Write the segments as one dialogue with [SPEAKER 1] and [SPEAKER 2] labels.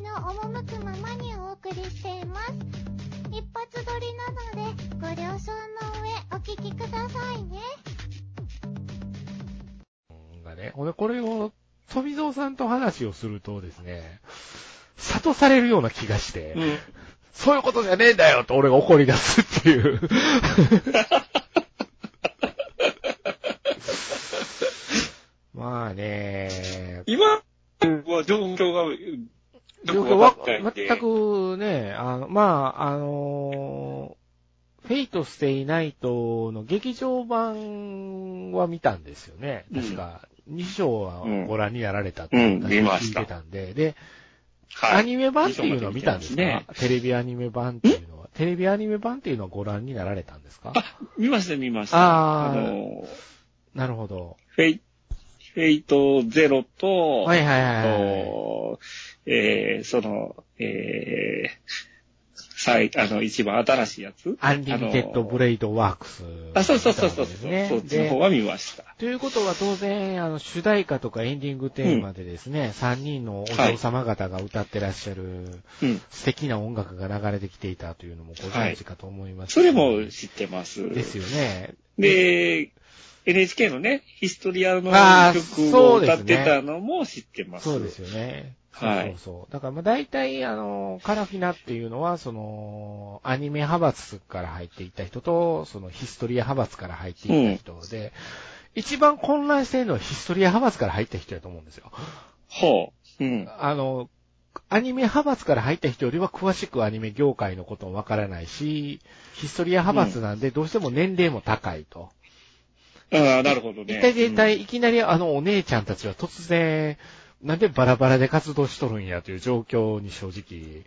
[SPEAKER 1] の赴くままにお送りしています。一発撮りなので、ご了承の上、お聞きくださいね。
[SPEAKER 2] がね、俺これを、富蔵さんと話をするとですね、悟されるような気がして、
[SPEAKER 3] うん。
[SPEAKER 2] そういうことじゃねえんだよと俺が怒り出すっていう。まあね、
[SPEAKER 3] 今は状況が、
[SPEAKER 2] 状
[SPEAKER 3] よ
[SPEAKER 2] 況
[SPEAKER 3] く
[SPEAKER 2] は
[SPEAKER 3] わかんないんで
[SPEAKER 2] 全くね、あの、まあ、あのフェイトステイナイトの劇場版は見たんですよね。確か、2章はご覧になられたって
[SPEAKER 3] うん見ま
[SPEAKER 2] 聞い
[SPEAKER 3] した
[SPEAKER 2] てたんで、で、
[SPEAKER 3] は
[SPEAKER 2] アニメ版っていうのは見たんですか、
[SPEAKER 3] 二章まで見てま
[SPEAKER 2] テレビアニメ版っていうのは、テレビアニメ版っていうのはご覧になられたんですか
[SPEAKER 3] あ、見ました、見ました。
[SPEAKER 2] あー
[SPEAKER 3] の、
[SPEAKER 2] なるほど。
[SPEAKER 3] フェイ、フェイトゼロと、
[SPEAKER 2] はいはいはいはい。
[SPEAKER 3] と、えー、その、えー、最、あの、一番新しいやつ
[SPEAKER 2] アンリミテッドブ
[SPEAKER 3] イ
[SPEAKER 2] レイドワークス、
[SPEAKER 3] あ、そうそうそうそう
[SPEAKER 2] で
[SPEAKER 3] そ
[SPEAKER 2] す
[SPEAKER 3] う、
[SPEAKER 2] ね
[SPEAKER 3] そっちの
[SPEAKER 2] で
[SPEAKER 3] 方は見ました。
[SPEAKER 2] ということは当然、あの、主題歌とかエンディングテーマでですね、3人のお嬢様方が歌ってらっしゃる
[SPEAKER 3] うん。
[SPEAKER 2] 素敵な音楽が流れてきていたというのもご存知かと思います、
[SPEAKER 3] それも知ってます。
[SPEAKER 2] ですよね。
[SPEAKER 3] で、NHK のね、ヒストリアの
[SPEAKER 2] あー
[SPEAKER 3] 曲
[SPEAKER 2] そ
[SPEAKER 3] を
[SPEAKER 2] うで
[SPEAKER 3] 歌
[SPEAKER 2] すね
[SPEAKER 3] ってたのも知ってます。
[SPEAKER 2] そうですよね。そ
[SPEAKER 3] はい
[SPEAKER 2] うそうそう。だから、まあ、大体、あの、カラフィナっていうのは、その、アニメ派閥から入っていった人と、その、ヒストリア派閥から入っていった人で、一番混乱してるのはヒストリア派閥から入った人だと思うんですよ。
[SPEAKER 3] ほう。うん。
[SPEAKER 2] あの、アニメ派閥から入った人よりは詳しくアニメ業界のこともわからないし、ヒストリア派閥なんでどうしても年齢も高いと。
[SPEAKER 3] ああ、なるほどね。
[SPEAKER 2] 一体全体、
[SPEAKER 3] うん
[SPEAKER 2] いきなりあのお姉ちゃんたちは突然、なんでバラバラで活動しとるんやという状況に正直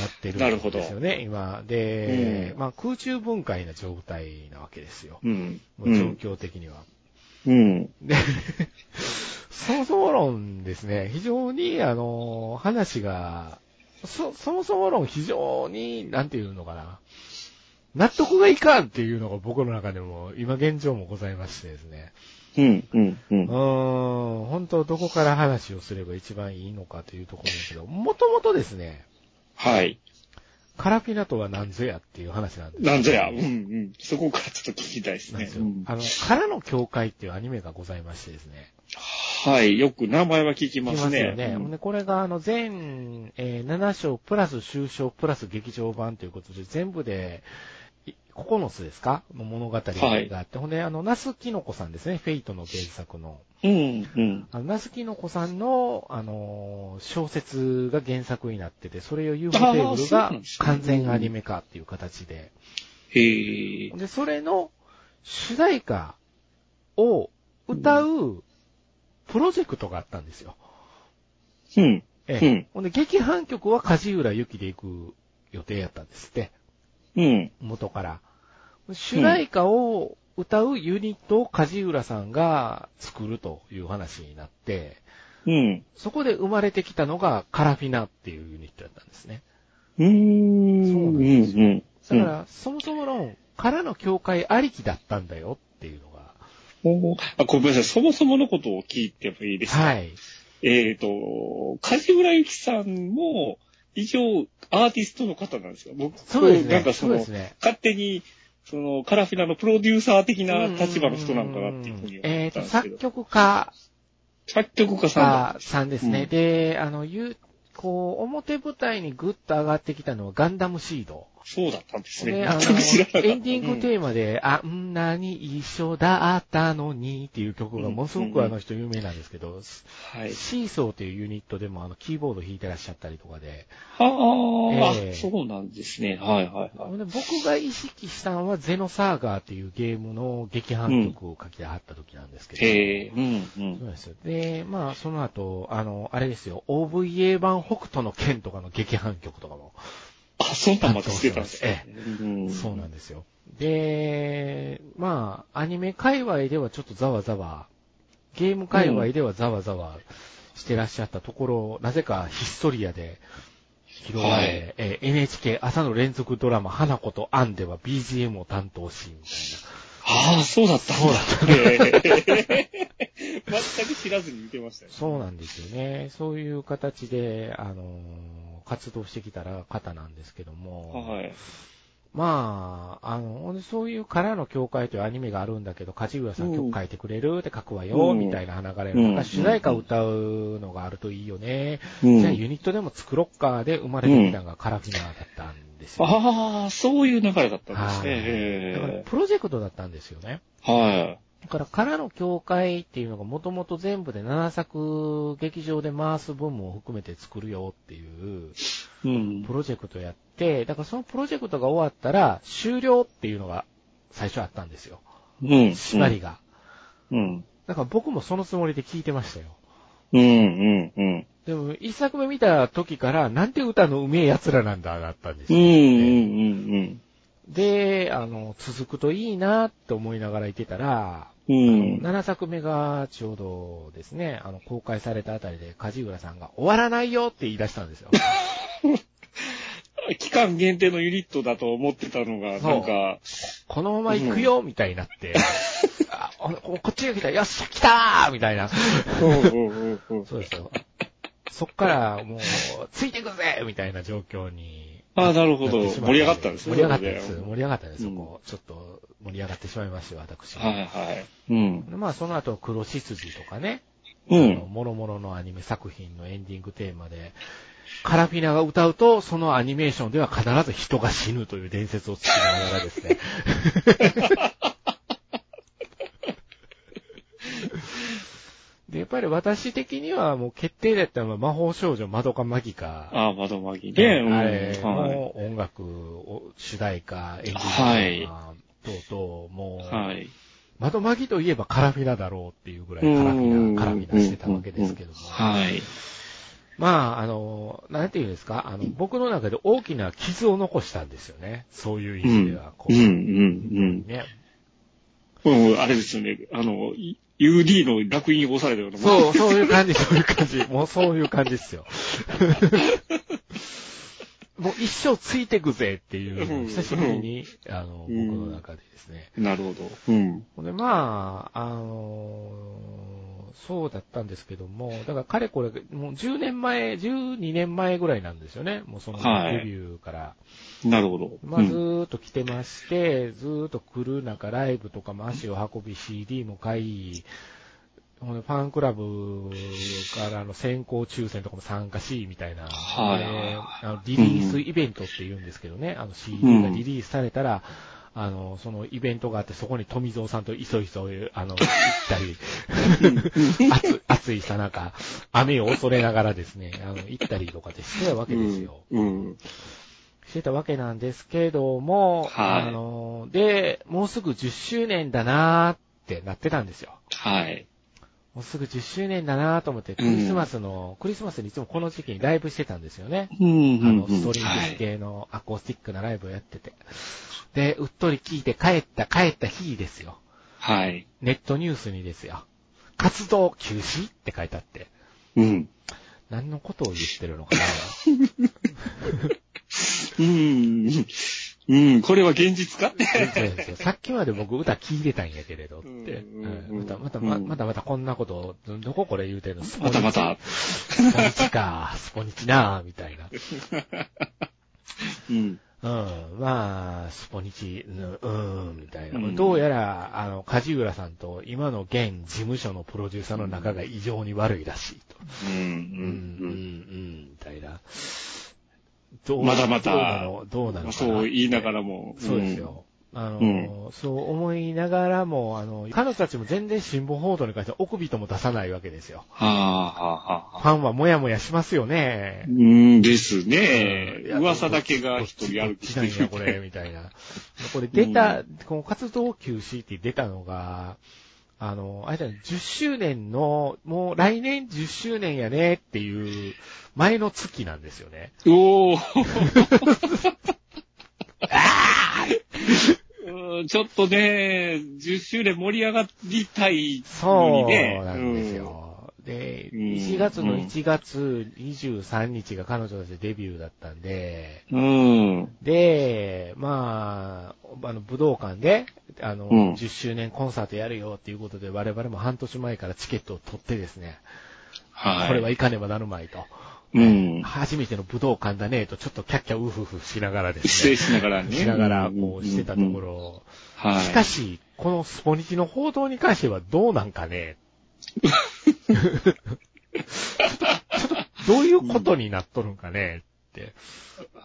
[SPEAKER 2] なって
[SPEAKER 3] な
[SPEAKER 2] る
[SPEAKER 3] る
[SPEAKER 2] ん
[SPEAKER 3] ほど
[SPEAKER 2] ですよね、今。で、
[SPEAKER 3] う
[SPEAKER 2] まあ空中分解な状態なわけですよ。
[SPEAKER 3] うん。
[SPEAKER 2] も
[SPEAKER 3] う。
[SPEAKER 2] うん状況的には。
[SPEAKER 3] うん。
[SPEAKER 2] で、 そもそも論ですね、非常に、あの、話が、そ、そもそも論非常に、なんていうのかな、納得がいかんっていうのが僕の中でも、今現状もございましてですね。
[SPEAKER 3] うん。うん。う
[SPEAKER 2] うー
[SPEAKER 3] ん。
[SPEAKER 2] ん、本当どこから話をすれば一番いいのかというところですけど、もともとですね、
[SPEAKER 3] はい。
[SPEAKER 2] カラピナとは何ぞやっていう話なんです。
[SPEAKER 3] なんぞや。うん。うん。そこからちょっと聞きたいです
[SPEAKER 2] なんで
[SPEAKER 3] ね
[SPEAKER 2] す。
[SPEAKER 3] う
[SPEAKER 2] よ
[SPEAKER 3] ん。
[SPEAKER 2] あの、空の教会っていうアニメがございましてですね。
[SPEAKER 3] はい。よく名前は聞き
[SPEAKER 2] い
[SPEAKER 3] ま
[SPEAKER 2] ます
[SPEAKER 3] す
[SPEAKER 2] よ
[SPEAKER 3] ね。
[SPEAKER 2] ね。
[SPEAKER 3] うん
[SPEAKER 2] ほんでこれが、あの、全、えー7章プラス終章プラス劇場版ということで、全部で、い9つですかの物語があって、
[SPEAKER 3] はい
[SPEAKER 2] ほんで、あの、ナスキノコさんですね、フェイトの原作の。
[SPEAKER 3] うん。うん。
[SPEAKER 2] あの、ナスキノコさんの、あのー小説が原作になってて、それを UFO テ
[SPEAKER 3] あー
[SPEAKER 2] ーブル
[SPEAKER 3] そうな
[SPEAKER 2] が
[SPEAKER 3] んですね
[SPEAKER 2] 完全アニメ化っていう形で。
[SPEAKER 3] へえ。
[SPEAKER 2] で、それの主題歌を歌うプロジェクトがあったんですよ。
[SPEAKER 3] うん。
[SPEAKER 2] え
[SPEAKER 3] う
[SPEAKER 2] え
[SPEAKER 3] ん。
[SPEAKER 2] ほんで、劇伴曲は梶浦由紀で行く予定やったんですって、
[SPEAKER 3] うん。
[SPEAKER 2] 元から。主題歌を歌うユニットを梶浦さんが作るという話になって、
[SPEAKER 3] うん。
[SPEAKER 2] そこで生まれてきたのがカラフィナっていうユニットやったんですね。
[SPEAKER 3] うーん。
[SPEAKER 2] そうなんですよ
[SPEAKER 3] うん。
[SPEAKER 2] だから、そもそも論、からの境界ありきだったんだよっていうのが。
[SPEAKER 3] おーあ、ごめんなさい。そもそものことを聞いてもいいですか
[SPEAKER 2] はい。
[SPEAKER 3] えっ、と、梶浦由紀さんも、一応、アーティストの方なんですよ。僕、
[SPEAKER 2] そうです
[SPEAKER 3] な
[SPEAKER 2] ね
[SPEAKER 3] ん。かそ
[SPEAKER 2] そう
[SPEAKER 3] の、
[SPEAKER 2] ですね。
[SPEAKER 3] 勝手に、その、カラフィナのプロデューサー的な立場の人なんかなっていうふうに
[SPEAKER 2] うんうんうん
[SPEAKER 3] 思
[SPEAKER 2] え
[SPEAKER 3] っ
[SPEAKER 2] った
[SPEAKER 3] ん
[SPEAKER 2] と、
[SPEAKER 3] ですけ
[SPEAKER 2] 作
[SPEAKER 3] ど。
[SPEAKER 2] 曲家
[SPEAKER 3] 作曲家さ
[SPEAKER 2] あさんですね。
[SPEAKER 3] うん
[SPEAKER 2] で、あの、ゆこう、表舞台にグッと上がってきたのはガンダムシード。
[SPEAKER 3] ん。そうだったんですね。
[SPEAKER 2] あの、
[SPEAKER 3] 全く知らなかった。
[SPEAKER 2] エンディングテーマで、あんなに一緒だったのにっていう曲がものすご
[SPEAKER 3] うん
[SPEAKER 2] くあの人有名なんですけど、
[SPEAKER 3] うんはい。
[SPEAKER 2] シーソーっていうユニットでもあの、キーボード弾いてらっしゃったりとかで、
[SPEAKER 3] はあ、
[SPEAKER 2] ええ
[SPEAKER 3] そうなんですね。はいはいは
[SPEAKER 2] ほ
[SPEAKER 3] い。
[SPEAKER 2] んで僕が意識したのはゼノサーガーっていうゲームの劇伴曲を書き出はった時なんですけど、
[SPEAKER 3] へえ、うんう。
[SPEAKER 2] そうんなんですよ。で、まあ、その後、あの、あれですよ、OVA 版北斗の剣とかの劇伴曲とかも、
[SPEAKER 3] あ、そんなんまでしてたんですね。うん
[SPEAKER 2] そうなんですよ。で、まあ、アニメ界隈ではちょっとざわざわ、ゲーム界隈ではざわざわしてらっしゃったところ、なぜかヒストリアで広がれ、
[SPEAKER 3] はい
[SPEAKER 2] えー NHK 朝の連続ドラマ、花子とアンでは BGM を担当し、みたいな。
[SPEAKER 3] ああ、そうだったんだ。そうだった。 全く知らずに見てましたよ。
[SPEAKER 2] そうなんですよね。そういう形で、あのー活動してきたら方なんですけども、
[SPEAKER 3] はい。
[SPEAKER 2] まあ、あの、そういうからの教会というアニメがあるんだけど、梶浦さ
[SPEAKER 3] うんん
[SPEAKER 2] 曲書いてくれるって書くわよ、
[SPEAKER 3] うん
[SPEAKER 2] みたいな流れの
[SPEAKER 3] う
[SPEAKER 2] 中、
[SPEAKER 3] ん
[SPEAKER 2] 主題歌を歌うのがあるといいよね。
[SPEAKER 3] うん
[SPEAKER 2] じゃあユニットでも作ろっかで生まれてきたのがカラフィナーだったんですよ。
[SPEAKER 3] ああ、そういう流れだったんです
[SPEAKER 2] はい
[SPEAKER 3] ね。
[SPEAKER 2] だから
[SPEAKER 3] え
[SPEAKER 2] プロジェクトだったんですよね。
[SPEAKER 3] えはい。
[SPEAKER 2] だから、からの教会っていうのがもともと全部で7作劇場で回す分も含めて作るよっていう
[SPEAKER 3] うん
[SPEAKER 2] プ。ロジェクトやって、だからそのプロジェクトが終わったら終了っていうのが最初あったんですよ。
[SPEAKER 3] うん。
[SPEAKER 2] 縛りが。
[SPEAKER 3] うん。
[SPEAKER 2] だから僕もそのつもりで聞いてましたよ。
[SPEAKER 3] うん、うん、うん。
[SPEAKER 2] でも、一作目見た時から、なんて歌のうめえ奴らなんだ、だったんです
[SPEAKER 3] うん、う
[SPEAKER 2] よ。
[SPEAKER 3] ん、
[SPEAKER 2] で、あの、続くといいなって思いながらいてたら、
[SPEAKER 3] うん。うん。
[SPEAKER 2] 7作目がちょうどですね、あの、公開されたあたりで、梶浦さんが終わらないよって言い出したん ですよ。
[SPEAKER 3] 期間限定のユニットだと思ってたのが、
[SPEAKER 2] そう
[SPEAKER 3] なんか、
[SPEAKER 2] このまま行くよみたいになって、ああのここっちが来たよっしゃ、来たーみたいな。
[SPEAKER 3] うんうんうんうん
[SPEAKER 2] そうですよ。そっから、もう、ついてくぜみたいな状況に。
[SPEAKER 3] ああ、なるほど。
[SPEAKER 2] なてしま
[SPEAKER 3] 盛り上がったんですね。
[SPEAKER 2] 盛り上がったんです。
[SPEAKER 3] それ
[SPEAKER 2] 盛り上がったんです、そ
[SPEAKER 3] うん
[SPEAKER 2] こ。ちょっと盛り上がってしまいました、私。
[SPEAKER 3] はい、はい。うん。
[SPEAKER 2] まあ、その後、黒し筋とかね、
[SPEAKER 3] う
[SPEAKER 2] あの
[SPEAKER 3] ん。
[SPEAKER 2] 諸々のアニメ作品のエンディングテーマで、カラフィナが歌うと、そのアニメーションでは必ず人が死ぬという伝説を作りながらですね。で、やっぱり私的にはもう決定だったのは魔法少女マドカマギカ。
[SPEAKER 3] ああ、窓巻きね。うん。
[SPEAKER 2] あれ
[SPEAKER 3] は
[SPEAKER 2] の音楽を、主題歌、演技テーマ等々、も
[SPEAKER 3] い。
[SPEAKER 2] う、
[SPEAKER 3] はい。
[SPEAKER 2] 窓マギといえばカラフィナだろうっていうぐらいカラフィナ、カラフィナしてたわけですけども。
[SPEAKER 3] はい。
[SPEAKER 2] まあ、あの、なんていうんですか、あの、僕の中で大きな傷を残したんですよね。そういう意
[SPEAKER 3] う
[SPEAKER 2] 味
[SPEAKER 3] ん。
[SPEAKER 2] で
[SPEAKER 3] うん
[SPEAKER 2] は、こ、
[SPEAKER 3] う
[SPEAKER 2] う。
[SPEAKER 3] ん、
[SPEAKER 2] ね。
[SPEAKER 3] うん。うん、あれですよね。あの、い UD の楽印を押されたようなも
[SPEAKER 2] そ
[SPEAKER 3] ん
[SPEAKER 2] う、そういう感じ、そういう感じ。もうそういう感じですよ。もう一生ついてくぜっていうのを久しぶりに、あの、僕
[SPEAKER 3] うん
[SPEAKER 2] の中でですね。
[SPEAKER 3] なるほど。うん。
[SPEAKER 2] ほんで、まあ、あのそうだったんですけども、だから彼これ、もう10年前、12年前ぐらいなんですよね。もうそのデ
[SPEAKER 3] はい
[SPEAKER 2] ビューから。
[SPEAKER 3] なるほど。
[SPEAKER 2] まあ、
[SPEAKER 3] うん
[SPEAKER 2] ずーっと来てまして、ずーっと来る中、ライブとかも足を運び、CD も買い、ほんでファンクラブからの先行抽選とかも参加し、みたいな。
[SPEAKER 3] はい
[SPEAKER 2] であのリリースイベントって言うんですけどね、あの CD がリリースされたら、あの、そのイベントがあって、そこに富蔵さんといそいそ、あの、行ったり、 暑暑いさなか、雨を恐れながらですね、あの、行ったりとかでしてたわけですよ。
[SPEAKER 3] うん。
[SPEAKER 2] してたわけなんですけども、
[SPEAKER 3] はい
[SPEAKER 2] あの、で、もうすぐ10周年だなーってなってたんですよ。
[SPEAKER 3] はい。
[SPEAKER 2] もうすぐ10周年だなーと思って、クリスマスの、クリスマスにいつもこの時期にライブしてたんですよね。
[SPEAKER 3] うん
[SPEAKER 2] あの、ストリングス系のアコースティックなライブをやってて。で、うっとり聞いて帰った帰った日ですよ。
[SPEAKER 3] はい。
[SPEAKER 2] ネットニュースにですよ。活動休止って書いてあって。
[SPEAKER 3] うん。
[SPEAKER 2] 何のことを言ってるのかな
[SPEAKER 3] うん。うん。これは現実かって。
[SPEAKER 2] そうなんですよさっきまで僕歌聴いてたんやけれどって。
[SPEAKER 3] うん
[SPEAKER 2] う
[SPEAKER 3] うんん
[SPEAKER 2] またまたま
[SPEAKER 3] うん
[SPEAKER 2] またまたこんなことを、どここれ言うてんのスポ
[SPEAKER 3] ま
[SPEAKER 2] ニチ。
[SPEAKER 3] たまた。
[SPEAKER 2] スポニチか、スポニチなぁ、みたいな。
[SPEAKER 3] うん。
[SPEAKER 2] うん、まあ、スポニチ、うん、うんみたいな。
[SPEAKER 3] うん
[SPEAKER 2] どうやら、あの、梶浦さんと今の現事務所のプロデューサーの仲が異常に悪いらしいと。
[SPEAKER 3] う。
[SPEAKER 2] うん、うん、うんん、みたいな。どう
[SPEAKER 3] まだま
[SPEAKER 2] どうな
[SPEAKER 3] た
[SPEAKER 2] のどうなのかな
[SPEAKER 3] そう言いながらも。
[SPEAKER 2] そうですよ。あの、
[SPEAKER 3] う
[SPEAKER 2] そう思いながらも、あの、彼女たちも全然新聞報道に関しては奥人も出さないわけですよ。
[SPEAKER 3] はあ、はあ、
[SPEAKER 2] フ
[SPEAKER 3] は
[SPEAKER 2] ァ
[SPEAKER 3] あ。
[SPEAKER 2] ンはもやもやしますよね
[SPEAKER 3] う。んですね
[SPEAKER 2] い。や
[SPEAKER 3] 噂だけが一人
[SPEAKER 2] ど
[SPEAKER 3] 歩
[SPEAKER 2] っ
[SPEAKER 3] き
[SPEAKER 2] ち
[SPEAKER 3] し
[SPEAKER 2] どっちなん
[SPEAKER 3] て
[SPEAKER 2] や、
[SPEAKER 3] る。
[SPEAKER 2] これ、みたいな。これ出た、この活動休止って出たのが、あの、あれだね、10周年の、もう来年10周年やねっていう、前の月なんですよね。
[SPEAKER 3] おー うんちょっとね、10周年盛り上がりたい
[SPEAKER 2] そ
[SPEAKER 3] のに
[SPEAKER 2] う
[SPEAKER 3] ね。
[SPEAKER 2] なんですよ。で、
[SPEAKER 3] うん
[SPEAKER 2] 1月の
[SPEAKER 3] うん
[SPEAKER 2] 1月23日が彼女たちデビューだったんで、
[SPEAKER 3] うん。うん。
[SPEAKER 2] で、まあ、あの、武道館で、あの、
[SPEAKER 3] うん
[SPEAKER 2] 10周年コンサートやるよっていうことで、我々も半年前からチケットを取ってですね、
[SPEAKER 3] はい。
[SPEAKER 2] これは行かねばなるまいと。
[SPEAKER 3] うん。
[SPEAKER 2] 初めての武道館だねと、ちょっとキャッキャウフフしながらで
[SPEAKER 3] 失
[SPEAKER 2] すね。
[SPEAKER 3] 礼しながらね。
[SPEAKER 2] しながら、こうしてたとこ
[SPEAKER 3] うん。うんうん
[SPEAKER 2] ろ、
[SPEAKER 3] はい。
[SPEAKER 2] しかし、このスポニチの報道に関してはどうなんかね。ちょっと、ちょっと、どういうことになっとるんかねって。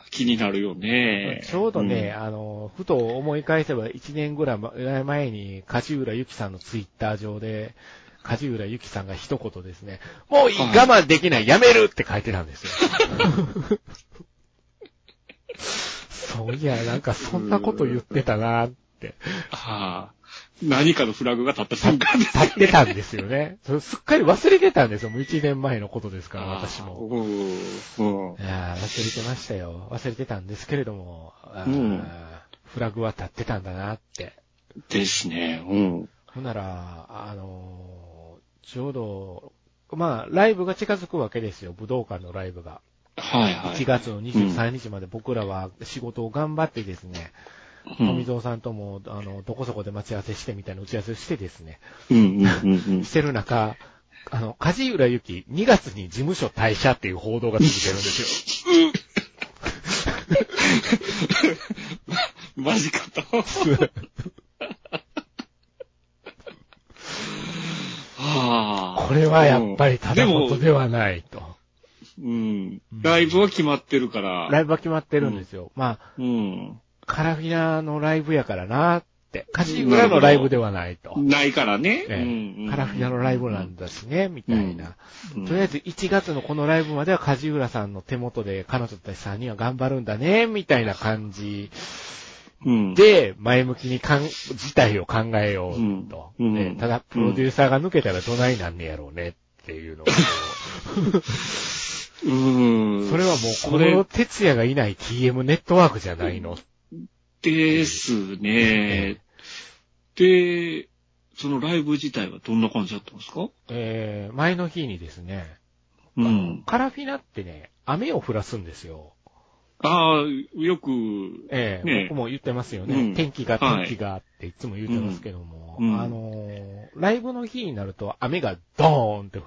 [SPEAKER 3] 気になるよね。
[SPEAKER 2] ちょうどね、あの、ふと思い返せば1年ぐらい前に、梶浦由紀さんのツイッター上で、梶浦由紀さんが一言ですね、もういい、
[SPEAKER 3] はい
[SPEAKER 2] 我慢できない、やめるって書いてたんですよ。そういや、なんかそんなこと言ってたなって。
[SPEAKER 3] うん。はあ。何かのフラグが立った瞬間ですよね
[SPEAKER 2] 立ってたんですよね。 それすっかり忘れてたんですよ。もう1年前のことですから、私
[SPEAKER 3] あ
[SPEAKER 2] も。
[SPEAKER 3] ーうん。うん
[SPEAKER 2] い。やー忘れてましたよ。忘れてたんですけれども、あー
[SPEAKER 3] うん
[SPEAKER 2] フラグは立ってたんだなって。
[SPEAKER 3] ですね。うん。
[SPEAKER 2] ほんなら、あのーちょうど、まあ、ライブが近づくわけですよ。武道館のライブが。
[SPEAKER 3] はいはい。
[SPEAKER 2] 1月の23日まで僕らは仕事を頑張ってですね、
[SPEAKER 3] うん
[SPEAKER 2] 富蔵さんとも、あの、どこそこで待ち合わせしてみたいな打ち合わせをしてですね、
[SPEAKER 3] うんうんうんうん
[SPEAKER 2] し。てる中、あの、梶浦ゆき、2月に事務所退社っていう報道が続いてるんですよ。
[SPEAKER 3] マジか と。はあ。
[SPEAKER 2] これはやっぱりただ
[SPEAKER 3] で
[SPEAKER 2] こ
[SPEAKER 3] も
[SPEAKER 2] とではないと。
[SPEAKER 3] うん。ライブは決まってるから。
[SPEAKER 2] ライブは決まってるんですよ。まあ、
[SPEAKER 3] うん。
[SPEAKER 2] カラフィナのライブやからなって。梶浦のライブではないと。
[SPEAKER 3] ないからね。
[SPEAKER 2] え
[SPEAKER 3] うんうん
[SPEAKER 2] えカラフィナのライブなんだしね、みたいな。
[SPEAKER 3] うん
[SPEAKER 2] とりあえず1月のこのライブまでは梶浦さんの手元で彼女たち3人は頑張るんだね、みたいな感じ
[SPEAKER 3] うん。
[SPEAKER 2] で、前向きにかん、事態を考えようと。
[SPEAKER 3] うん
[SPEAKER 2] ね
[SPEAKER 3] うん
[SPEAKER 2] ただ、プロデューサーが抜けたらどないなんねやろうねっていうの が、
[SPEAKER 3] うん。
[SPEAKER 2] それはもう、
[SPEAKER 3] そ
[SPEAKER 2] 小
[SPEAKER 3] れ
[SPEAKER 2] 室哲也がいない TM ネットワークじゃないの。
[SPEAKER 3] ですね。で、そのライブ自体はどんな感じだったんですか
[SPEAKER 2] えー、前の日にですね、
[SPEAKER 3] うん。
[SPEAKER 2] カラフィナってね、雨を降らすんですよ。
[SPEAKER 3] ああ、よく、
[SPEAKER 2] ええ
[SPEAKER 3] ねえ
[SPEAKER 2] 僕も言ってますよね。
[SPEAKER 3] うん
[SPEAKER 2] 天気が、
[SPEAKER 3] は
[SPEAKER 2] 天
[SPEAKER 3] い
[SPEAKER 2] 気がっていつも言ってますけども、
[SPEAKER 3] うんうん
[SPEAKER 2] あのーライブの日になると雨がドーンって降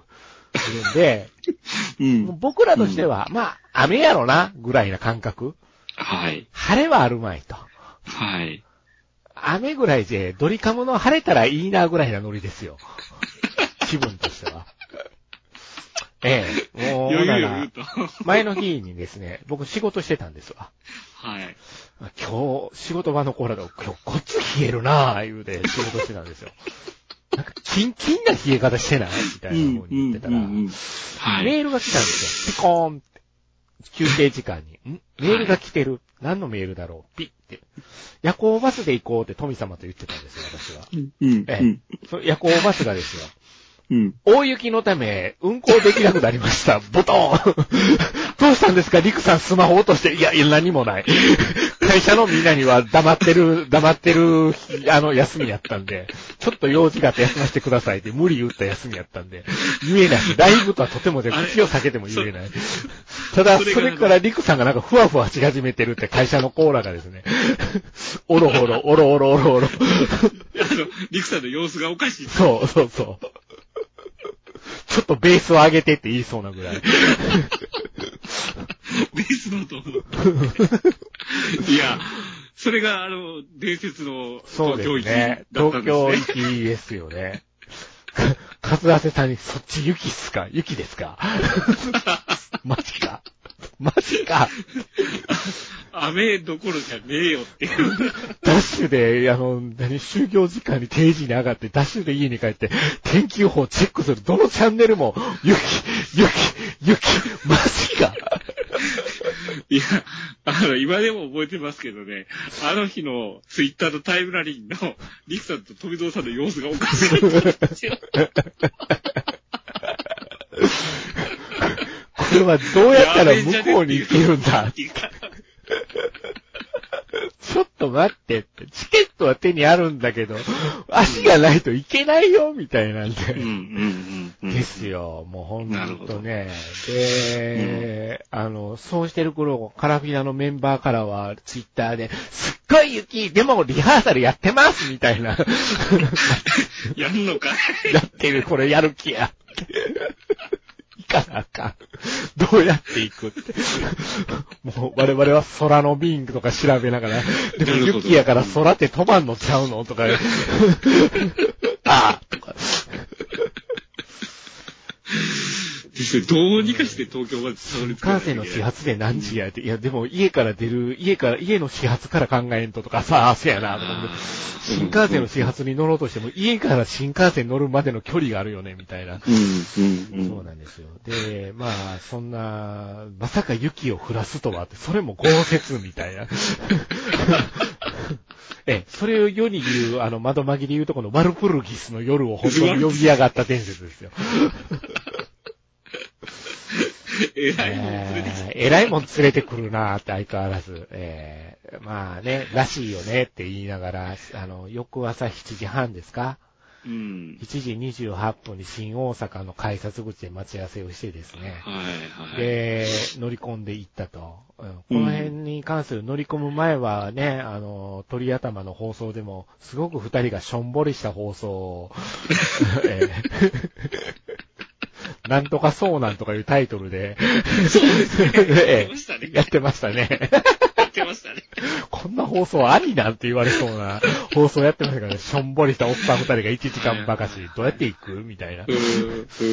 [SPEAKER 2] るんで、
[SPEAKER 3] う。
[SPEAKER 2] もうん僕らとしては、まあ、雨やろな、ぐらいな感覚。
[SPEAKER 3] はい。
[SPEAKER 2] 晴れはあるまいと。
[SPEAKER 3] はい。
[SPEAKER 2] 雨ぐらいで、ドリカムの晴れたらいいな、ぐらいなノリ ですよ。気分としては。ええ、もう、
[SPEAKER 3] 余
[SPEAKER 2] ほんな
[SPEAKER 3] 裕
[SPEAKER 2] ら
[SPEAKER 3] 余裕と。
[SPEAKER 2] 前の日にですね、僕仕事してたんですわ。
[SPEAKER 3] はい。
[SPEAKER 2] 今日、仕事場のコーラで、今日こっち冷えるなぁ、言うて仕事してたんですよ。なんか、キンキンな冷え方してないみたいな風に言ってたら、
[SPEAKER 3] うんうんうんうんはい。
[SPEAKER 2] メールが来たんですよ。ピコーンって。休憩時間に。 んメールが来てる。何のメールだろうピッて。夜行バスで行こうって富様と言ってたんですよ、私は。
[SPEAKER 3] うんうん
[SPEAKER 2] え
[SPEAKER 3] うん
[SPEAKER 2] え。その夜行バスがですよ。
[SPEAKER 3] うん。
[SPEAKER 2] 大雪のため、運行できなくなりました。 ボトンどうしたんですかリクさんスマホ落として。いや、いや何もない。 会社のみんなには黙ってる、黙ってる、あの、休みやったんで、ちょっと用事があって休ませてくださいって無理言った休みやったんで、言えないし、ライブとはとてもで、
[SPEAKER 3] あれ
[SPEAKER 2] 口を避けても言えない。ただ、それからリクさんがなんかふわふわし始めてるって会社のコーラがですね、 おろおろ、おろおろおろおろ。
[SPEAKER 3] あのリクさんの様子がおかしい。
[SPEAKER 2] そうそうそう。ちょっとベースを上げてって言いそうなぐらい。
[SPEAKER 3] ベースの音。 いや、それが、あの、伝説の
[SPEAKER 2] そうで
[SPEAKER 3] 東京行
[SPEAKER 2] す
[SPEAKER 3] き
[SPEAKER 2] ね。
[SPEAKER 3] だったん
[SPEAKER 2] 東
[SPEAKER 3] です
[SPEAKER 2] 京
[SPEAKER 3] ね。
[SPEAKER 2] 行きですよね。かずあせさんに、そっち雪っすか雪です かマジかマジか
[SPEAKER 3] 雨どころじゃねえよっていう。
[SPEAKER 2] ダッシュで、あの、何、就業時間に定時に上がって、ダッシュで家に帰って、天気予報チェックする。どのチャンネルも、雪、雪、雪、マジか
[SPEAKER 3] いや、あの、今でも覚えてますけどね、あの日のツイッターのタイムラリンの、リクさんと富蔵さんの様子がおか しかったんですよ。
[SPEAKER 2] これはどうやったら向こうに行けるんだ
[SPEAKER 3] っていうか
[SPEAKER 2] ちょっと待ってって、チケットは手にあるんだけど、足がないといけないよ、みたいなんで。
[SPEAKER 3] うんうんうんうん。
[SPEAKER 2] ですよ、もうほ
[SPEAKER 3] なる
[SPEAKER 2] ん
[SPEAKER 3] ほ
[SPEAKER 2] と
[SPEAKER 3] ど
[SPEAKER 2] ね。で、あの、そうしてる頃、カラフィナのメンバーからは、ツイッターで、すっごい雪、でもリハーサルやってますみた いな。
[SPEAKER 3] やんのかい
[SPEAKER 2] やってる、これやる気や。いかなあかん。どうやっていくって。もう我々は空の便とか調べながら、でも
[SPEAKER 3] なるほど
[SPEAKER 2] 雪やから空って止まんのちゃうのとか、ああとか。
[SPEAKER 3] ですねどうにかして東京までたどり着か
[SPEAKER 2] 関
[SPEAKER 3] な
[SPEAKER 2] 西の
[SPEAKER 3] いといけない
[SPEAKER 2] 始発で何時やって、いやでも家から出る、家から、家の始発から考えんととかさ、あせやな、とか思って新幹線の始発に乗ろうとしても、家から新幹線乗るまでの距離があるよね、みたいな。
[SPEAKER 3] うん、うん、うん。
[SPEAKER 2] そうなんですよ。で、まあ、そんな、まさか雪を降らすとはって、それも豪雪みたいな。 ええ、それを世に言う、あの、窓紛り言うとこのワルプルギスの夜を本当に呼び上がった伝説ですよ。
[SPEAKER 3] えらいもん連れてき
[SPEAKER 2] えーえらいもん連れてくるなーって相変わらず。えーまあね、らしいよねって言いながら、あの、翌朝7時半ですか
[SPEAKER 3] うん。
[SPEAKER 2] ?7 時28分に新大阪の改札口で待ち合わせをしてですね。
[SPEAKER 3] はい、はい。
[SPEAKER 2] で、乗り込んでいったと。うんこの辺に関する乗り込む前はね、あの、鳥頭の放送でも、すごく二人がしょんぼりした放送 を、えー なんとかそうなんとかいうタイトルで、
[SPEAKER 3] そうですね。やっ
[SPEAKER 2] え
[SPEAKER 3] てました
[SPEAKER 2] えや
[SPEAKER 3] ね
[SPEAKER 2] っ。てましたね。
[SPEAKER 3] やってましたね。
[SPEAKER 2] こんな放送ありなんて言われそうな放送やってましたからね、しょんぼりしたおっさん二人が1時間ばかし、どうやって行くみたいな
[SPEAKER 3] う。ん、うん。
[SPEAKER 2] え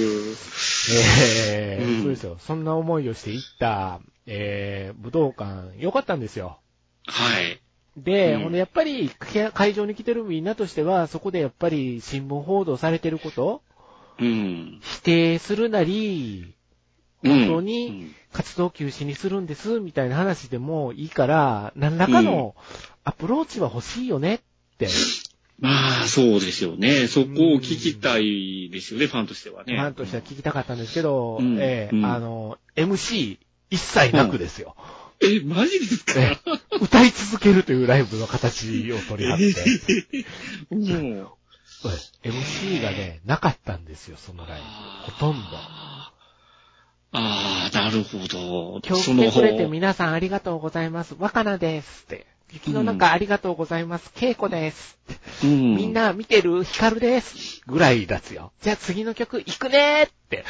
[SPEAKER 2] え
[SPEAKER 3] うん
[SPEAKER 2] そうですよ。そんな思いをして行った、えー、武道館、良かったんですよ。
[SPEAKER 3] はい。
[SPEAKER 2] で、
[SPEAKER 3] うん
[SPEAKER 2] ほんでやっぱり、け会場に来てるみんなとしては、そこでやっぱり新聞報道されてること、
[SPEAKER 3] うん。
[SPEAKER 2] 否定するなり、
[SPEAKER 3] 本
[SPEAKER 2] 当に、活動休止にするんです、みたいな話でもいいから、何らかのアプローチは欲しいよねって、
[SPEAKER 3] まあ、そうですよね。そこを聞きたいですよね、ファンとしては
[SPEAKER 2] フ
[SPEAKER 3] ね。
[SPEAKER 2] ァンとしては聞きたかったんですけど、
[SPEAKER 3] うん
[SPEAKER 2] ええ
[SPEAKER 3] うん
[SPEAKER 2] あの、MC 一切なくですよ。
[SPEAKER 3] え、マジですか
[SPEAKER 2] ね 歌い続けるというライブの形を取り張って、
[SPEAKER 3] もう。
[SPEAKER 2] MC がね、なかったんですよ、そのライブ。ほとんど。
[SPEAKER 3] ああ、なるほど。
[SPEAKER 2] 今日
[SPEAKER 3] そ
[SPEAKER 2] 来
[SPEAKER 3] の
[SPEAKER 2] てくれて
[SPEAKER 3] 方
[SPEAKER 2] 皆さんありがとうございます。若菜ですって。雪の中ありがとうございます。稽古です。
[SPEAKER 3] うん
[SPEAKER 2] みん、な見てるヒカルです。ぐらいだつよ。じゃあ次の曲行くねーって。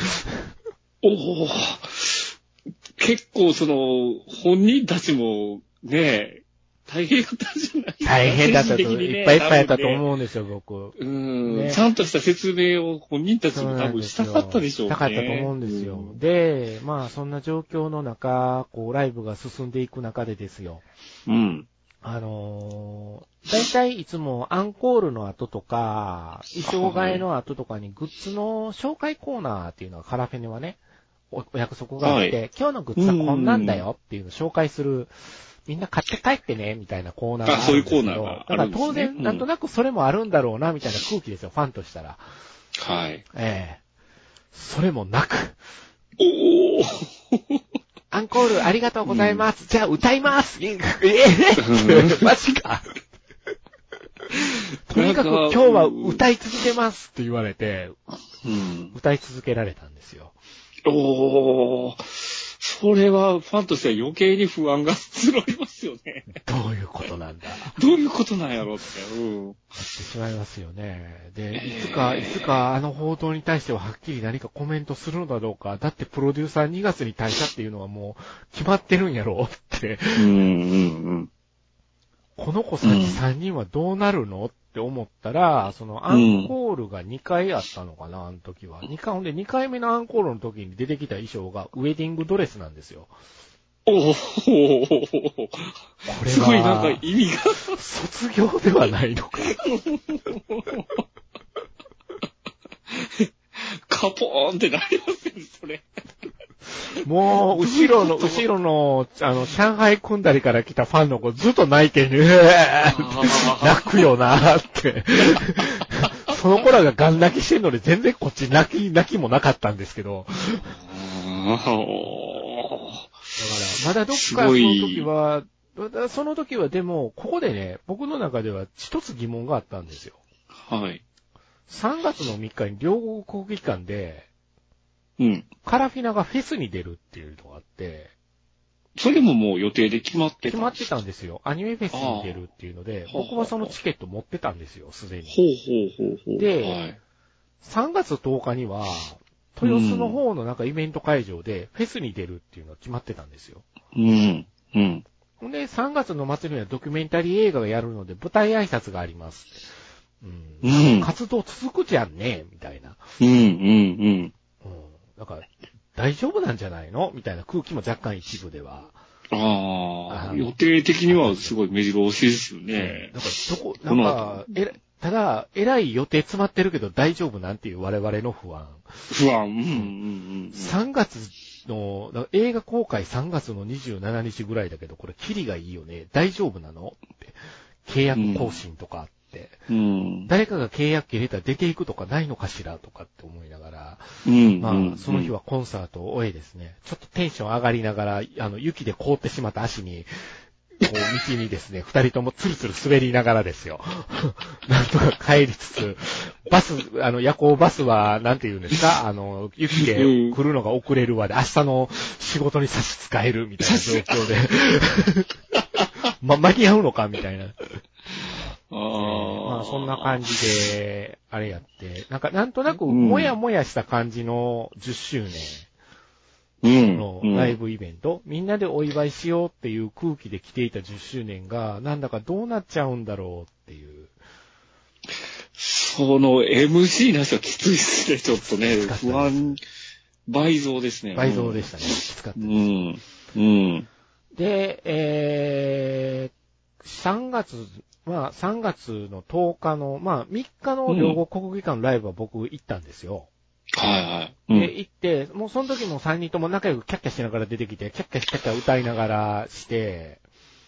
[SPEAKER 3] おお結構その、本人たちも、ね、大変だったんじゃない
[SPEAKER 2] 大変だったと、
[SPEAKER 3] 精神的にね
[SPEAKER 2] いっぱいいっぱいやったと
[SPEAKER 3] 多分ね
[SPEAKER 2] 思うんですよ、僕。
[SPEAKER 3] うん、
[SPEAKER 2] ね
[SPEAKER 3] ちゃんとした説明を本人たちも多分したかったでしょうね。
[SPEAKER 2] 高かったと思うんですよ。
[SPEAKER 3] うん
[SPEAKER 2] で、まあそんな状況の中、こうライブが進んでいく中でですよ。
[SPEAKER 3] うん。
[SPEAKER 2] あのー、大体いつもアンコールの後とか、衣装替えの後とかにグッズの紹介コーナーっていうのがカラフェネはね、おお約束があって、
[SPEAKER 3] は
[SPEAKER 2] 今日のグッズはこんなんだよっていうのを紹介する、みんな買って帰ってね、みたいなコーナーがあるんですけど
[SPEAKER 3] あそういうコーナーがあ
[SPEAKER 2] だか
[SPEAKER 3] る
[SPEAKER 2] ら
[SPEAKER 3] んですね
[SPEAKER 2] 当然、
[SPEAKER 3] うん
[SPEAKER 2] なんとなくそれもあるんだろうな、みたいな空気ですよ、ファンとしたら。
[SPEAKER 3] はい。
[SPEAKER 2] ええそれもなく、
[SPEAKER 3] おお
[SPEAKER 2] アンコールありがとうございます。じゃあ歌います。ええマジか。とにかく今日は歌い続けますって言われて、
[SPEAKER 3] うん。
[SPEAKER 2] 歌い続けられたんですよ。
[SPEAKER 3] おーそれはファンとしては余計に不安が募りますよね。
[SPEAKER 2] どういうことなんだ。
[SPEAKER 3] どういうことなんやろって。うん。
[SPEAKER 2] やってしまいますよね。で、いつか、いつかあの報道に対してははっきり何かコメントするのだろうか。だってプロデューサー2月に退社っていうのはもう決まってるんやろうって。
[SPEAKER 3] うんうん
[SPEAKER 2] この子先3人はどうなるのって思ったら、そのアンコールが2回あったのかな、あの時は。2回、ほんで2回目のアンコールの時に出てきた衣装がウェディングドレスなんですよ。
[SPEAKER 3] おー
[SPEAKER 2] これ
[SPEAKER 3] すごいなんか
[SPEAKER 2] は、
[SPEAKER 3] 意味が。
[SPEAKER 2] 卒業ではないのか。
[SPEAKER 3] カポーンってなりますよね、それ。
[SPEAKER 2] もう、後ろの、後ろの、あの、上海組んだりから来たファンの子ずっと泣いてる、ね、 泣くよなーって。その子らがガン泣きしてんので全然こっち泣き、泣きもなかったんですけど。 だから、まだどっか
[SPEAKER 3] す
[SPEAKER 2] その
[SPEAKER 3] ごい
[SPEAKER 2] 時は、まだその時はでも、ここでね、僕の中では一つ疑問があったんですよ。
[SPEAKER 3] はい。
[SPEAKER 2] 3月の3日に両国国技館で、
[SPEAKER 3] うん。
[SPEAKER 2] カラフィナがフェスに出るっていうのがあって、
[SPEAKER 3] それももう予定で決まって
[SPEAKER 2] 決ま
[SPEAKER 3] た。
[SPEAKER 2] ってたんですよ。アニメフェスに出るっていうので
[SPEAKER 3] あ、
[SPEAKER 2] 僕はそのチケット持ってたんですよ、すでに。
[SPEAKER 3] ほうほうほうほう。
[SPEAKER 2] で
[SPEAKER 3] はい。
[SPEAKER 2] 3月10日には、豊洲の方のなんかイベント会場でフェスに出るっていうのが決まってたんですよ。
[SPEAKER 3] うん。うん。
[SPEAKER 2] ほんで、3月の末にはドキュメンタリー映画がやるので舞台挨拶があります。う。
[SPEAKER 3] うんん。
[SPEAKER 2] 活動続くじゃんね、みたいな。
[SPEAKER 3] うん、うん、
[SPEAKER 2] うん。なんか、大丈夫なんじゃないのみたいな空気も若干一部では。
[SPEAKER 3] うん。あ
[SPEAKER 2] あ
[SPEAKER 3] あ、
[SPEAKER 2] の
[SPEAKER 3] 予定的にはすごい目白押しですよね。
[SPEAKER 2] なんか、どこ、な
[SPEAKER 3] この
[SPEAKER 2] んか、えらただ、えらい予定詰まってるけど大丈夫なんていう我々の不安。
[SPEAKER 3] 不安。うん、うん、
[SPEAKER 2] 3月の、だから映画公開3月の27日ぐらいだけど、これ、キリがいいよね。大丈夫なのって。契約更新とかあって。
[SPEAKER 3] うん。
[SPEAKER 2] 誰かが契約切れたら出ていくとかないのかしらとかって思いながら。
[SPEAKER 3] うん。
[SPEAKER 2] ま
[SPEAKER 3] うん
[SPEAKER 2] あ、その日は。コンサートを終えですね、ちょっとテンション上がりながら、あの、雪で凍ってしまった足に、こう、道にですね、二人ともツルツル滑りながらですよ。 なんとか帰りつつ、バス、あの、夜行バスは、なんて言うんですか、あの、雪で来るのが遅れるわで、明日の仕事に差し支えるみたいな状況で、 ま、間に合うのかみたいな。
[SPEAKER 3] あ
[SPEAKER 2] えー
[SPEAKER 3] あ。
[SPEAKER 2] まあそんな感じで、あれやって、なんかなんとなくもやもやした感じの10周年
[SPEAKER 3] うん。
[SPEAKER 2] の
[SPEAKER 3] うん
[SPEAKER 2] ライ。ブイベント、みんなでお祝いしようっていう空気で来ていた10周年が、なんだかどうなっちゃうんだろうっていう。
[SPEAKER 3] その MC なしはきついっすね、ちょっとね。
[SPEAKER 2] きつかったです
[SPEAKER 3] 不安、倍増ですね。
[SPEAKER 2] 倍増でしたね。きつかった
[SPEAKER 3] う
[SPEAKER 2] です。
[SPEAKER 3] ん。うん。
[SPEAKER 2] で、えー、3月、まあ3月の10日の、まあ3日の両国国技館のライブは僕行ったんですよ。
[SPEAKER 3] はいはい。
[SPEAKER 2] で、行って、もうその時も3人とも仲良くキャッキャしながら出てきて、キャッキャキャッキャ歌いながらして、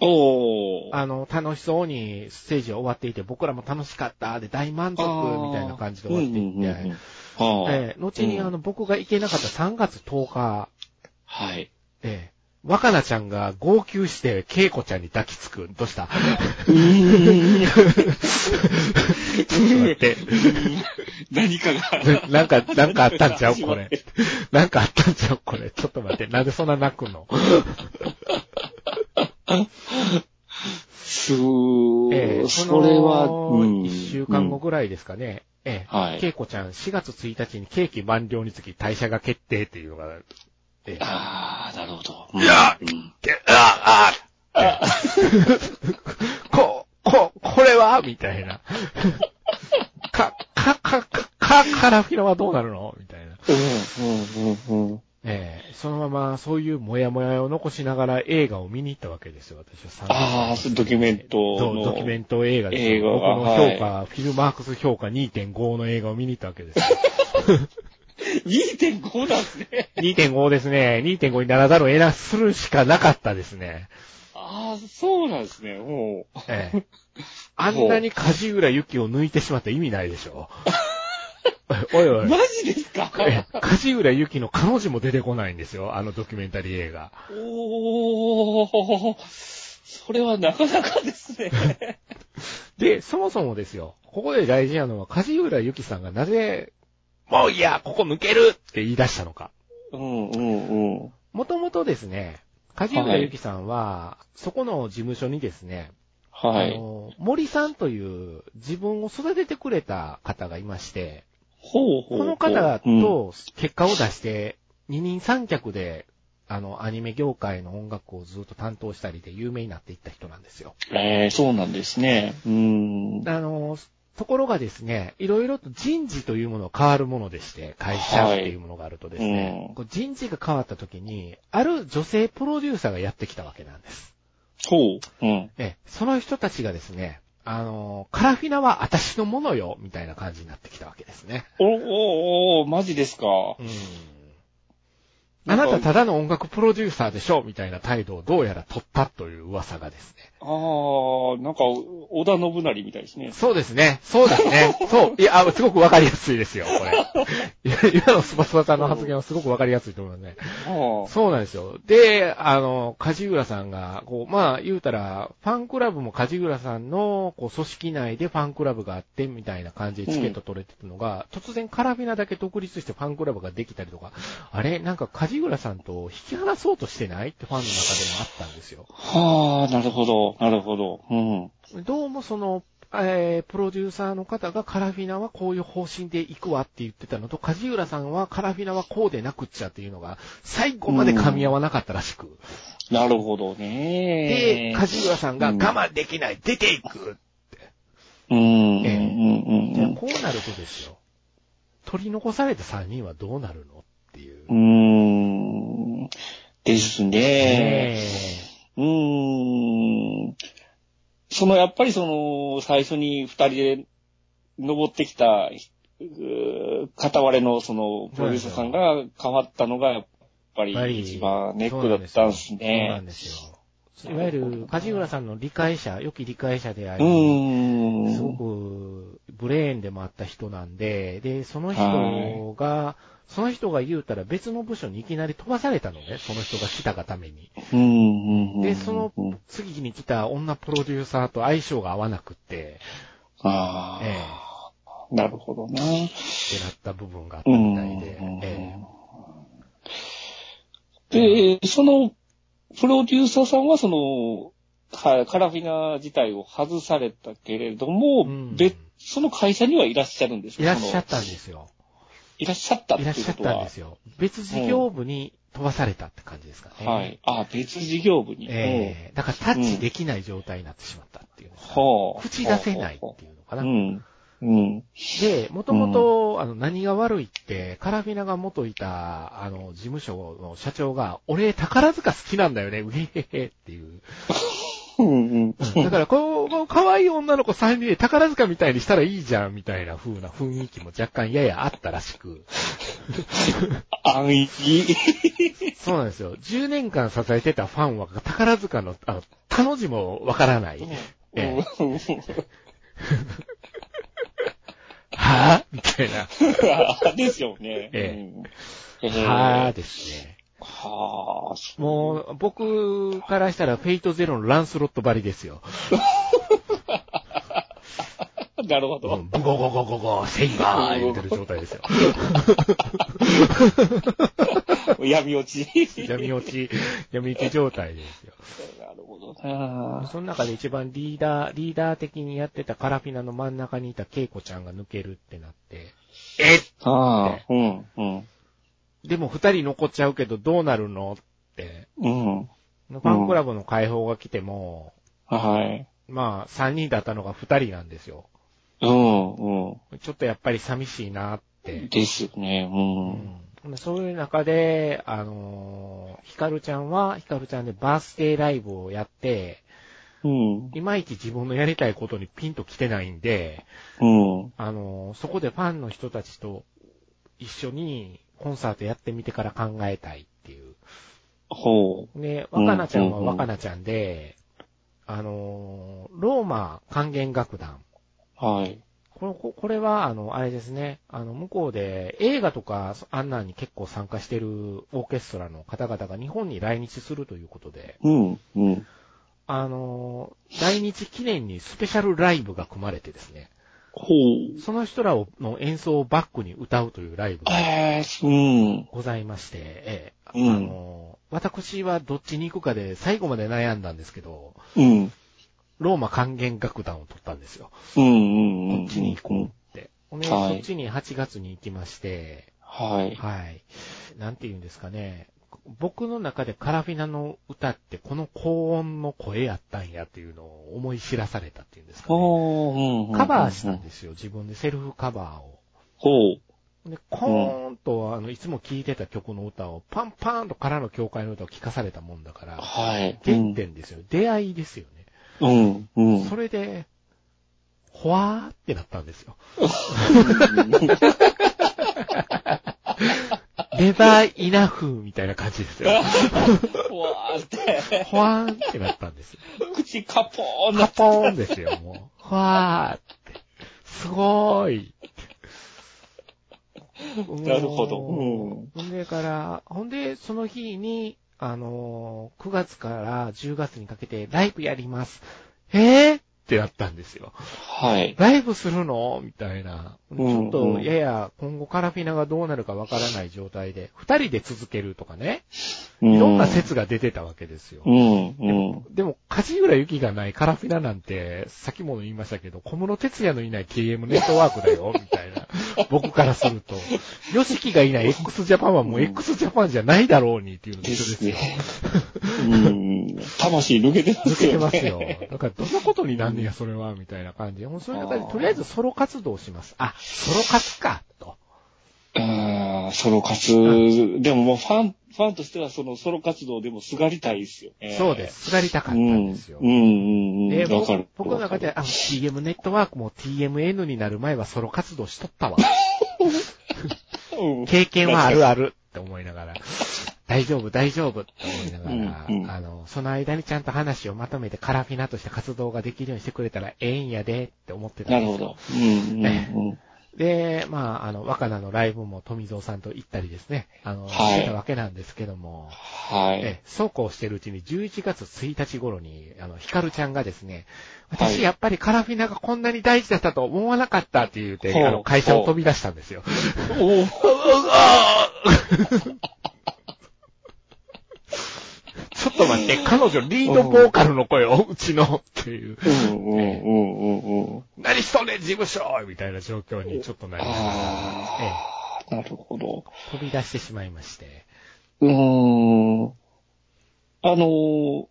[SPEAKER 3] うん。おー。
[SPEAKER 2] あの、楽しそうにステージは終わっていて、僕らも楽しかった、で大満足みたいな感じで終わってい
[SPEAKER 3] うんうん
[SPEAKER 2] っ
[SPEAKER 3] うんう
[SPEAKER 2] て
[SPEAKER 3] ん、はあ
[SPEAKER 2] ええ後にあ
[SPEAKER 3] うん
[SPEAKER 2] の、僕が行けなかった3月10日、
[SPEAKER 3] はい。
[SPEAKER 2] ええ若菜ちゃんが号泣して、恵子ちゃんに抱きつく。どうした
[SPEAKER 3] 何か が。
[SPEAKER 2] なんか、なんかあったんちゃうこれ。なんかあったんちゃうこれ。ちょっと待って。なんでそんな泣くの
[SPEAKER 3] すご
[SPEAKER 2] ええ
[SPEAKER 3] い。それは、
[SPEAKER 2] こ
[SPEAKER 3] うん
[SPEAKER 2] の一週間後。ぐらいですかね。ええ。
[SPEAKER 3] はい
[SPEAKER 2] 恵子ちゃん、4月1日に刑期満了につき退社が決定っていうのが、ええ
[SPEAKER 3] ああ、なるほど。いや
[SPEAKER 2] あああ こ、こ、これはみたいな。 か、か、か、か、か、カラフィラはどうなるのみたいな。
[SPEAKER 3] うん、うん、うん、うん。
[SPEAKER 2] ええそのまま、そういうモヤモヤを残しながら映画を見に行ったわけですよ、私は。
[SPEAKER 3] ああ、そうドキュメント
[SPEAKER 2] ド
[SPEAKER 3] の。
[SPEAKER 2] ドキュメント映画ですよ。
[SPEAKER 3] 映画が
[SPEAKER 2] 僕の評価、フィルマークス評価2.5の映画を見に行ったわけですよ。
[SPEAKER 3] 2.5なんですね。
[SPEAKER 2] 2.5ですね。2.5にならざるを得なするしかなかったですね。
[SPEAKER 3] ああ、そうなんですね。もう。
[SPEAKER 2] ええ、あんなに梶浦由紀を抜いてしまった意味ないでしょ。おいおい
[SPEAKER 3] マ。ジですか
[SPEAKER 2] ええ梶浦由紀の彼女も出てこないんですよ。あのドキュメンタリー映画。
[SPEAKER 3] おー。それはなかなかですね。
[SPEAKER 2] で、そもそもですよ。ここで大事なのは梶浦由紀さんがなぜ、もういいや、ここ抜けるって言い出したのか。
[SPEAKER 3] うん、うん、うん。
[SPEAKER 2] もともとですね、梶浦由紀さんは、そこの事務所にですね、
[SPEAKER 3] は
[SPEAKER 2] あ
[SPEAKER 3] い。
[SPEAKER 2] の森さんという自分を育ててくれた方がいまして、
[SPEAKER 3] ほうほうほう。
[SPEAKER 2] この方と結果を出して、二人三脚で、あの、アニメ業界の音楽をずっと担当したりで有名になっていった人なんですよ。
[SPEAKER 3] うん、えー、そうなんですね。うん。
[SPEAKER 2] あの、ところがですね、いろいろと人事というものは変わるものでして、会社っていうものがあるとです
[SPEAKER 3] はい
[SPEAKER 2] ね、
[SPEAKER 3] うん
[SPEAKER 2] こう人事が変わった時に、ある女性プロデューサーがやってきたわけなんです。
[SPEAKER 3] ほう。うん。
[SPEAKER 2] ええ、その人たちがですね、あの、カラフィナは私のものよ、みたいな感じになってきたわけですね。
[SPEAKER 3] おおおマジです
[SPEAKER 2] う
[SPEAKER 3] か。
[SPEAKER 2] ん。あ
[SPEAKER 3] なんか
[SPEAKER 2] なたただの音楽プロデューサーでしょみたいな態度をどうやら取ったという噂がですね。
[SPEAKER 3] ああ、なんか、織田信成みたいですね。
[SPEAKER 2] そうですね。そうです ね。そう。いや、あすごくわかりやすいですよ、これ。いや今のスパスパさんの発言はすごくわかりやすいと思いますね。
[SPEAKER 3] ああ。
[SPEAKER 2] そうなんですよ。で、あの、梶浦さんが、こう、まあ、言うたら、ファンクラブも梶浦さんの、こう、組織内でファンクラブがあって、みたいな感じでチケット取れてたのが、突然カラビナだけ独立してファンクラブができたりとか、あれなんか梶浦村さんと引き離そうとしてないってファンの中でもあったんですよ。
[SPEAKER 3] はあ、なるほど、なるほど。うん。
[SPEAKER 2] どうもその、えー、プロデューサーの方がカラフィナはこういう方針で行くわって言ってたのと、梶浦さんはカラフィナはこうでなくっちゃっていうのが、最後まで噛み合わなかったらしく。
[SPEAKER 3] なるほど
[SPEAKER 2] で、
[SPEAKER 3] ね。
[SPEAKER 2] 梶浦さんが
[SPEAKER 3] うん
[SPEAKER 2] 我慢できない、出ていく
[SPEAKER 3] うん、うん、
[SPEAKER 2] ええ
[SPEAKER 3] うん、
[SPEAKER 2] じ
[SPEAKER 3] う
[SPEAKER 2] ゃあ
[SPEAKER 3] ん
[SPEAKER 2] こうなるとですよ。取り残された3人はどうなるのっていう。
[SPEAKER 3] うん。うーん。ですね。
[SPEAKER 2] え
[SPEAKER 3] うーん。その、やっぱりその、最初に二人で登ってきた、うー片割れのその、プロデューサーさんが変わったのが、やっぱ
[SPEAKER 2] やっぱ
[SPEAKER 3] り
[SPEAKER 2] り
[SPEAKER 3] 一番ネックだったんです
[SPEAKER 2] そうな
[SPEAKER 3] ね
[SPEAKER 2] ん。ですよ。いわゆる、梶浦さんの理解者、良き理解者であ
[SPEAKER 3] う
[SPEAKER 2] り、
[SPEAKER 3] ーん。
[SPEAKER 2] すごく、ブレーンでもあった人なんで、で、その人が、その人が言うたら別の部署にいきなり飛ばされたのね、その人が来たがために。
[SPEAKER 3] うんうんうん
[SPEAKER 2] で、その
[SPEAKER 3] うん
[SPEAKER 2] 次に来た女プロデューサーと相性が合わなくって、
[SPEAKER 3] ああ、
[SPEAKER 2] え
[SPEAKER 3] なるほどな。
[SPEAKER 2] ってなった部分があった
[SPEAKER 3] う
[SPEAKER 2] み
[SPEAKER 3] ん
[SPEAKER 2] たいで、え
[SPEAKER 3] で、その、プロデューサーさんはその、はカラフィナ自体を外されたけれども、
[SPEAKER 2] うん
[SPEAKER 3] 別、その会社にはいらっしゃるんです
[SPEAKER 2] え
[SPEAKER 3] か
[SPEAKER 2] いらっしゃっ
[SPEAKER 3] その
[SPEAKER 2] たんですよ。
[SPEAKER 3] いらっしゃったって
[SPEAKER 2] い
[SPEAKER 3] い
[SPEAKER 2] らっ
[SPEAKER 3] う
[SPEAKER 2] しゃ
[SPEAKER 3] こ
[SPEAKER 2] っ
[SPEAKER 3] と
[SPEAKER 2] たん
[SPEAKER 3] は
[SPEAKER 2] で。すよ。別事業部に飛ばされたって感じですかね。
[SPEAKER 3] はい。あ、別事業部に。
[SPEAKER 2] ええだからタッチできない状態になってしまったっていうのかな、
[SPEAKER 3] ほう
[SPEAKER 2] 口出せないっていうのか
[SPEAKER 3] う
[SPEAKER 2] な。
[SPEAKER 3] ん。うん。
[SPEAKER 2] で、もともと、あの、何が悪いって、カラフィナが元いた、あの、事務所の社長が、俺、宝塚好きなんだよね、うへへへっていう。
[SPEAKER 3] うんうん。
[SPEAKER 2] だから、こう、こう可愛い女の子3人で宝塚みたいにしたらいいじゃん、みたいな風な雰囲気も若干ややあったらし く。
[SPEAKER 3] 安易。
[SPEAKER 2] そうなんですよ。10年間支えてたファンは、宝塚の、あの、他の字もわからない。 ええ
[SPEAKER 3] うん
[SPEAKER 2] はぁみたいな。
[SPEAKER 3] ですよね。
[SPEAKER 2] え
[SPEAKER 3] え
[SPEAKER 2] はぁですね。
[SPEAKER 3] はあ、そう
[SPEAKER 2] もう、僕からしたら、フェイトゼロのランスロットばりですよ。
[SPEAKER 3] なるほ
[SPEAKER 2] う
[SPEAKER 3] ど。
[SPEAKER 2] ん、ブゴゴゴゴゴ、セイバー言ってる状態ですよ。
[SPEAKER 3] 闇落ち。
[SPEAKER 2] 闇落ち、闇落ち状態ですよ。
[SPEAKER 3] なるほど。あ
[SPEAKER 2] その中で一番リーダー、リーダー的にやってたカラフィナの真ん中にいたケイコちゃんが抜けるってなって。
[SPEAKER 3] あ。ああ。うん、うん。
[SPEAKER 2] でも二人残っちゃうけどどうなるのって。
[SPEAKER 3] うん。
[SPEAKER 2] ファンクラブの解放が来ても、
[SPEAKER 3] はい。
[SPEAKER 2] まあ三人だったのが二人なんですよ。
[SPEAKER 3] うん、う
[SPEAKER 2] ちょっとやっぱり寂しいなって
[SPEAKER 3] ん。。ですよね。う
[SPEAKER 2] うんそういう中で、あのーヒカルちゃんは、ヒカルちゃんでバースデーライブをやって、
[SPEAKER 3] ん。うん。
[SPEAKER 2] いまいち自分のやりたいことにピンと来てないんで、
[SPEAKER 3] うん。
[SPEAKER 2] あのーそこでファンの人たちと一緒にコンサートやってみてから考えたいっていう。
[SPEAKER 3] ほ
[SPEAKER 2] で、若菜ちゃんは
[SPEAKER 3] うんうんうん
[SPEAKER 2] 若菜ちゃんで、あのーローマ管弦楽団。
[SPEAKER 3] う。はい。
[SPEAKER 2] これここれは、あの、あれですね。あの、向こうで映画とか、そあんなんに結構参加してるオーケストラの方々が日本に来日するということで、
[SPEAKER 3] うん、うん。
[SPEAKER 2] あの、来日記念にスペシャルライブが組まれてですね、
[SPEAKER 3] ほう。
[SPEAKER 2] その人らをの演奏をバックに歌うというライブが
[SPEAKER 3] ええ、うん。
[SPEAKER 2] ございまして、ええ
[SPEAKER 3] うん
[SPEAKER 2] あの、私はどっちに行くかで最後まで悩んだんですけど、
[SPEAKER 3] うん。
[SPEAKER 2] ローマ管弦楽団を取ったんですよ。
[SPEAKER 3] うん、うん、うん。
[SPEAKER 2] こっちに行こうって。ほんで
[SPEAKER 3] はい
[SPEAKER 2] そっちに8月に行きまして、
[SPEAKER 3] はい。
[SPEAKER 2] はい。なんて言うんですかね。僕の中でカラフィナの歌ってこの高音の声やったんやっていうのを思い知らされたっていうんですかね。
[SPEAKER 3] ほう。うん。
[SPEAKER 2] カバーしたんですよ、自分でセルフカバーを。
[SPEAKER 3] ほう。
[SPEAKER 2] で、コーンと、あの、いつも聴いてた曲の歌を、パンパーンとからの教会の歌を聴かされたもんだから、
[SPEAKER 3] はい。
[SPEAKER 2] 原点ですよ。出会いですよね。
[SPEAKER 3] うん、うん。
[SPEAKER 2] それで、ほわーってなったんです よ。 ネバーイナフみたいな感じですよ。
[SPEAKER 3] わーって、
[SPEAKER 2] ほわーんってなったんですよ。
[SPEAKER 3] 口カポーン
[SPEAKER 2] カポーンですよ、もう。ふわーって。すごーい。
[SPEAKER 3] なるほど。
[SPEAKER 2] も
[SPEAKER 3] うん。
[SPEAKER 2] う。ほんでから、ほんで、その日に、あのー9月から10月にかけてライブやります。えぇ、ってなったんですよ。
[SPEAKER 3] はい。
[SPEAKER 2] ライブするのみたいな。ち
[SPEAKER 3] うん
[SPEAKER 2] ょっと、
[SPEAKER 3] うん
[SPEAKER 2] やや、今後カラフィナがどうなるかわからない状態で、二人で続けるとかね。
[SPEAKER 3] い
[SPEAKER 2] いろんな説が出てたわけですよ
[SPEAKER 3] う。ん、うん。
[SPEAKER 2] でも、梶浦由紀がないカラフィナなんて、先も言いましたけど、小室哲也のいない KM ネットワークだ よ、みたいな。僕からすると。ヨシキがいない x ジャパンはもう x ジャパンじゃないだろうにっていうのと
[SPEAKER 3] で
[SPEAKER 2] 一緒ですすよ
[SPEAKER 3] ね。。 うん。魂抜けてますよね。
[SPEAKER 2] 続けて ますよ。だから、どんなことになんねや、それは、みたいな感じで。もうそういう中で、とりあえずソロ活動をします。あ、ソロ活か、と。
[SPEAKER 3] ああ、ソロ活、でももうファン、ファンとしてはそのソロ活動でもすがりたいですよね。
[SPEAKER 2] そうです。すがりたかっ
[SPEAKER 3] う
[SPEAKER 2] た
[SPEAKER 3] ん。うんん。
[SPEAKER 2] ですよ。
[SPEAKER 3] うん。
[SPEAKER 2] で
[SPEAKER 3] うん。わかる。
[SPEAKER 2] 僕僕の中で、あ、TM ネットワークも TMN になる前はソロ活動しとったわ。
[SPEAKER 3] うん、
[SPEAKER 2] 経験はあるあるって思いながら、大丈夫、大丈夫って思いながら、
[SPEAKER 3] うんうん
[SPEAKER 2] あの、その間にちゃんと話をまとめてカラフィナとして活動ができるようにしてくれたらええんやでって思ってた
[SPEAKER 3] なんる
[SPEAKER 2] で
[SPEAKER 3] ほ
[SPEAKER 2] すよ
[SPEAKER 3] ど。。うん。うん。
[SPEAKER 2] で、まあ、あの、若菜のライブも富蔵さんと行ったりですね、あの、
[SPEAKER 3] はい
[SPEAKER 2] してたわけなんですけども、
[SPEAKER 3] はい。
[SPEAKER 2] ええ、そうこうしてるうちに11月1日頃に、あの、ヒカルちゃんがですね、
[SPEAKER 3] はい
[SPEAKER 2] 私やっぱりカラフィナがこんなに大事だったと思わなかったって言うて、
[SPEAKER 3] ほう
[SPEAKER 2] あの、会社を飛び出したんですよ。
[SPEAKER 3] お
[SPEAKER 2] ちょっと待って、彼女リードボーカルの声を、うちの、っていう。
[SPEAKER 3] うんうんうんうんうん。
[SPEAKER 2] 何しとんねん、事務所みたいな状況にちょっとなりました。え
[SPEAKER 3] ああ、なるほど。
[SPEAKER 2] え、飛び出してしまいまして。
[SPEAKER 3] うーん。あのー、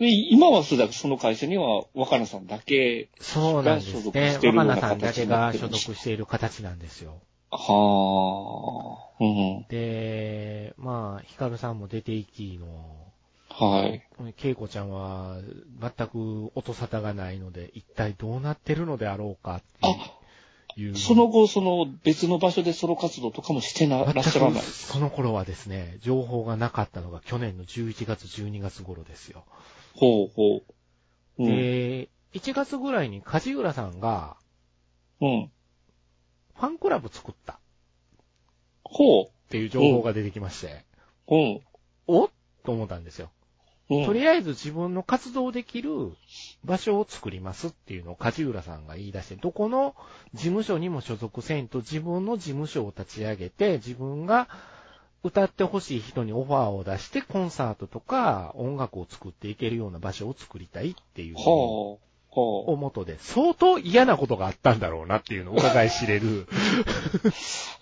[SPEAKER 3] で今はそうだその会社には若菜さんだけ、
[SPEAKER 2] そうなんですね。
[SPEAKER 3] 所属しているよ
[SPEAKER 2] 若
[SPEAKER 3] うな
[SPEAKER 2] 菜さんだけが所属
[SPEAKER 3] 形
[SPEAKER 2] している形なんですよ。
[SPEAKER 3] はあ、うん、
[SPEAKER 2] で、まあ、ヒカルさんも出ていきの、
[SPEAKER 3] はい。
[SPEAKER 2] ケイコちゃんは全く音沙汰がないので、一体どうなってるのであろうか
[SPEAKER 3] あ、
[SPEAKER 2] っていう。
[SPEAKER 3] その後、その別の場所でソロ活動とかもしてならっしゃら
[SPEAKER 2] 全
[SPEAKER 3] な
[SPEAKER 2] く
[SPEAKER 3] い。
[SPEAKER 2] その頃はですね、情報がなかったのが去年の11月、12月頃ですよ。
[SPEAKER 3] ほうほう。うん。
[SPEAKER 2] で、1月ぐらいに梶浦さんが
[SPEAKER 3] うん。
[SPEAKER 2] ファンクラブ作ったっ
[SPEAKER 3] ほう。
[SPEAKER 2] ていう情報が出てきまして、
[SPEAKER 3] うん。
[SPEAKER 2] おっと思ったんですよ。
[SPEAKER 3] うん。
[SPEAKER 2] とりあえず自分の活動できる場所を作りますっていうのを梶浦さんが言い出して、どこの事務所にも所属せんと自分の事務所を立ち上げて、自分が歌ってほしい人にオファーを出して、コンサートとか音楽を作っていけるような場所を作りたいっていうの
[SPEAKER 3] ほう。ほ
[SPEAKER 2] を元で、相当嫌なことがあったんだろうなっていうのを伺い知れる。
[SPEAKER 3] う。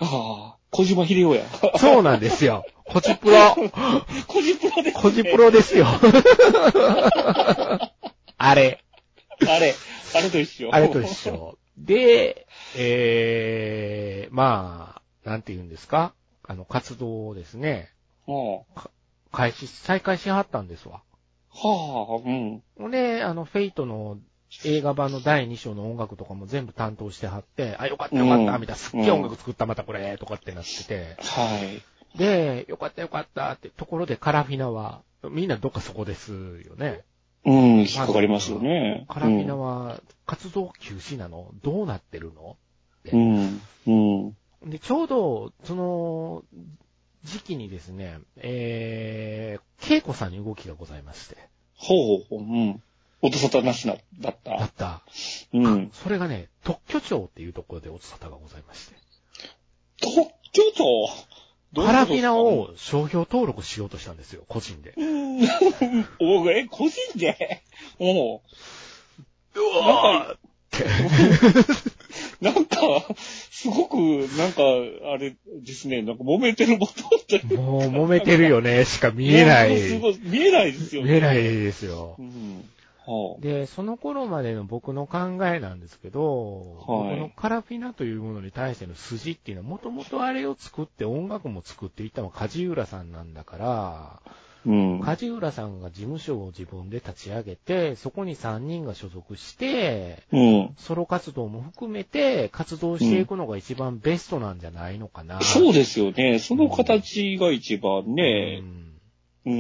[SPEAKER 3] ああ、小島秀夫や。
[SPEAKER 2] そうなんですよ。コジプ ロ。
[SPEAKER 3] 小島プロで
[SPEAKER 2] コジプロですよ。 あれ。
[SPEAKER 3] あれ、あれと一緒。
[SPEAKER 2] あれと一。緒。 で、えー、まあ、なんて言うんですかあの、活動をですね、
[SPEAKER 3] うん。
[SPEAKER 2] 開始、再開しはったんですわ。
[SPEAKER 3] はあ、うん。
[SPEAKER 2] ほんで、あの、フェイトの映画版の第2章の音楽とかも全部担当してはって、あ、よかったよかった、
[SPEAKER 3] うん
[SPEAKER 2] みたいな、すっげえ音楽作った、またこれ、とかってなってて、
[SPEAKER 3] はい。
[SPEAKER 2] で、よかったよかったってところでカラフィナは、みんなどっかそこですよね。
[SPEAKER 3] うん、引っかかりますよね。
[SPEAKER 2] カラフィナは活動休止なのどうなってるの
[SPEAKER 3] うん。うん。
[SPEAKER 2] で、ちょうど、その、時期にですね、えー、ケイコさんに動きがございまして。
[SPEAKER 3] ほうほう、うん。音沙汰なしな、だっ
[SPEAKER 2] あ
[SPEAKER 3] た
[SPEAKER 2] っ。た。
[SPEAKER 3] うん。
[SPEAKER 2] それがね、特許庁っていうところでお沙汰がございまして。
[SPEAKER 3] 特許と、どういうことですか
[SPEAKER 2] カラフィナ、を商標登録しようとしたんですよ、個人で。
[SPEAKER 3] おえ、個人で おう
[SPEAKER 2] うー
[SPEAKER 3] わ
[SPEAKER 2] って。
[SPEAKER 3] なんか、すごく、なんか、あれですね、なんか揉めてるものって。
[SPEAKER 2] もう揉めてるよね、しか見えない。
[SPEAKER 3] す
[SPEAKER 2] 見
[SPEAKER 3] ごい、見えないですよね。
[SPEAKER 2] えないですよ
[SPEAKER 3] う。ん。は
[SPEAKER 2] で、その頃までの僕の考えなんですけど、
[SPEAKER 3] はい
[SPEAKER 2] 僕のカラフィナというものに対しての筋っていうのは、もともとあれを作って音楽も作っていったのは梶浦さんなんだから、
[SPEAKER 3] あ、うん。
[SPEAKER 2] 梶浦さんが事務所を自分で立ち上げて、そこに3人が所属して、
[SPEAKER 3] うん。
[SPEAKER 2] ソロ活動も含めて活動していくのが一番ベストなんじゃないのかな。
[SPEAKER 3] そうですよね。その形が一番
[SPEAKER 2] う
[SPEAKER 3] ね、
[SPEAKER 2] ん
[SPEAKER 3] うん。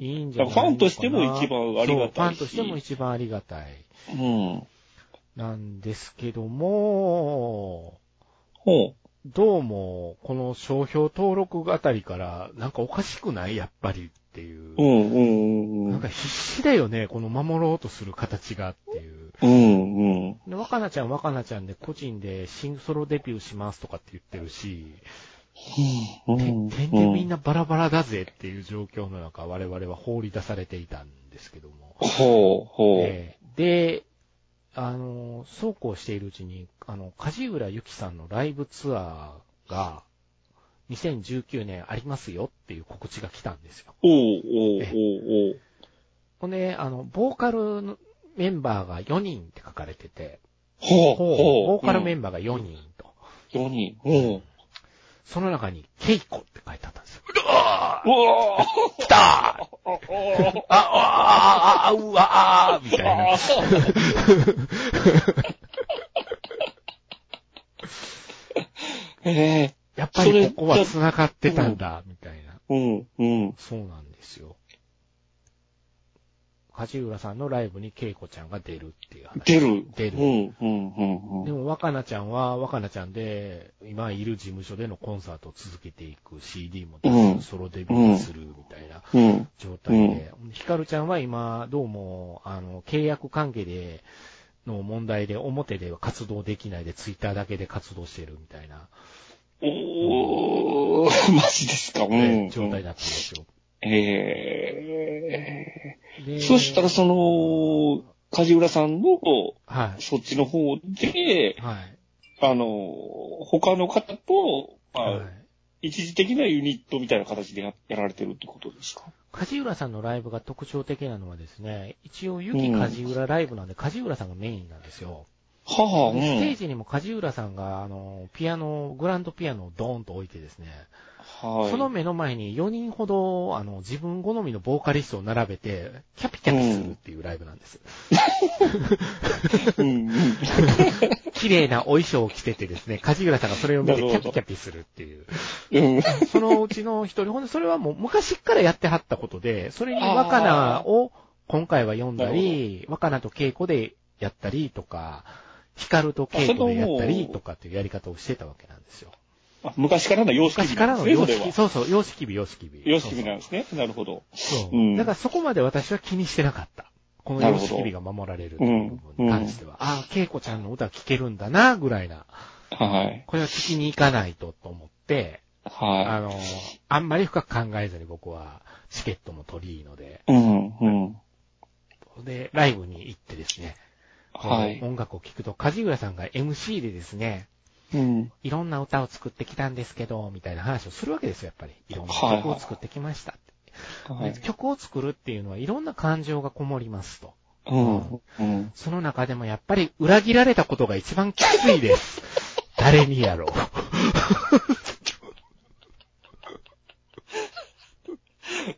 [SPEAKER 2] いいんじゃないの
[SPEAKER 3] フ
[SPEAKER 2] かな
[SPEAKER 3] ァンとしても一番あり
[SPEAKER 2] そう
[SPEAKER 3] がたいし
[SPEAKER 2] ファンとしても一番ありがたい。
[SPEAKER 3] うん。
[SPEAKER 2] なんですけども、
[SPEAKER 3] ほ
[SPEAKER 2] どうも、この商標登録あたりから、なんかおかしくないやっぱりっていう
[SPEAKER 3] う。。うん、うん、うん。
[SPEAKER 2] なんか必死だよね、この守ろうとする形がっていう。
[SPEAKER 3] うん、うん。
[SPEAKER 2] で、若菜ちゃん若菜ちゃんで個人でシングソロデビューしますとかって言ってるし、
[SPEAKER 3] うん
[SPEAKER 2] て
[SPEAKER 3] うん
[SPEAKER 2] 点でみんなバラバラだぜっていう状況の中、我々は放り出されていたんですけども。
[SPEAKER 3] ほう、ほう。
[SPEAKER 2] ええで、あの、そうこうしているうちに、あの、梶浦由紀さんのライブツアーが、2019年ありますよっていう告知が来たんですよ。
[SPEAKER 3] おう、おう、おう、
[SPEAKER 2] ほんで、あの、ボーカルのメンバーが4人って書かれてて、
[SPEAKER 3] おう。ほう、ほう。
[SPEAKER 2] ボーカルメ
[SPEAKER 3] ン
[SPEAKER 2] ンバーが4人と、
[SPEAKER 3] バー。4人。うん。う
[SPEAKER 2] その中に、ケイコって書いてあったんですよ。うわ
[SPEAKER 3] わー
[SPEAKER 2] ー来たー
[SPEAKER 3] おー
[SPEAKER 2] あ、あ、あ、あ、うわーみたいな
[SPEAKER 3] あ。ーええ
[SPEAKER 2] やっぱりここは繋がってたんだ、みたいな。
[SPEAKER 3] うん、うん。
[SPEAKER 2] そうなんですよ。梶浦さんのライブに恵子ちゃんが出るっていう話。
[SPEAKER 3] 出る。
[SPEAKER 2] 出る
[SPEAKER 3] うん、うん、うん、う
[SPEAKER 2] で
[SPEAKER 3] ん。
[SPEAKER 2] も若菜ちゃんは若菜ちゃんで、今いる事務所でのコンサートを続けていく、CD も出す、
[SPEAKER 3] うん
[SPEAKER 2] ソロデビューもするみたいな
[SPEAKER 3] うん、
[SPEAKER 2] 状態で、ひかるちゃんは今、どうも、あの、契約関係で、の問題で表では活動できないで、ツイッターだけで活動してるみたいな、
[SPEAKER 3] おー、マジですか、う
[SPEAKER 2] ね
[SPEAKER 3] ん。
[SPEAKER 2] 状態だったんですよ。
[SPEAKER 3] え
[SPEAKER 2] で
[SPEAKER 3] えそしたら、その、梶浦さんの、
[SPEAKER 2] は
[SPEAKER 3] そっちの方で
[SPEAKER 2] い。、はい。
[SPEAKER 3] あの、他の方と、ま
[SPEAKER 2] は
[SPEAKER 3] あ、
[SPEAKER 2] い。
[SPEAKER 3] 一時的なユニットみたいな形でややられてるってことですか
[SPEAKER 2] 梶浦さんのライブが特徴的なのはですね、一応、ゆき梶浦ライブなんで、梶浦さんがメインなんですよ。
[SPEAKER 3] はあ、
[SPEAKER 2] で
[SPEAKER 3] う
[SPEAKER 2] ステー
[SPEAKER 3] ん。
[SPEAKER 2] ジにも梶浦さんが、あの、ピアノ、グランドピアノをドーンと置いてですね、
[SPEAKER 3] はい。
[SPEAKER 2] その目の前に4人ほど、あの、自分好みのボーカリストを並べて、キャピキャピするっていうライブなんです。
[SPEAKER 3] うん、うん。
[SPEAKER 2] 綺麗なお衣装を着ててですね、梶浦さんがそれを見てキャピキャピするっていう。
[SPEAKER 3] うん。
[SPEAKER 2] そのうちの一人、ほんで、それはもう昔っからやってはったことで、それに若菜を今回は読んだり、若菜と稽古でやったりとか、光と稽古でやったりとかっていうやり方をしてたわけなんですよ。
[SPEAKER 3] あ昔からの様式
[SPEAKER 2] 昔
[SPEAKER 3] 美
[SPEAKER 2] か
[SPEAKER 3] な
[SPEAKER 2] ら
[SPEAKER 3] ん
[SPEAKER 2] の
[SPEAKER 3] です
[SPEAKER 2] 様
[SPEAKER 3] ね、それ
[SPEAKER 2] 式、
[SPEAKER 3] は。
[SPEAKER 2] そうそう、様式美、様式美。
[SPEAKER 3] 様式美なんですね。なるほど。
[SPEAKER 2] そうそう
[SPEAKER 3] うん
[SPEAKER 2] だからそこまで私は気にしてなかった。この様式美が守られるっていう部分に関しては、ああ、稽古ちゃんの歌聴けるんだな、ぐらいな。
[SPEAKER 3] はい。
[SPEAKER 2] これは聞きに行かないとと思って、あ
[SPEAKER 3] は
[SPEAKER 2] の、あんまり深く考えずに僕はチケットも取りいいので、
[SPEAKER 3] い。うん、うん。
[SPEAKER 2] で、ライブに行ってですね、
[SPEAKER 3] はい。
[SPEAKER 2] 音楽を聴くと、梶浦さんが MC でですね、
[SPEAKER 3] うん。
[SPEAKER 2] いろんな歌を作ってきたんですけど、みたいな話をするわけですよ、やっぱり。いろんな曲を作ってきましたって
[SPEAKER 3] は
[SPEAKER 2] で
[SPEAKER 3] い。
[SPEAKER 2] 曲を作るっていうのはいろんな感情がこもりますと。
[SPEAKER 3] うん。うん。
[SPEAKER 2] その中でもやっぱり裏切られたことが一番きつい です。誰にやろう。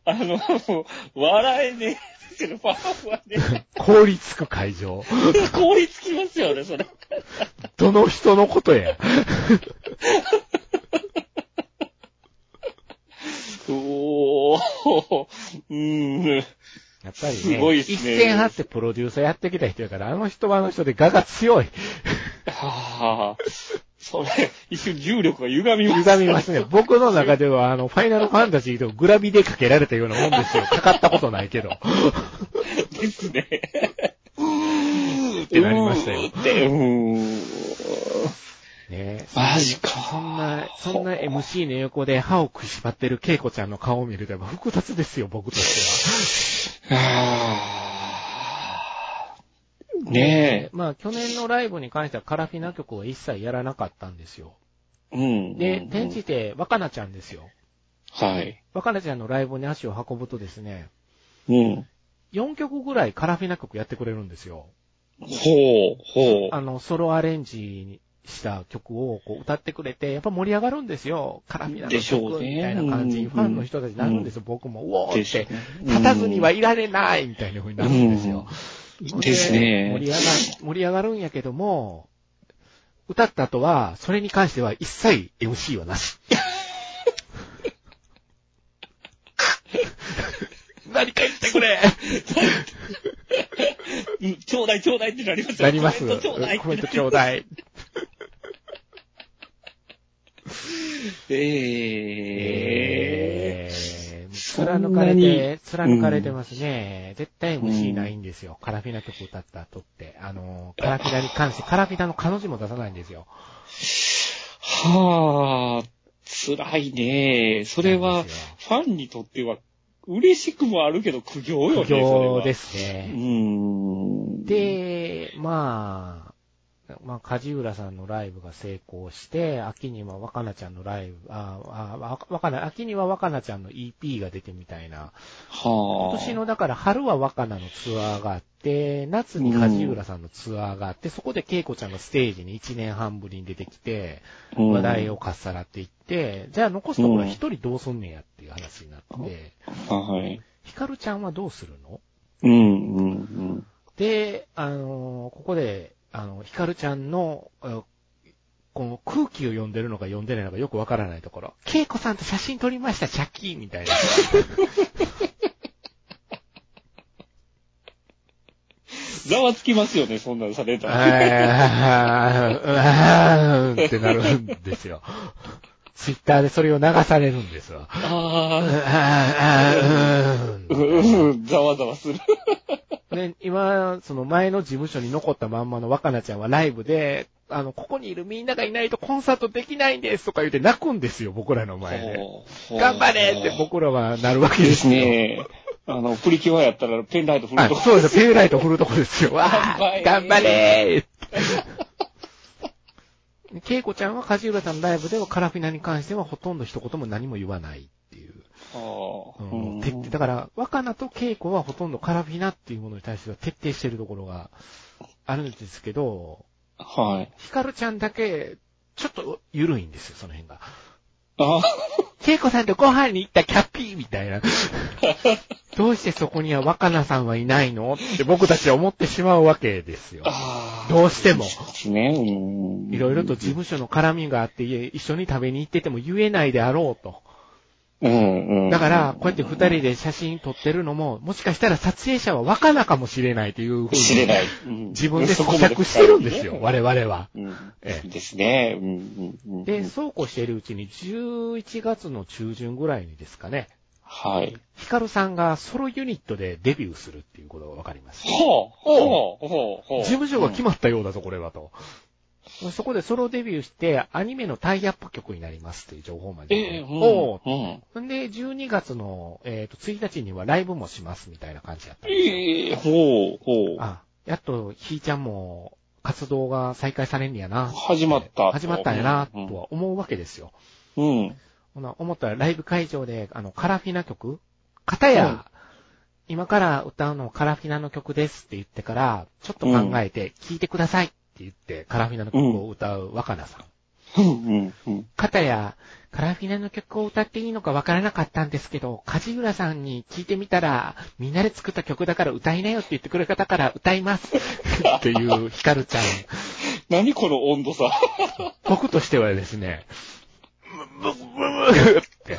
[SPEAKER 3] あの、笑えねえですけど、ファンはね、
[SPEAKER 2] 凍りつく会場。
[SPEAKER 3] 凍りつきますよね、それ。
[SPEAKER 2] どの人のことや。
[SPEAKER 3] おー。うん。
[SPEAKER 2] やっぱりね、
[SPEAKER 3] すごいっすね
[SPEAKER 2] 一戦張ってプロデューサーやってきた人やから、あの人はあの人で我が強い。
[SPEAKER 3] はあ。それ、一瞬重力が歪みます。
[SPEAKER 2] 歪みますね。僕の中では、あの、ファイナルファンタジーとグラビでかけられたようなもんですよ。かかったことないけ ど。
[SPEAKER 3] ですね。って
[SPEAKER 2] なりましたよ
[SPEAKER 3] で、うん。
[SPEAKER 2] ね
[SPEAKER 3] マジか。
[SPEAKER 2] そんな、そんな MC の横で歯を食いしばってる恵子ちゃんの顔を見ると、やっぱ複雑ですよ、僕として
[SPEAKER 3] あー
[SPEAKER 2] は。
[SPEAKER 3] ね
[SPEAKER 2] まあ、去年のライブに関してはカラフィナ曲は一切やらなかったんですよ。
[SPEAKER 3] え。うん。
[SPEAKER 2] で
[SPEAKER 3] うん、
[SPEAKER 2] 転じて、若菜ちゃんですよ。
[SPEAKER 3] はい。
[SPEAKER 2] 若菜ちゃんのライブに足を運ぶとですね、
[SPEAKER 3] うん。
[SPEAKER 2] 4曲ぐらいカラフィナ曲やってくれるんですよ。
[SPEAKER 3] ほう、ほ
[SPEAKER 2] あの、ソロアレンジした曲をこう歌ってくれて、やっぱ盛り上がるんですよ。カラフィナの
[SPEAKER 3] でしょう
[SPEAKER 2] 曲
[SPEAKER 3] ね
[SPEAKER 2] みたいな感じに、
[SPEAKER 3] うん
[SPEAKER 2] ファンの人たちになるんですよ。僕も、うお
[SPEAKER 3] う。
[SPEAKER 2] ーって。
[SPEAKER 3] ね
[SPEAKER 2] 立たずにはいられないみたいな風になるんですよ。
[SPEAKER 3] うんですね
[SPEAKER 2] 盛り上が、盛り上がるんやけども、歌った後は、それに関しては一切 MC はなし。何か言ってくれ
[SPEAKER 3] うんちょうだいちょうだいってなりますよ
[SPEAKER 2] なります。
[SPEAKER 3] コメントちょうだい
[SPEAKER 2] コメントちょうだい。
[SPEAKER 3] ええ
[SPEAKER 2] えー貫かれて、貫かれてますね。絶対 MC ないんですよ。カラフィナ曲歌った後って。あの、カラフィナに関して、カラフィナの彼女も出さないんですよ。
[SPEAKER 3] はあ、辛いね。それ
[SPEAKER 2] なん
[SPEAKER 3] は、
[SPEAKER 2] で
[SPEAKER 3] フ
[SPEAKER 2] すよ
[SPEAKER 3] ァンにとっては、嬉しくもあるけど、苦行よね。。
[SPEAKER 2] 苦行ですす
[SPEAKER 3] う
[SPEAKER 2] ね。
[SPEAKER 3] ーん。、
[SPEAKER 2] で、まあ、まあ、梶浦さんのライブが成功して、秋には若菜ちゃんのライブ、ああ、わ若菜、秋には若菜ちゃんの EP が出てみたいな。
[SPEAKER 3] はあ。
[SPEAKER 2] 今年の、だから春は若菜のツアーがあって、夏に梶浦さんのツアーがあって、そこで恵子ちゃんがステージに1年半ぶりに出てきて、話題
[SPEAKER 3] を。
[SPEAKER 2] をかっさらっていって、じゃあ残すところ一人どうすんねやっていう話になって、
[SPEAKER 3] はい。
[SPEAKER 2] ヒカルちゃんはどうするの
[SPEAKER 3] うん、うん、うん。
[SPEAKER 2] で、あのーここで、あの、ヒカルちゃんの、あこの空気を読んでるのか読んでないのかよくわからないところ。ケイコさんと写真撮りました、チャッキーみたいな。
[SPEAKER 3] ざわつきますよね、そんなのされたら。
[SPEAKER 2] あーあー、うーんってなるんですよ。ツイッターでそれを流されるんですわ。あ
[SPEAKER 3] ああ、
[SPEAKER 2] ーあー、うーん。
[SPEAKER 3] うん、ざわざわする。
[SPEAKER 2] ね、今、その前の事務所に残ったまんまの若菜ちゃんはライブで、あの、ここにいるみんながいないとコンサートできないんですとか言って泣くんですよ、僕らの前で。頑張れって僕らはなるわけ
[SPEAKER 3] で
[SPEAKER 2] ですすよ。
[SPEAKER 3] ね。あの、プリキュアやったらペンライト振る
[SPEAKER 2] あ
[SPEAKER 3] と。
[SPEAKER 2] そうですよ、ペンライト振るとこですよ。わ あ頑張
[SPEAKER 3] 頑張
[SPEAKER 2] れ
[SPEAKER 3] れ
[SPEAKER 2] ー ケイコちゃんは梶浦さんのライブではカラフィナに関してはほとんど一言も何も言わないっていう。
[SPEAKER 3] あ
[SPEAKER 2] う
[SPEAKER 3] あ
[SPEAKER 2] ん徹底だから、若菜と稽古はほとんどカラフィナっていうものに対しては徹底してるところがあるんですけど、
[SPEAKER 3] はい。
[SPEAKER 2] ヒカルちゃんだけ、ちょっと緩いんですよ、その辺が。
[SPEAKER 3] あ
[SPEAKER 2] 稽古さんとご飯に行ったキャッピーみた いな。どうしてそこには若菜さんはいないのって僕たちは思ってしまうわけですよ。
[SPEAKER 3] あ。
[SPEAKER 2] どうしても。
[SPEAKER 3] ですね。うん
[SPEAKER 2] いろいろと事務所の絡みがあって、一緒に食べに行ってても言えないであろうと。
[SPEAKER 3] うんうん。
[SPEAKER 2] だから、こうやって二人で写真撮ってるのも、もしかしたら撮影者は若菜かもしれないというふう
[SPEAKER 3] 知れ
[SPEAKER 2] に、
[SPEAKER 3] ない。
[SPEAKER 2] 自分で咀嚼してるんですよ、我々は。
[SPEAKER 3] 々。
[SPEAKER 2] ええ
[SPEAKER 3] ですね。うんうんうん
[SPEAKER 2] で、そうこうしているうちに、11月の中旬ぐらいにですかね、
[SPEAKER 3] はい。
[SPEAKER 2] ヒカルさんがソロユニットでデビューするっていうことが分かります。
[SPEAKER 3] ほうほうほうほう
[SPEAKER 2] 事務所が決まったようだぞ、これはと。そこでソロデビューして、アニメのタイアップ曲になりますっていう情報まで。
[SPEAKER 3] ええ、うん
[SPEAKER 2] おう
[SPEAKER 3] うん
[SPEAKER 2] んで、12月の、えーと1日にはライブもしますみたいな感じだったんですよ。
[SPEAKER 3] ええ、ほうほう。
[SPEAKER 2] あ、やっと、ひーちゃんも活動が再開されんねやな。
[SPEAKER 3] 始まった
[SPEAKER 2] 始まったんやな、
[SPEAKER 3] うん
[SPEAKER 2] とは思うわけですよ。
[SPEAKER 3] うん。
[SPEAKER 2] ほな、思ったらライブ会場で、あの、カラフィナ曲片や、
[SPEAKER 3] うん
[SPEAKER 2] 今から歌うのカラフィナの曲ですって言ってから、ちょっと考えて、聴いてくださいって言って、カラフィナの曲を歌う若菜さん。
[SPEAKER 3] うんうんうん。
[SPEAKER 2] 片や、カラフィナの曲を歌っていいのかわからなかったんですけど、梶浦さんに聞いてみたら、みんなで作った曲だから歌いなよって言ってくれ方から歌います。 っていうヒカルちゃん。
[SPEAKER 3] 何この温 度差。
[SPEAKER 2] 僕としてはです ね、ブブブブって。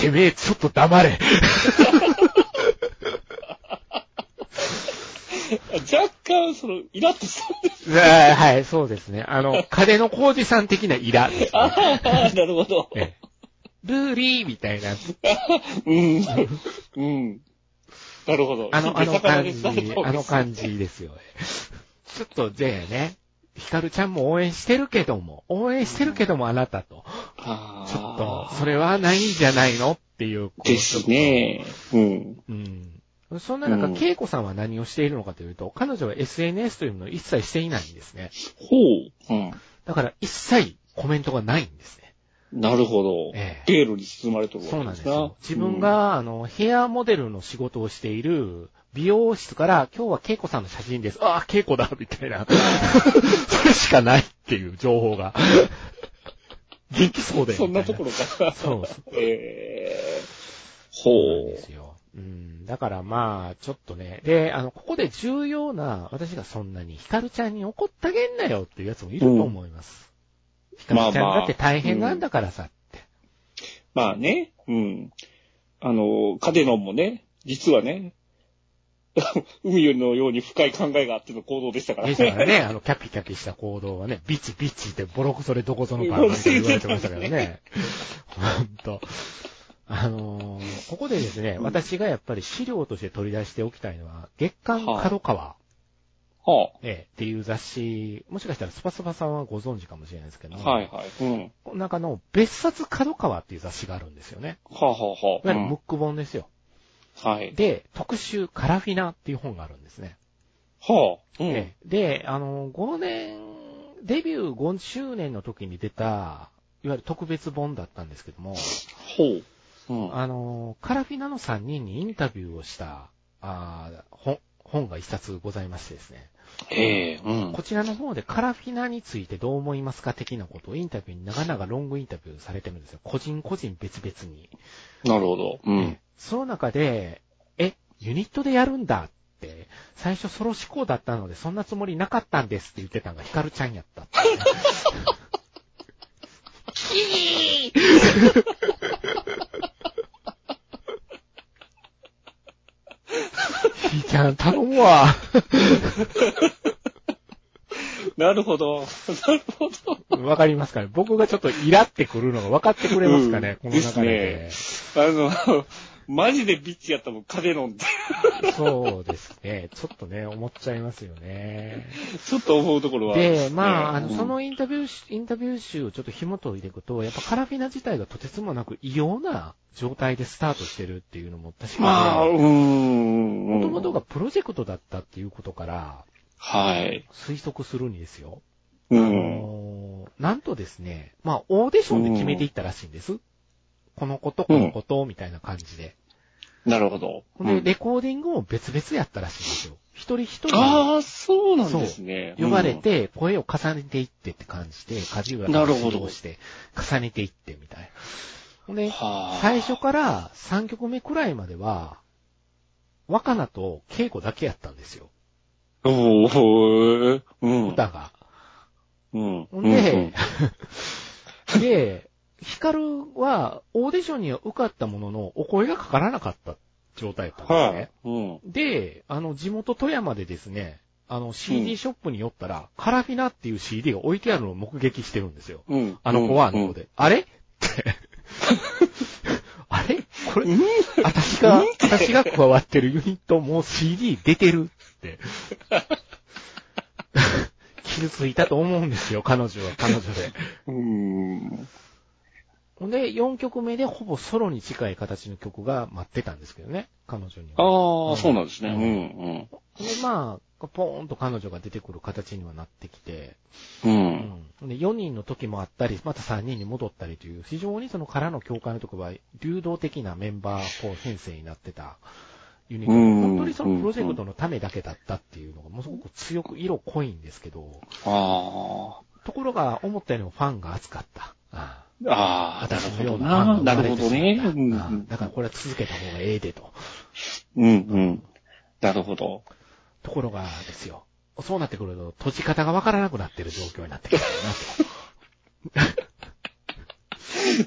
[SPEAKER 2] てめえ、ちょっと黙れ。
[SPEAKER 3] 若干、その、イラッとしたんです。
[SPEAKER 2] あーはい、そうですね。あ の、風の浩二さん的なイラですね。
[SPEAKER 3] ああ、なるほど。
[SPEAKER 2] ええルーリーみたいな
[SPEAKER 3] うん。うん。なるほど。
[SPEAKER 2] あの、あの
[SPEAKER 3] 魚
[SPEAKER 2] 感
[SPEAKER 3] で
[SPEAKER 2] じ
[SPEAKER 3] す、
[SPEAKER 2] あの感じですよね。ちょっと、でね、ヒカルちゃんも応援してるけども、応援してるけどもあなたと、
[SPEAKER 3] あー
[SPEAKER 2] ちょっと、それはないんじゃないのっていう。こう
[SPEAKER 3] です。ね。うん。
[SPEAKER 2] ちょっとうん。そんな中、
[SPEAKER 3] うん
[SPEAKER 2] ケイコさんは何をしているのかというと、彼女は SNS というものを一切していないんですね。
[SPEAKER 3] ほう。うん。
[SPEAKER 2] だから一切コメントがないんですね。
[SPEAKER 3] なるほど。
[SPEAKER 2] ええ
[SPEAKER 3] ベールに包まれてるわ
[SPEAKER 2] そう
[SPEAKER 3] け
[SPEAKER 2] なん
[SPEAKER 3] で
[SPEAKER 2] ですす
[SPEAKER 3] な。
[SPEAKER 2] よ。自分が、あの、ヘアモデルの仕事をしている美容室から、今日はケイコさんの写真です。ああ、ケイコだみたい な。それしかないっていう情報が。元気そう
[SPEAKER 3] うん、
[SPEAKER 2] で。
[SPEAKER 3] そんなとこ
[SPEAKER 2] ろ。
[SPEAKER 3] ろか。
[SPEAKER 2] そうそう。
[SPEAKER 3] ええ
[SPEAKER 2] そうなん
[SPEAKER 3] ほ
[SPEAKER 2] ですよ。うん。だからまあ、ちょっとね。で、あの、ここで重要な、私がそんなにヒカルちゃんに怒ったげんなよっていうやつもいると思います。ヒカルちゃんだって大変なんだからさって。
[SPEAKER 3] う。まあね。うん。あの、カデノンもね、実はね、海のように深い考えがあっての行動でしたから
[SPEAKER 2] でしたからね、あの、キャピキャピした行動はね、ビチビチってボロクソでどこぞのパンパンって言われてましたからね。ほんと。あのーここでですね、
[SPEAKER 3] うん
[SPEAKER 2] 私がやっぱり資料として取り出しておきたいのは、月刊角川、
[SPEAKER 3] は
[SPEAKER 2] ええっていう雑誌、もしかしたらスパスパさんはご存知かもしれないですけど、
[SPEAKER 3] あ。はいはい。うん。
[SPEAKER 2] この中の別冊角川っていう雑誌があるんですよね。
[SPEAKER 3] はあはあはいあ。
[SPEAKER 2] わ
[SPEAKER 3] う
[SPEAKER 2] ゆるムッ
[SPEAKER 3] ん
[SPEAKER 2] ク本ですよ。
[SPEAKER 3] はい。
[SPEAKER 2] で、特集カラフィナっていう本があるんですね。
[SPEAKER 3] はあ。うん。
[SPEAKER 2] ええで、あのー、5年、デビュー5周年の時に出た、いわゆる特別本だったんですけども、
[SPEAKER 3] ほう。うん。は
[SPEAKER 2] あの、カラフィナの3人にインタビューをした、あー本、本が一冊ございましてですね。
[SPEAKER 3] ええ、うん。
[SPEAKER 2] こちらの方でカラフィナについてどう思いますか的なことをインタビューに長々ロングインタビューされてるんですよ。個人個人別々に。
[SPEAKER 3] なるほど。うん
[SPEAKER 2] え。その中で、え、ユニットでやるんだって、最初ソロ志向だったのでそんなつもりなかったんですって言ってたのがヒカルちゃんやったっていうね。ひーちゃん頼むわ。
[SPEAKER 3] なるほど。 なるほど。
[SPEAKER 2] わかりますかね僕がちょっとイラってくるのが分かってくれますかね、
[SPEAKER 3] うん
[SPEAKER 2] この中で
[SPEAKER 3] であの、マジでビッチやったもん、風 飲んで。
[SPEAKER 2] そうですね。ちょっとね、思っちゃいますよね。
[SPEAKER 3] ちょっと思うところはあるんすね。
[SPEAKER 2] で、まあ、あの、
[SPEAKER 3] うん
[SPEAKER 2] そ、のインタビューし、インタビュー集をちょっと紐解いていくと、やっぱカラフィナ自体がとてつもなく異様な状態でスタートしてるっていうのも確
[SPEAKER 3] まあ、
[SPEAKER 2] か
[SPEAKER 3] う
[SPEAKER 2] に、
[SPEAKER 3] ーん。
[SPEAKER 2] もともとがプロジェクトだったっていうことから
[SPEAKER 3] はい。
[SPEAKER 2] 推測するにですよ。
[SPEAKER 3] う
[SPEAKER 2] あ
[SPEAKER 3] ん。
[SPEAKER 2] のーなんとですね、まあ、オーディションで決めていったらしいんです。このこと、このこと、みたいな感じで。
[SPEAKER 3] なるほど。
[SPEAKER 2] ほん
[SPEAKER 3] う
[SPEAKER 2] で、
[SPEAKER 3] ん
[SPEAKER 2] レコーディングも別々やったらしいんですよ。一人一人
[SPEAKER 3] ああ、そうなんですね。
[SPEAKER 2] 呼ばれて、声を重ねていってって感じで、梶浦さん
[SPEAKER 3] な
[SPEAKER 2] を
[SPEAKER 3] るほど
[SPEAKER 2] 指導して、重ねていってみたいな。ほん
[SPEAKER 3] うん、
[SPEAKER 2] で、
[SPEAKER 3] はあ。
[SPEAKER 2] 最初から3曲目くらいまでは、若菜と稽古だけやったんですよ、
[SPEAKER 3] おー、うん。
[SPEAKER 2] 歌が。
[SPEAKER 3] うん。
[SPEAKER 2] ほ
[SPEAKER 3] うんん。
[SPEAKER 2] で、で、ヒカルはオーディションには受かったものの、お声がかからなかった状態だったんですね。
[SPEAKER 3] はい。うん。
[SPEAKER 2] で、あの、地元富山でですね、あの、CD ショップに寄ったら、カラフィナっていう CD が置いてあるのを目撃してるんですよ。
[SPEAKER 3] うん。
[SPEAKER 2] あの子はあの子
[SPEAKER 3] で。
[SPEAKER 2] で。あれって。 あれこれ、
[SPEAKER 3] うん。
[SPEAKER 2] 私が、私が加わってるユニットもう CD 出てるって。傷ついたと思うんですよ、彼女は彼女で。
[SPEAKER 3] うん。
[SPEAKER 2] ほんで、4曲目でほぼソロに近い形の曲が待ってたんですけどね、彼女には。
[SPEAKER 3] あ
[SPEAKER 2] う
[SPEAKER 3] あ、
[SPEAKER 2] ん
[SPEAKER 3] そうなんですね。うん。
[SPEAKER 2] で、まあ、ポーンと彼女が出てくる形にはなってきて、
[SPEAKER 3] うん。うん。
[SPEAKER 2] うん。で、4人の時もあったり、また3人に戻ったりという、非常にその空の境界のところは、流動的なメンバーこう編成になってたユニットで
[SPEAKER 3] うん
[SPEAKER 2] 本当にそのプロジェクトのためだけだったっていうのが、ものすごく強く色濃いんですけど、
[SPEAKER 3] あ
[SPEAKER 2] ところが、思ったよりもファンが熱かった。ああ
[SPEAKER 3] あ。ああ、な
[SPEAKER 2] 熱
[SPEAKER 3] る
[SPEAKER 2] く
[SPEAKER 3] ほ
[SPEAKER 2] よ
[SPEAKER 3] ど
[SPEAKER 2] うファ
[SPEAKER 3] な。
[SPEAKER 2] ンが生ま
[SPEAKER 3] な
[SPEAKER 2] れ
[SPEAKER 3] るほ
[SPEAKER 2] てしま
[SPEAKER 3] ど
[SPEAKER 2] った
[SPEAKER 3] ね。う
[SPEAKER 2] ああ
[SPEAKER 3] ん。
[SPEAKER 2] だからこれは続けた方がええでと。
[SPEAKER 3] うん。うん。なるほど。
[SPEAKER 2] ところがですよ。そうなってくると、閉じ方がわからなくなってる状況になってくるかなと。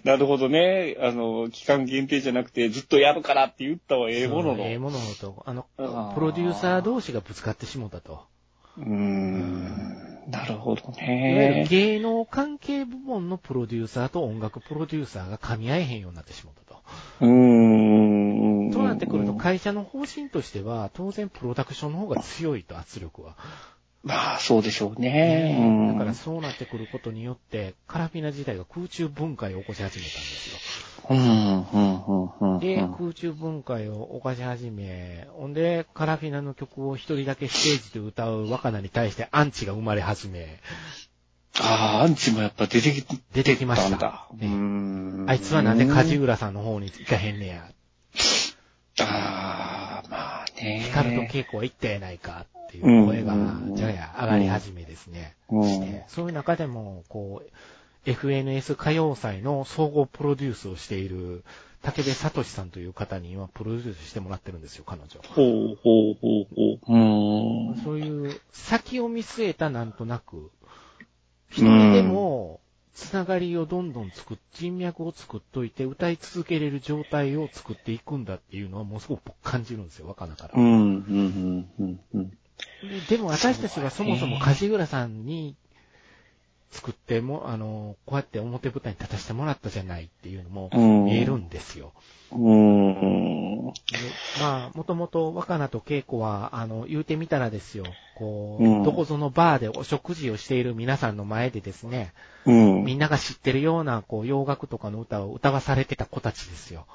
[SPEAKER 3] なるほどね。あの、期間限定じゃなくて、ずっとやるからって言ったはええもの
[SPEAKER 2] そう
[SPEAKER 3] の。
[SPEAKER 2] ええ
[SPEAKER 3] う
[SPEAKER 2] もののと、あの
[SPEAKER 3] あ、ー
[SPEAKER 2] プロデューサー同士がぶつかってしもうたと。
[SPEAKER 3] ーん。なるほど
[SPEAKER 2] いわゆ
[SPEAKER 3] ね
[SPEAKER 2] る。芸能関係部門のプロデューサーと音楽プロデューサーが噛み合えへんようになってしまったと。
[SPEAKER 3] うーん。
[SPEAKER 2] そうなってくると会社の方針としては、当然プロダクションの方が強いと圧力は。
[SPEAKER 3] まあ、そうでしょうね。うん
[SPEAKER 2] だからそうなってくることによって、カラフィナ自体が空中分解を起こし始めたんですよ。
[SPEAKER 3] うん、うん、うん、うん。
[SPEAKER 2] で、空中分解を犯し始め、ほんで、カラフィナの曲を一人だけステージで歌う若菜に対してアンチが生まれ始め、
[SPEAKER 3] ああ、アンチもやっぱ出てき、
[SPEAKER 2] 出てきました
[SPEAKER 3] 出んだ
[SPEAKER 2] ね
[SPEAKER 3] うーん
[SPEAKER 2] あいつはなんで梶浦さんの方に行かへんねや、
[SPEAKER 3] ああ、まあね。
[SPEAKER 2] ヒカルと稽古は行ったやないかっていう声が
[SPEAKER 3] うん、
[SPEAKER 2] じゃや上がり始めですね。してそういう中でも、こう、FNS 歌謡祭の総合プロデュースをしている竹部聡さんという方に今プロデュースしてもらってるんですよ、彼女。
[SPEAKER 3] ほうほうほうほう。うーん。
[SPEAKER 2] そういう先を見据えたなんとなく、一人でもつながりをどんどん作っ、人脈を作っといて歌い続けれる状態を作っていくんだっていうのはもうすごく僕感じるんですよ、若菜から
[SPEAKER 3] う。ん、うん、うん、うん。
[SPEAKER 2] ででも私たちはそもそも梶浦さんに作っても、あの、こうやって表舞台に立たせてもらったじゃないっていうのも
[SPEAKER 3] うん
[SPEAKER 2] 見えるんですよ。
[SPEAKER 3] うん。
[SPEAKER 2] でまあ、もともと若菜と稽古は、あの、言うてみたらですよ、こう、
[SPEAKER 3] うん
[SPEAKER 2] どこぞのバーでお食事をしている皆さんの前でですね、
[SPEAKER 3] うん。
[SPEAKER 2] みんなが知ってるような、こう、洋楽とかの歌を歌わされてた子たちですよ。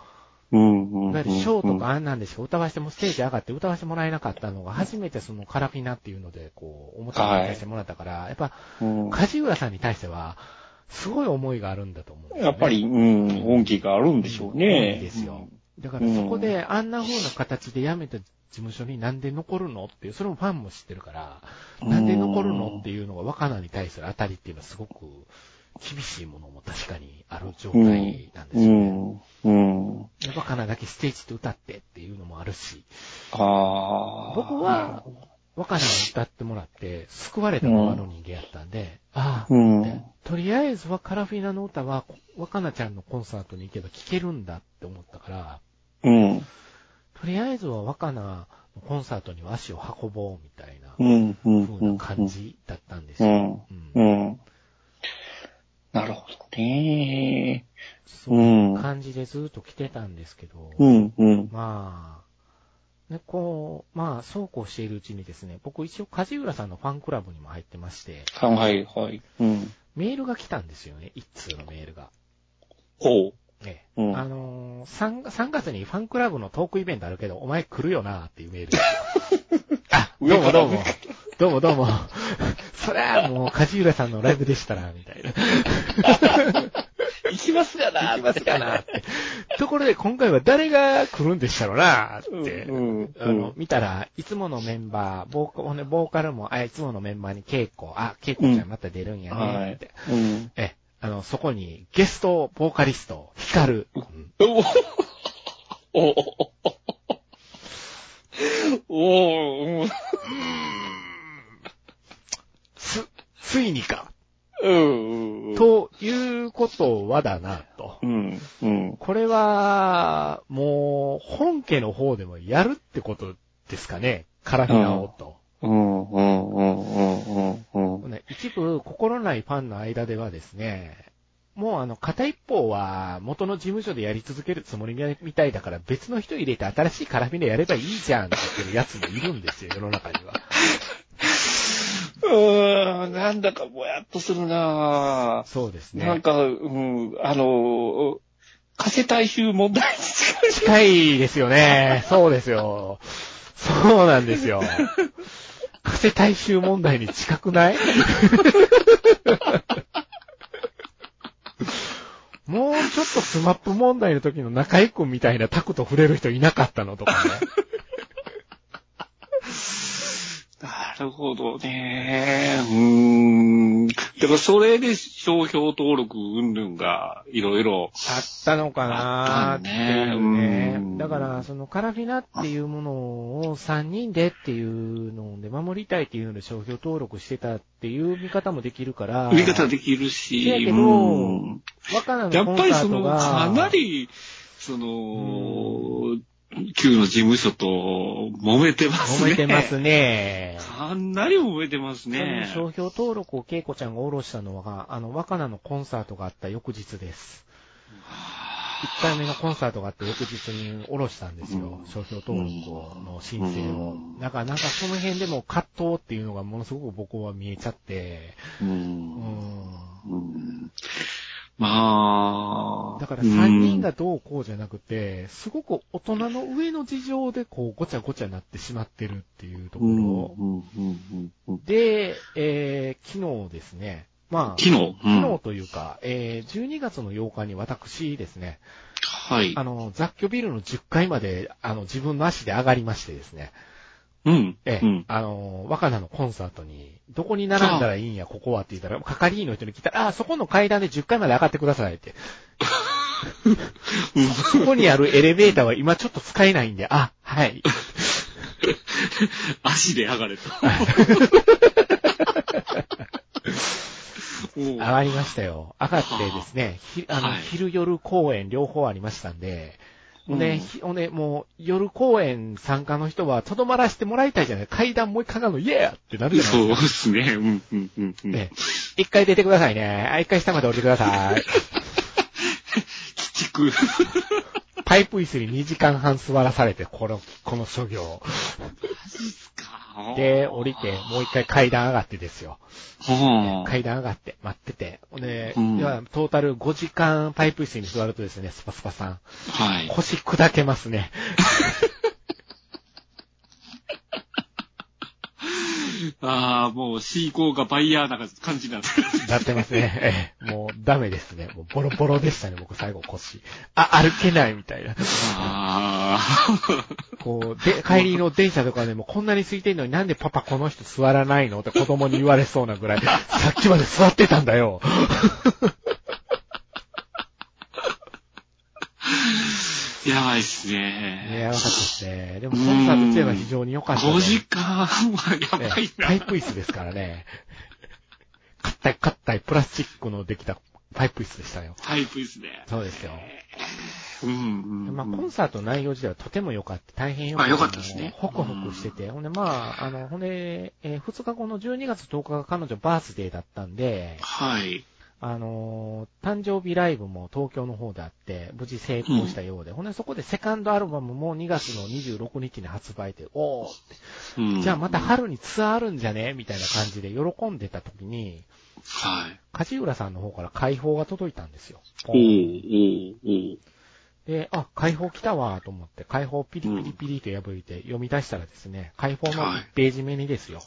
[SPEAKER 3] うん。
[SPEAKER 2] いわ
[SPEAKER 3] う
[SPEAKER 2] ゆ
[SPEAKER 3] ん。
[SPEAKER 2] るショーとかあんなんですよ、歌わしてもステージ上がって歌わしてもらえなかったのが、初めてそのカラフィナっていうので、こう、表に出してもらったから、やっぱ、
[SPEAKER 3] うん。
[SPEAKER 2] 梶浦さんに対しては、すごい思いがあるんだと思うんですよね
[SPEAKER 3] やっぱり、うん、恩義があるんでしょうね。
[SPEAKER 2] うんですよ。だからそこであんな風な形で辞めた事務所になんで残るのっていう、それもファンも知ってるから、
[SPEAKER 3] うん
[SPEAKER 2] なんで残るのっていうのが若菜に対する当たりっていうのはすごく厳しいものも確かにある状態なんです
[SPEAKER 3] う
[SPEAKER 2] よね。
[SPEAKER 3] ん。うん。
[SPEAKER 2] 若菜だけステージで歌ってっていうのもあるし、
[SPEAKER 3] ああ。
[SPEAKER 2] 僕は、若菜に歌ってもらって救われた側の人間やったんで、ああ、
[SPEAKER 3] うん
[SPEAKER 2] ってとりあえずはカラフィナの歌は若菜ちゃんのコンサートに行けば聴けるんだって思ったから、
[SPEAKER 3] うん。
[SPEAKER 2] とりあえずは若菜のコンサートには足を運ぼうみたいな
[SPEAKER 3] うん。うん。
[SPEAKER 2] 風な感じだったんです
[SPEAKER 3] う
[SPEAKER 2] よ。
[SPEAKER 3] ん。
[SPEAKER 2] うん
[SPEAKER 3] うん。なるほどね。
[SPEAKER 2] そういう感じでずっと来てたんですけど、
[SPEAKER 3] うん、うん。
[SPEAKER 2] まあ、ね、こう、まあ、そうこうしているうちにですね、僕一応梶浦さんのファンクラブにも入ってまして、
[SPEAKER 3] はい、はい。うん。
[SPEAKER 2] メールが来たんですよね、一通のメールが。
[SPEAKER 3] ほう。
[SPEAKER 2] ね
[SPEAKER 3] うん
[SPEAKER 2] あのー3、3月にファンクラブのトークイベントあるけど、お前来るよなっていうメー ル。あ、どうもどうも。どうもどうも。 そりゃあもう、梶浦さんのライブでしたら、みたいな。
[SPEAKER 3] 行きますがな、
[SPEAKER 2] 行きますかなって。 ところで今回は誰が来るんでしたろうなって。
[SPEAKER 3] うんうん
[SPEAKER 2] あの、見たら、いつものメンバー、ボーカルボーカルも、あ、いつものメンバーに稽古、あ、稽古ちゃんまた出るんや
[SPEAKER 3] は
[SPEAKER 2] ねっ
[SPEAKER 3] い
[SPEAKER 2] て。。
[SPEAKER 3] うん。
[SPEAKER 2] え、あの、そこに、ゲスト、ボーカリスト、ヒカル。うん
[SPEAKER 3] おおおお
[SPEAKER 2] つ、ついにか。
[SPEAKER 3] うん。うん。
[SPEAKER 2] ということはだな、と。
[SPEAKER 3] うん、うん。
[SPEAKER 2] これは、もう、本家の方でもやるってことですかね。カラフィナをと。
[SPEAKER 3] うん、うん、うん、うん、うん。
[SPEAKER 2] ね一部、心ないファンの間ではですね、もうあの、片一方は、元の事務所でやり続けるつもりみたいだから、別の人入れて新しいカラフィナやればいいじゃんって言ってるやつもいるんですよ、世の中 には。
[SPEAKER 3] うーん、なんだかぼやっとするなぁ。
[SPEAKER 2] そうです
[SPEAKER 3] なん
[SPEAKER 2] ね。
[SPEAKER 3] か、うん、あの、加瀬大衆問題に近い。
[SPEAKER 2] 近いですよね。そうですよ。そうなんですよ。加瀬大衆問題に近くないもうちょっとスマップ問題の時の中井くんみたいなタクト触れる人いなかったのとかね。
[SPEAKER 3] なるほどね。うーん。だからそれで商標登録云々がいろいろ。
[SPEAKER 2] あったのかなーってい
[SPEAKER 3] あった
[SPEAKER 2] う
[SPEAKER 3] ね
[SPEAKER 2] ね。
[SPEAKER 3] うん
[SPEAKER 2] だから、そのカラフィナっていうものを3人でっていうので守りたいっていうので商標登録してたっていう見方もできるから。
[SPEAKER 3] 見方できるし。
[SPEAKER 2] せやけど
[SPEAKER 3] うん
[SPEAKER 2] 若菜
[SPEAKER 3] や
[SPEAKER 2] のコ
[SPEAKER 3] っ
[SPEAKER 2] ン
[SPEAKER 3] ぱり
[SPEAKER 2] サ
[SPEAKER 3] そ
[SPEAKER 2] ート
[SPEAKER 3] の、
[SPEAKER 2] が。
[SPEAKER 3] かなり、その、旧の事務所と揉めてます
[SPEAKER 2] 揉
[SPEAKER 3] ね。
[SPEAKER 2] めてますね。
[SPEAKER 3] かなり揉めてますね。
[SPEAKER 2] 商標登録を恵子ちゃんが下ろしたのは、あの、若菜のコンサートがあった翌日です。1回目のコンサートがあって翌日に下ろしたんですよ
[SPEAKER 3] う。ん
[SPEAKER 2] 商標登録をの申請を
[SPEAKER 3] うん。
[SPEAKER 2] だからなんかその辺でも葛藤っていうのがものすごく僕は見えちゃって、う
[SPEAKER 3] う。
[SPEAKER 2] んん。
[SPEAKER 3] うんまあ。
[SPEAKER 2] だから3人
[SPEAKER 3] うん
[SPEAKER 2] がどうこうじゃなくて、すごく大人の上の事情でこうごちゃごちゃなってしまってるっていうところを
[SPEAKER 3] うんうんうんうん
[SPEAKER 2] で、えー昨日ですね。まあ、
[SPEAKER 3] 昨日、うん
[SPEAKER 2] 昨日というか、えー12月の8日に私ですね、
[SPEAKER 3] はい
[SPEAKER 2] あ。の、雑居ビルの10階まで、あの、自分の足で上がりましてですね、
[SPEAKER 3] うん。
[SPEAKER 2] え
[SPEAKER 3] う
[SPEAKER 2] え
[SPEAKER 3] ん。
[SPEAKER 2] あの、若菜のコンサートに、どこに並んだらいいんや、ここはって言ったら、係員の人に聞いたら、あ、そこの階段で10階まで上がってくださいっ て。そこにあるエレベーターは今ちょっと使えないんで、あ、はい。
[SPEAKER 3] 足で上が れと。おう
[SPEAKER 2] 上がりましたよ。上がってですね、ひあの、
[SPEAKER 3] はい
[SPEAKER 2] 昼夜公演両方ありましたんで、ほん
[SPEAKER 3] う
[SPEAKER 2] で、
[SPEAKER 3] ん
[SPEAKER 2] ひほんで、もう、夜公演参加の人は、とどまらせてもらいたいじゃない。階段もう一回上がるの、イエーってなるじゃない
[SPEAKER 3] そ
[SPEAKER 2] で
[SPEAKER 3] うです
[SPEAKER 2] か。
[SPEAKER 3] すね。うん、うん、うん。うん
[SPEAKER 2] ね、一回出てくださいね。あ一回下まで降りてください。
[SPEAKER 3] きちく。
[SPEAKER 2] パイプ椅子に2時間半座らされて、この、この諸行。 で、降りて、もう一回階段上がってですよ。
[SPEAKER 3] うん。
[SPEAKER 2] 階段上がって、待ってて。ほんで、
[SPEAKER 3] うん
[SPEAKER 2] いやトータル5時間パイプ椅子に座るとですね、スパスパさん。
[SPEAKER 3] はい。
[SPEAKER 2] 腰砕けますね。
[SPEAKER 3] ああ、もう、C 行がバイヤーな感じに なってる。
[SPEAKER 2] なってますね。ええもうダメですね。もうボロボロでしたね、僕最後腰。あ、歩けないみたいな。
[SPEAKER 3] あ
[SPEAKER 2] こう、で、帰りの電車とかでもこんなに空いてんのになんでパパこの人座らないのって子供に言われそうなぐらい、さっきまで座ってたんだよ。
[SPEAKER 3] あ、やばいっす
[SPEAKER 2] ね、や
[SPEAKER 3] ね。
[SPEAKER 2] ばかったですね。でもコンサート自体は非常に良かった、ね。
[SPEAKER 3] 5時間はやば
[SPEAKER 2] ね
[SPEAKER 3] い、な。
[SPEAKER 2] パイプ椅子ですからね。硬い硬いプラスチックのできたパイプ椅子でしたよ。
[SPEAKER 3] タイプですね。
[SPEAKER 2] そうですよ。
[SPEAKER 3] うん、うん。
[SPEAKER 2] まあ、コンサートの内容自体はとても良かった。大変良
[SPEAKER 3] あ良かったですね
[SPEAKER 2] ホクホクしてて。ほんで、まあ、あの、ほんで、えー2日後の12月10日が彼女バースデーだったんで、
[SPEAKER 3] はい。
[SPEAKER 2] あのー誕生日ライブも東京の方であって、無事成功したようで、ほんで、そこでセカンドアルバムも2月の26日に発売で、おー
[SPEAKER 3] うん
[SPEAKER 2] じゃあまた、春にツアーあるんじゃねみたいな感じで喜んでた時に、
[SPEAKER 3] はい。
[SPEAKER 2] 梶浦さんの方から解放が届いたんですよ。
[SPEAKER 3] おー、おー、
[SPEAKER 2] で、あ、解放来たわと思って、解放ピリピリピリと破いて読み出したらですね、解放の1ページ目にですよ、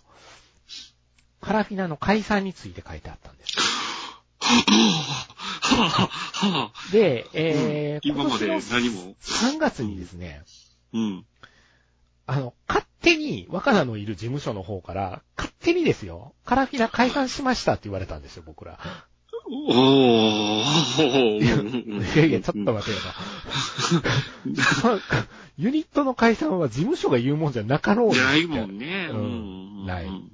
[SPEAKER 2] カラフィナの解散について書いてあったんです。
[SPEAKER 3] はぁ、は
[SPEAKER 2] で、
[SPEAKER 3] ぁ、
[SPEAKER 2] えー、
[SPEAKER 3] 今まで
[SPEAKER 2] 今年の
[SPEAKER 3] 何も。
[SPEAKER 2] 3月にですね、
[SPEAKER 3] うん。
[SPEAKER 2] あの、勝手に若菜のいる事務所の方から、勝手にですよ、カラフィナ解散しましたって言われたんですよ、僕ら。
[SPEAKER 3] おー、
[SPEAKER 2] いや いやいや、ちょっと待てよと。 そうユニットの解散は事務所が言うもんじゃなかろうに
[SPEAKER 3] ないもんね。
[SPEAKER 2] う
[SPEAKER 3] うんん。
[SPEAKER 2] ない
[SPEAKER 3] うん。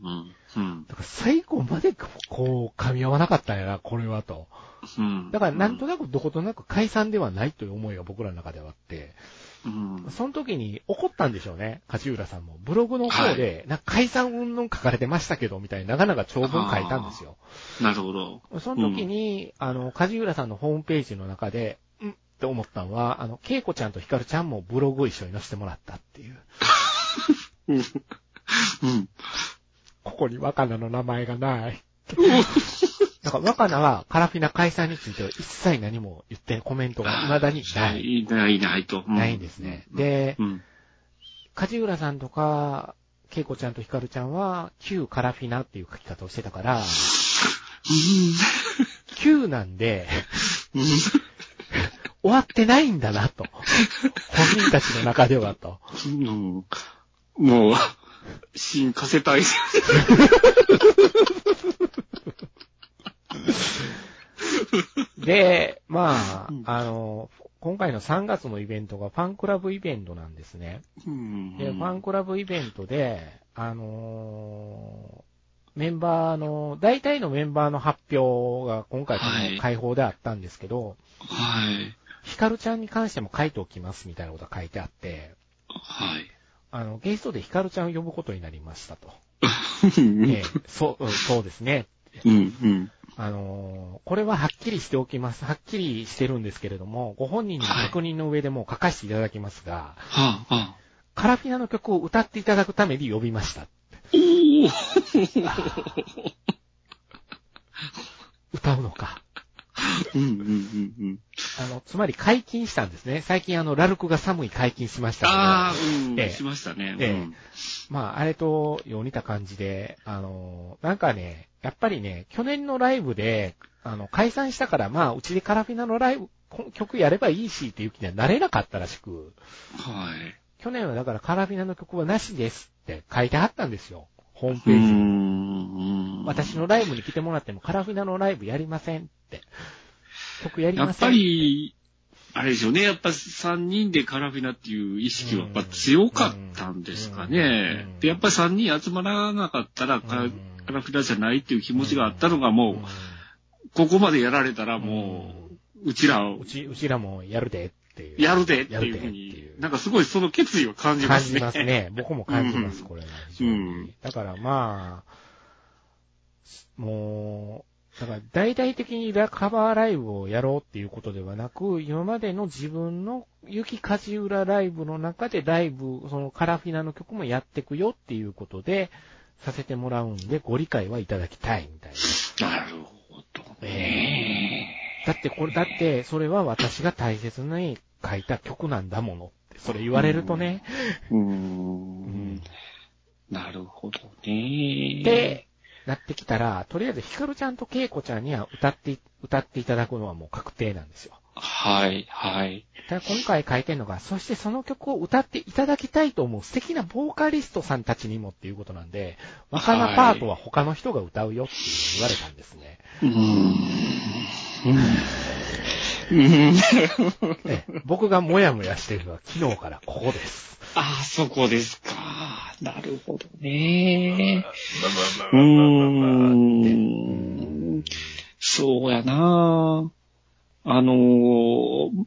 [SPEAKER 3] うん。
[SPEAKER 2] だから最後までこうこう噛み合わなかったんやな、これはと。
[SPEAKER 3] うん。
[SPEAKER 2] だからなんとなくどことなく解散ではないという思いが僕らの中ではあって、
[SPEAKER 3] うん。
[SPEAKER 2] その時に怒ったんでしょうね、勝浦さんも。ブログの方で、なんか解散云々書かれてましたけど、みたいに長々長文書いたんですよ。
[SPEAKER 3] なるほど。
[SPEAKER 2] その時に、あの、梶浦さんのホームページの中で、うんって思ったのは、あの、恵子ちゃんとひかるちゃんもブログを一緒に載せてもらったっていう。
[SPEAKER 3] うん。うん。
[SPEAKER 2] ここに若菜の名前がない。だから若菜はカラフィナ解散については一切何も言ってコメントが未だにない。
[SPEAKER 3] いない、ないと。
[SPEAKER 2] ないんですね。で、
[SPEAKER 3] うん。
[SPEAKER 2] 梶浦さんとか、恵子ちゃんとひかるちゃんは、旧カラフィナっていう書き方をしてたから、旧なんで、
[SPEAKER 3] うん。
[SPEAKER 2] 終わってないんだなと。本人たちの中ではと。
[SPEAKER 3] うん。もう、新化せたい。
[SPEAKER 2] で、ま
[SPEAKER 3] うん
[SPEAKER 2] あ、あの、今回の3月のイベントがファンクラブイベントなんですね。
[SPEAKER 3] うん
[SPEAKER 2] で、ファンクラブイベントで、あのーメンバーの、大体のメンバーの発表が今回こ
[SPEAKER 3] はい
[SPEAKER 2] の解放であったんですけど、
[SPEAKER 3] はい。
[SPEAKER 2] ヒカルちゃんに関しても書いておきますみたいなことが書いてあって、
[SPEAKER 3] はい。
[SPEAKER 2] あの、ゲストでヒカルちゃんを呼ぶことになりましたと。
[SPEAKER 3] うん
[SPEAKER 2] ええそう、うんそうですね。
[SPEAKER 3] うん。うん。
[SPEAKER 2] あのーこれははっきりしておきます。はっきりしてるんですけれども、ご本人の確認の上でもう書かせていただきますが、
[SPEAKER 3] はあ、はあ。
[SPEAKER 2] カラフィナの曲を歌っていただくために呼びました。
[SPEAKER 3] おー
[SPEAKER 2] 歌うのか。
[SPEAKER 3] うん、うん、うん、うん。
[SPEAKER 2] あの、つまり解禁したんですね。最近あの、ラルクが寒い解禁しましたけど
[SPEAKER 3] ああ、うん、
[SPEAKER 2] ええ
[SPEAKER 3] しましたね。
[SPEAKER 2] ええ
[SPEAKER 3] うん
[SPEAKER 2] まあ、あれと、よう似た感じで、あの、なんかね、やっぱりね、去年のライブで、あの、解散したから、まあ、うちでカラフィナのライブ、こ曲やればいいしっていう気にはなれなかったらしく、
[SPEAKER 3] はい。
[SPEAKER 2] 去年はだからカラフィナの曲はなしですって書いてあったんですよ。ホーム
[SPEAKER 3] う
[SPEAKER 2] ペ
[SPEAKER 3] ー
[SPEAKER 2] ージに。
[SPEAKER 3] ん。
[SPEAKER 2] 私のライブに来てもらってもカラフィナのライブやりませんって。曲やり
[SPEAKER 3] や
[SPEAKER 2] ま
[SPEAKER 3] っ
[SPEAKER 2] せん
[SPEAKER 3] ぱ
[SPEAKER 2] って
[SPEAKER 3] り、あれですよね。やっぱ3人でカラフィナっていう意識はやっぱ強かったんですかね
[SPEAKER 2] うん。
[SPEAKER 3] で、やっぱり3人集まらなかったらカラ,、
[SPEAKER 2] うん
[SPEAKER 3] カラフィナじゃないっていう気持ちがあったのがもう、ここまでやられたらもう、うちらを
[SPEAKER 2] うち、うちらもやるでっていう。
[SPEAKER 3] やるでって
[SPEAKER 2] やる
[SPEAKER 3] いう
[SPEAKER 2] でっ
[SPEAKER 3] ふ
[SPEAKER 2] てい
[SPEAKER 3] うに
[SPEAKER 2] う、
[SPEAKER 3] なんかすごいその決意を感じま
[SPEAKER 2] 感
[SPEAKER 3] す
[SPEAKER 2] じ
[SPEAKER 3] ね。
[SPEAKER 2] ますね。僕も感じます、
[SPEAKER 3] うん
[SPEAKER 2] これは非常に。
[SPEAKER 3] うん
[SPEAKER 2] だからまあ、もだから、大々的にラカバーライブをやろうっていうことではなく、今までの自分の雪梶浦ライブの中でライブ、そのカラフィナの曲もやってくよっていうことで、させてもらうんで、ご理解はいただきたいみたいな。
[SPEAKER 3] なるほどね。
[SPEAKER 2] だってこれ、だって、それは私が大切に書いた曲なんだものって、それ言われるとね。
[SPEAKER 3] うー
[SPEAKER 2] うんん。
[SPEAKER 3] なるほどね。
[SPEAKER 2] で、なってきたら、とりあえずヒカルちゃんとケイコちゃんには歌ってい、歌っていただくのはもう確定なんですよ。
[SPEAKER 3] はい、はい。
[SPEAKER 2] ただ今回書いてるのが、そしてその曲を歌っていただきたいと思う素敵なボーカリストさんたちにもっていうことなんで、若菜パートは他の人が歌うよっていうのを言われたんですね。
[SPEAKER 3] うーん。うん。うん
[SPEAKER 2] ええ僕がモヤモヤしてるのは昨日からここです。
[SPEAKER 3] あそこですか。なるほどね。うーん。そうやな。あのー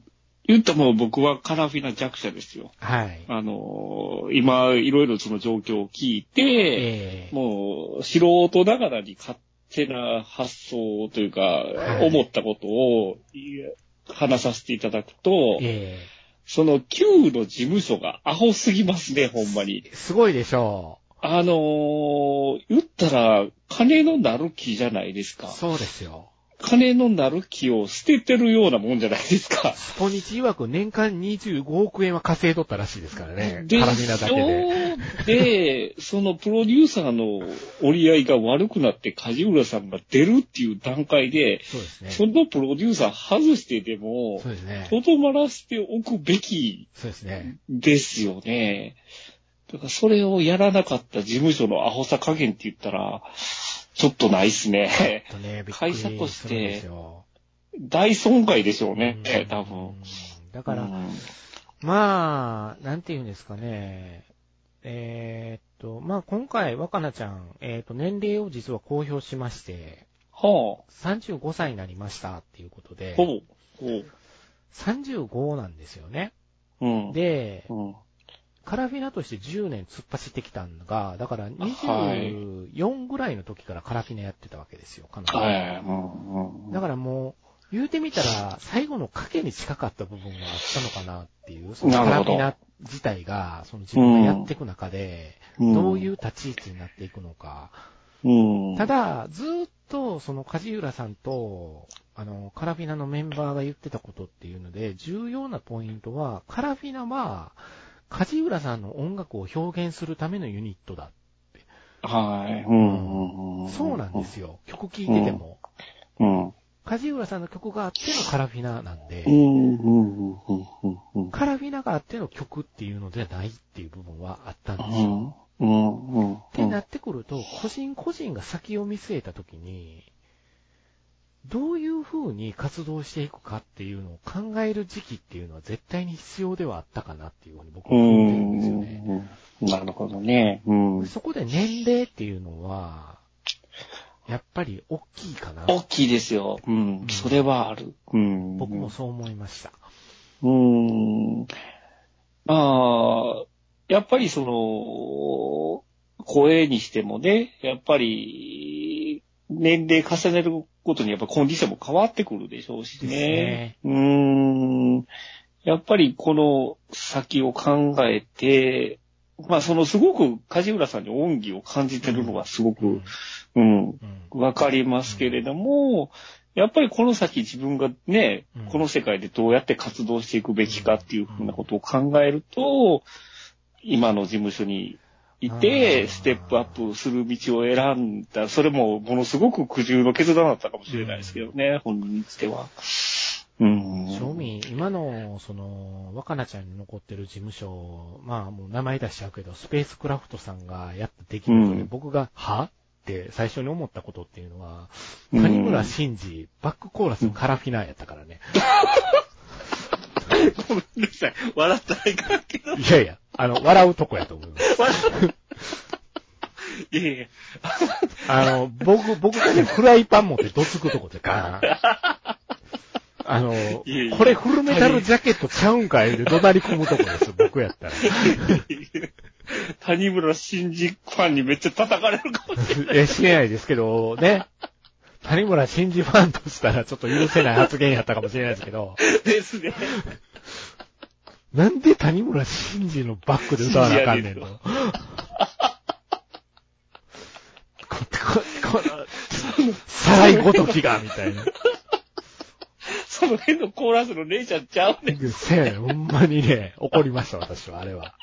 [SPEAKER 3] 言ったもう僕はカラフィナ弱者ですよ。
[SPEAKER 2] はい。
[SPEAKER 3] あのー今、いろいろその状況を聞いて、
[SPEAKER 2] ええ
[SPEAKER 3] もう、素人ながらに勝手な発想というか、
[SPEAKER 2] はい
[SPEAKER 3] 思ったことをいえ話させていただくと、
[SPEAKER 2] え
[SPEAKER 3] その Q の事務所がアホすぎますね、ほんまに。
[SPEAKER 2] えすごいでしょ
[SPEAKER 3] あのー言ったら、金のなる木じゃないです
[SPEAKER 2] う。
[SPEAKER 3] か。
[SPEAKER 2] そうですよ。
[SPEAKER 3] 金のなる木を捨ててるようなもんじゃないで すか。
[SPEAKER 2] スポニチ曰く年間25億円は稼いとったらしいですからね。カラミナだけで。
[SPEAKER 3] で、そのプロデューサーの折り合いが悪くなって、梶浦さんが出るっていう段階で、
[SPEAKER 2] そうですね。そ
[SPEAKER 3] そのプロデューサー外してでも、
[SPEAKER 2] うですね。
[SPEAKER 3] とどまらせておくべき
[SPEAKER 2] そうですね。
[SPEAKER 3] ですよね。だからそれをやらなかった事務所のアホさ加減って言ったら、ちょっとないっ すね。
[SPEAKER 2] ちょっとね、びっくりするん
[SPEAKER 3] 会社として
[SPEAKER 2] ですよ。
[SPEAKER 3] 大損害でしょうね
[SPEAKER 2] うん、
[SPEAKER 3] 多分。。
[SPEAKER 2] だから、
[SPEAKER 3] うん
[SPEAKER 2] まあ、なんて言うんですかね。えーっと、まあ今回、若菜ちゃん、えーっと、年齢を実は公表しまして、
[SPEAKER 3] は
[SPEAKER 2] 35歳になりましたっていうこと
[SPEAKER 3] あ、
[SPEAKER 2] で、
[SPEAKER 3] ほぼ、ほ
[SPEAKER 2] 35なんですよね。
[SPEAKER 3] ぼ、うん。
[SPEAKER 2] で、
[SPEAKER 3] うん、
[SPEAKER 2] カラフィナとして10年突っ走ってきたのが、だから
[SPEAKER 3] はい
[SPEAKER 2] 24ぐらいの時からカラフィナやってたわけですよ、彼女は
[SPEAKER 3] はい、うん、うん。
[SPEAKER 2] だからもう、言うてみたら、最後の賭けに近かった部分があったのかなっていう、そのカ
[SPEAKER 3] なる
[SPEAKER 2] ラ
[SPEAKER 3] ほ
[SPEAKER 2] フ
[SPEAKER 3] ど
[SPEAKER 2] ィナ自体が、その自分がやっていく中で、
[SPEAKER 3] ん
[SPEAKER 2] どういう立ち位置になっていくのか。
[SPEAKER 3] うん。
[SPEAKER 2] ただ、ずーっと、その梶浦さんと、あの、カラフィナのメンバーが言ってたことっていうので、重要なポイントは、カラフィナは、梶浦さんの音楽を表現するためのユニットだ。
[SPEAKER 3] はい。うんうん。
[SPEAKER 2] そうなんですよ。曲聴いてても。
[SPEAKER 3] うん。
[SPEAKER 2] 梶浦さんの曲があってのカラフィナなんで
[SPEAKER 3] う、ん。うん。うん。うん。うん。うん。
[SPEAKER 2] カラフィナがあっての曲っていうのではないっていう部分はあったんですよ。
[SPEAKER 3] うん。うん。
[SPEAKER 2] ってなってくると、個人個人が先を見据えたときに、どういう風に活動していくかっていうのを考える時期っていうのは絶対に必要ではあったかなっていうふうに僕は思ってるんですよね。
[SPEAKER 3] うん。なるほどね。うん。
[SPEAKER 2] そこで年齢っていうのは、やっぱり大きいかな。
[SPEAKER 3] 大きいですよ。うん。それはある。うん。
[SPEAKER 2] 僕もそう思いました。
[SPEAKER 3] うーん。ああ、やっぱりその、声にしてもね、やっぱり、年齢重ねることにやっぱコンディションも変わってくるでしょうし
[SPEAKER 2] です
[SPEAKER 3] ね
[SPEAKER 2] ね。
[SPEAKER 3] うーん。やっぱりこの先を考えて、まあそのすごく梶浦さんに恩義を感じてるのはすご
[SPEAKER 2] う
[SPEAKER 3] く
[SPEAKER 2] ん、
[SPEAKER 3] うん、
[SPEAKER 2] うん
[SPEAKER 3] わかりますけれども、やっぱりこの先自分がね、
[SPEAKER 2] うん
[SPEAKER 3] この世界でどうやって活動していくべきかっていうふうなことを考えると、今の事務所にい
[SPEAKER 2] あ
[SPEAKER 3] て、
[SPEAKER 2] ー
[SPEAKER 3] ステップアップする道を選んだ、それもものすごく苦渋の決断だったかもしれないですけどね、本人にしては。うん。
[SPEAKER 2] 正味、今の、その、若菜ちゃんに残ってる事務所、まあもう名前出しちゃうけど、スペースクラフトさんがやった出来事で、
[SPEAKER 3] うん
[SPEAKER 2] 僕が、はって最初に思ったことっていうのは、
[SPEAKER 3] うん
[SPEAKER 2] 谷村新司、バックコーラスのカラフィナーやったからね。
[SPEAKER 3] ごめんなさい。笑ったらいかん けど。
[SPEAKER 2] いやいや、あの、笑うとこやと思います。
[SPEAKER 3] いやいや。
[SPEAKER 2] あの、僕、僕がね、フライパン持ってどつくとこでガーン。あの
[SPEAKER 3] いやいや、
[SPEAKER 2] これフルメタルジャケットちゃうんかいで怒鳴り込むとこです、僕やったら。
[SPEAKER 3] 谷村新司ファンにめっちゃ叩かれるかもしれない。
[SPEAKER 2] え、してないですけど、ね。谷村新司ファンとしたらちょっと許せない発言やったかもしれないですけど、
[SPEAKER 3] ですね。
[SPEAKER 2] なんで谷村新司のバックで歌わなあかんねんと。
[SPEAKER 3] 信
[SPEAKER 2] こ
[SPEAKER 3] じら、
[SPEAKER 2] こ、この、さらいごときが、みたいな。
[SPEAKER 3] その辺のコーラスの姉ちゃんちゃうねん。
[SPEAKER 2] せやねんほんまにね、怒りました、私は、あれは。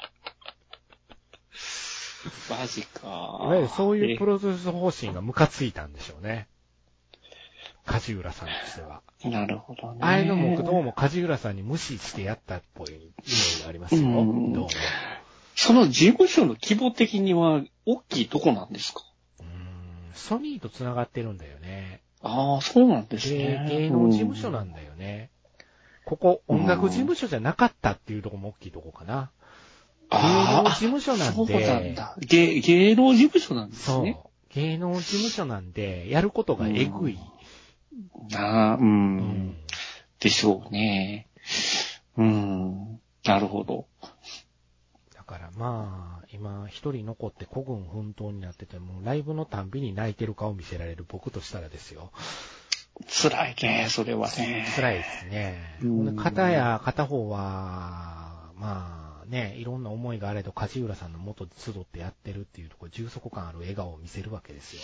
[SPEAKER 3] マジか
[SPEAKER 2] いわゆるそういうプ
[SPEAKER 3] ロ。
[SPEAKER 2] ロデュース方針がムカついたんでしょうね。梶浦さんとしては。
[SPEAKER 3] なるほどね。
[SPEAKER 2] ああいうのも、どうも梶浦さんに無視してやったっぽいイメージがありますよ。ど
[SPEAKER 3] う
[SPEAKER 2] うんも。
[SPEAKER 3] その事務所の規模的には、大きいとこなんですか
[SPEAKER 2] うんソニーと繋がってるんだよね。
[SPEAKER 3] ああ、そうなんです
[SPEAKER 2] で
[SPEAKER 3] ね、。
[SPEAKER 2] 芸能事務所なんだよね。ここ、音楽事務所じゃなかったっていうとこも大きいとこかな。芸能事
[SPEAKER 3] あ
[SPEAKER 2] 務所
[SPEAKER 3] あ、
[SPEAKER 2] なん
[SPEAKER 3] そうなん
[SPEAKER 2] で、
[SPEAKER 3] だ。芸、芸能事務所なんです
[SPEAKER 2] そう
[SPEAKER 3] ね。。
[SPEAKER 2] 芸能事務所なんで、やることがえぐい。
[SPEAKER 3] ああ、う
[SPEAKER 2] うんん。
[SPEAKER 3] でしょうね。うん。なるほど。
[SPEAKER 2] だからまあ、今、一人残って孤軍奮闘になってても、ライブのたんびに泣いてる顔見せられる僕としたらですよ。
[SPEAKER 3] 辛いね、それはね。
[SPEAKER 2] 辛いですね。
[SPEAKER 3] うん
[SPEAKER 2] ほんで片や片方は、まあね、いろんな思いがあれど、梶浦さんの元集ってやってるっていうところ、充足感ある笑顔を見せるわけですよ。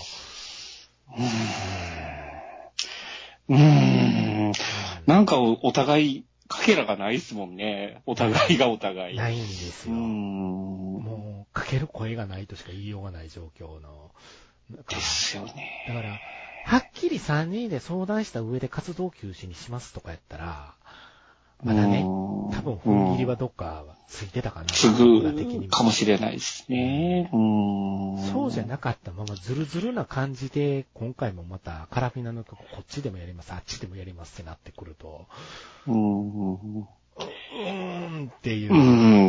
[SPEAKER 3] うーん。なんかおお互い、かけらがないですもんね。お互いがお互い。
[SPEAKER 2] な
[SPEAKER 3] う
[SPEAKER 2] いんです
[SPEAKER 3] ー
[SPEAKER 2] よ。
[SPEAKER 3] ん。
[SPEAKER 2] もう、かける声がないとしか言いようがない状況の。なんか
[SPEAKER 3] ですよね。
[SPEAKER 2] だから、はっきり3人で相談した上で活動休止にしますとかやったら、まだね、
[SPEAKER 3] 多
[SPEAKER 2] 多分踏ん切りはどっかついてたかな。
[SPEAKER 3] す
[SPEAKER 2] 僕ら的に
[SPEAKER 3] ぐ
[SPEAKER 2] も
[SPEAKER 3] かもしれないですね。うーん。
[SPEAKER 2] そうじゃなかったままズルズルな感じで、今回もまたカラフィナの曲こっちでもやります、あっちでもやりますってなってくると、
[SPEAKER 3] うーん。う
[SPEAKER 2] うーんっていう。
[SPEAKER 3] ー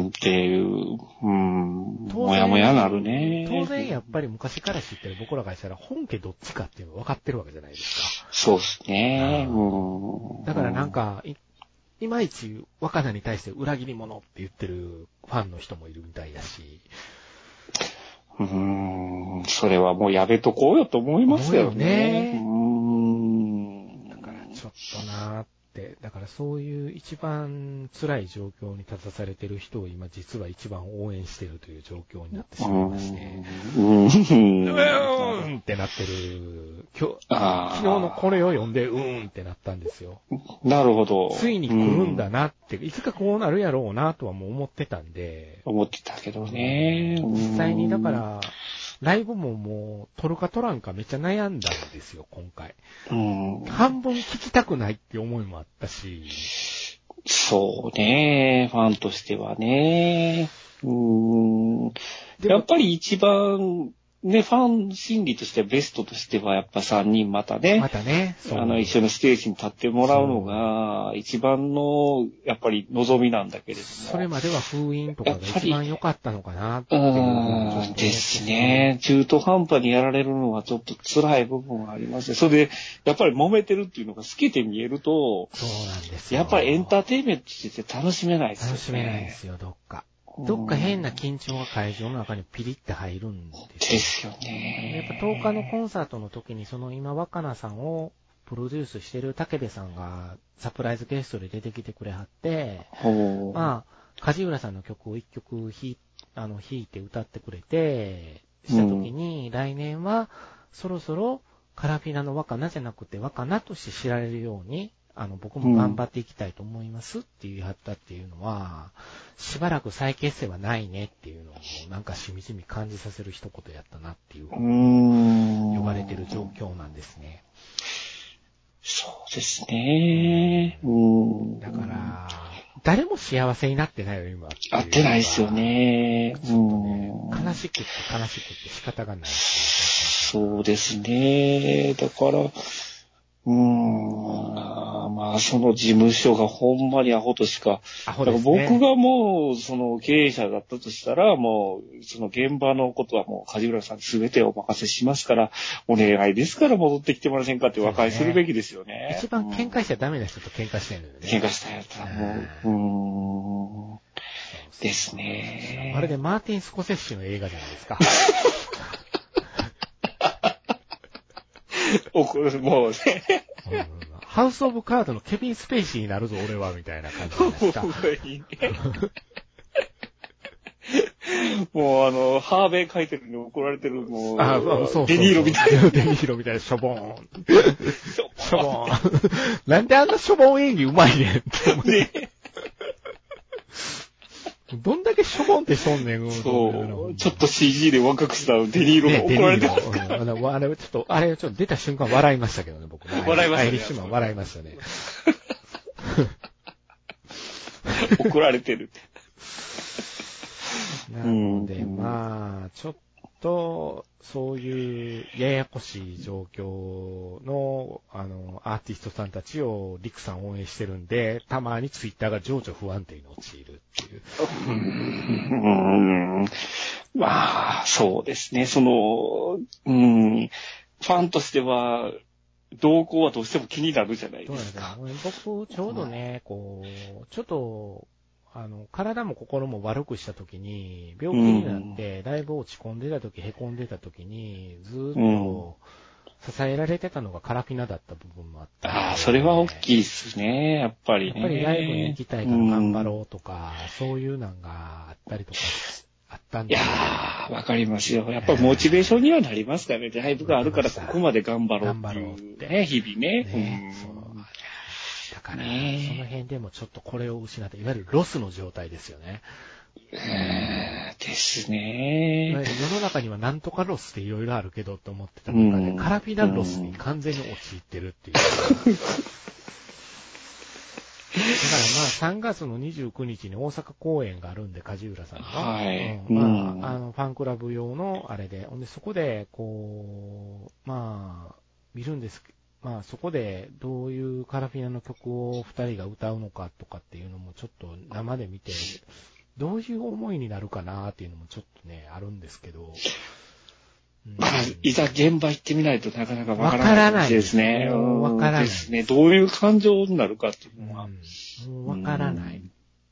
[SPEAKER 3] んっていう、うーん。
[SPEAKER 2] 当然
[SPEAKER 3] もやもやなるね。
[SPEAKER 2] 当然やっぱり昔から知ってる僕らがしたら本家どっちかっていうの分かってるわけじゃないですか。
[SPEAKER 3] そうですね。うーん。
[SPEAKER 2] だからなんか、いいまいち若菜に対して裏切り者って言ってるファンの人もいるみたいだし。
[SPEAKER 3] うーん、それはもうやめとこうよと思いますよね。うーん。
[SPEAKER 2] ちょっとなーって。だからそういう一番辛い状況に立たされてる人を今実は一番応援してるという状況になってしまいまして。
[SPEAKER 3] う
[SPEAKER 2] う
[SPEAKER 3] ーん。
[SPEAKER 2] ーんってなってる。今日、
[SPEAKER 3] あー
[SPEAKER 2] 昨日のこれを読んでうーんってなったんですよ。
[SPEAKER 3] なるほど。
[SPEAKER 2] ついに来るんだなって、いつかこうなるやろうなとはもう思ってたんで。
[SPEAKER 3] うん。思ってたけどね。
[SPEAKER 2] 実際にだから、ライブももう、撮るか撮らんかめっちゃ悩んだんですよ、今回。
[SPEAKER 3] うん、うん。
[SPEAKER 2] 半分聞きたくないって思いもあったし、
[SPEAKER 3] そうね、ファンとしてはね。うーん。
[SPEAKER 2] でも
[SPEAKER 3] やっぱり一番、ね、ファン心理としてはベストとしては、やっぱ3人またね
[SPEAKER 2] ま、たね、そう
[SPEAKER 3] あの、一緒のステージに立ってもらうのが、一番の、やっぱり望みなんだけれども。
[SPEAKER 2] それまでは封印とかが一番良かったのかなって
[SPEAKER 3] う
[SPEAKER 2] いう
[SPEAKER 3] ーん、です。ね。中途半端にやられるのはちょっと辛い部分はありますね。それで、やっぱり揉めてるっていうのが透けて見えると、
[SPEAKER 2] そうなんですよ。
[SPEAKER 3] やっぱりエンター
[SPEAKER 2] テ
[SPEAKER 3] テインメントとして楽しめないですよね。
[SPEAKER 2] 楽しめないんですよ、どっか。どっか変な緊張が会場の中にピリって入るんです
[SPEAKER 3] で
[SPEAKER 2] よ。
[SPEAKER 3] すよ
[SPEAKER 2] やっ
[SPEAKER 3] ね。
[SPEAKER 2] ぱ10日のコンサートの時に、その今若菜さんをプロデュースしてる武部さんがサプライズゲストで出てきてくれはって、
[SPEAKER 3] ほう。
[SPEAKER 2] まあ、梶浦さんの曲を一曲ひあの弾いて歌ってくれて、した時に、来年はそろそろカラフィナの若菜じゃなくて若菜として知られるように、あの、僕も頑張っていきたいと思いますって言い張ったっていうのは、しばらく再結成はないねっていうのを、なんかしみじみ感じさせる一言やったなっていう
[SPEAKER 3] うーん。
[SPEAKER 2] 呼ばれてる状況なんですね。
[SPEAKER 3] そうですね。うーん。
[SPEAKER 2] だから、誰も幸せになってないよ、今。
[SPEAKER 3] 合ってないですよ。ね。
[SPEAKER 2] ちょっとね、
[SPEAKER 3] うん
[SPEAKER 2] 悲しくって悲しくって仕方がないっていう。
[SPEAKER 3] そうですね。だから、うーん、まあ、その事務所がほんまにアホとしか、
[SPEAKER 2] ア
[SPEAKER 3] だ
[SPEAKER 2] ホ
[SPEAKER 3] から
[SPEAKER 2] ですね。
[SPEAKER 3] 僕がもう、その経営者だったとしたら、もう、その現場のことはもう、梶浦さんに全てお任せしますから、お願いですから戻ってきてもらえませんかって和解するべきですよね。
[SPEAKER 2] 一番喧
[SPEAKER 3] うん
[SPEAKER 2] 嘩しちゃダメな人と喧嘩してるのよね。
[SPEAKER 3] 喧嘩したやつはもう、うーん、ですね。
[SPEAKER 2] まるでマーティン・スコセッ シの映画じゃないですか。
[SPEAKER 3] おおこ もうね、
[SPEAKER 2] うんハウスオブカードのケビン・スペイシーになるぞ、俺は、みたいな感じじゃないですか。
[SPEAKER 3] もういいねもうあの、ハーベイ書いてるのに怒られてる、もう、
[SPEAKER 2] あ、そうそうそう。
[SPEAKER 3] デニーロみたいな。
[SPEAKER 2] な。デニーロみたいな、しょぼーん。しょぼーん。なんであんなしょぼーん演技うまいねんって思う
[SPEAKER 3] ね
[SPEAKER 2] どんだけしょぼんってしとんねん、
[SPEAKER 3] そう、ちょっ
[SPEAKER 2] と。
[SPEAKER 3] と CG で若くしたデニーロが
[SPEAKER 2] ね、デニ
[SPEAKER 3] 怒られ
[SPEAKER 2] ー
[SPEAKER 3] て
[SPEAKER 2] ロ
[SPEAKER 3] る。
[SPEAKER 2] うんあのあれ、ちょっと、あれ、ちょっと出た瞬間笑いましたけどね、僕ね。
[SPEAKER 3] 笑いまし
[SPEAKER 2] ア
[SPEAKER 3] たね
[SPEAKER 2] イリッシュマン笑いましたね。
[SPEAKER 3] 怒られてる。
[SPEAKER 2] なので、まあ、ちょっと、そういうややこしい状況の、あの、アーティストさんたちをリクさん応援してるんで、たまにツイッターが情緒不安定に陥るっていう。
[SPEAKER 3] うんまあ、そうですね。その、うん、ファンとしては、動向はどうしても気になるじゃない
[SPEAKER 2] ど
[SPEAKER 3] で
[SPEAKER 2] うなんですすか
[SPEAKER 3] か。
[SPEAKER 2] ね僕、ちょうどね、こう、ちょっと、あの、体も心も悪くした時に、病気になって、だいぶ落ち込んでた時、凹んでた時に、ずーっ
[SPEAKER 3] うん
[SPEAKER 2] と支えられてたのがカラキナだった部分もあったんで。
[SPEAKER 3] ああ、それは大きいですね。やっぱり
[SPEAKER 2] や
[SPEAKER 3] ね。
[SPEAKER 2] っぱりライブに行きたいから頑張ろうとか、そういうのがあったりとか、あったん
[SPEAKER 3] い
[SPEAKER 2] で
[SPEAKER 3] や
[SPEAKER 2] す
[SPEAKER 3] ー、わかりますよ。やっぱモチベーションにはなりま すからね。ライブがあるからここまで頑張ろうっていう、ね、日々
[SPEAKER 2] よ
[SPEAKER 3] ね。
[SPEAKER 2] ね。
[SPEAKER 3] う
[SPEAKER 2] そ
[SPEAKER 3] ん
[SPEAKER 2] うだから、
[SPEAKER 3] ね
[SPEAKER 2] その辺でもちょっとこれを失って、いわゆるロスの状態ですよね。
[SPEAKER 3] えーですね。
[SPEAKER 2] 世の中にはなんとかロスっていろいろあるけどと思ってた中で、
[SPEAKER 3] うん
[SPEAKER 2] カラビナロスに完全に陥ってるっ ていう。だからまあ3月の29日に大阪公演があるんで、梶浦さんが。
[SPEAKER 3] はい
[SPEAKER 2] うん
[SPEAKER 3] うん
[SPEAKER 2] まあ、あの、ファンクラブ用のあれで、ほんでそこで、こう、まあ、見るんですけまあそこでどういうカラフィナの曲を2人が歌うのかとかっていうのもちょっと生で見て、どういう思いになるかなっていうのもちょっとね、あるんですけど。うん
[SPEAKER 3] まあ、いざ現場行ってみないとなかなかわか
[SPEAKER 2] わからら
[SPEAKER 3] な
[SPEAKER 2] ないい
[SPEAKER 3] ですね。
[SPEAKER 2] うんわからない
[SPEAKER 3] ですね。どういう感情になるかっていう
[SPEAKER 2] うん
[SPEAKER 3] のは。
[SPEAKER 2] もうわからない。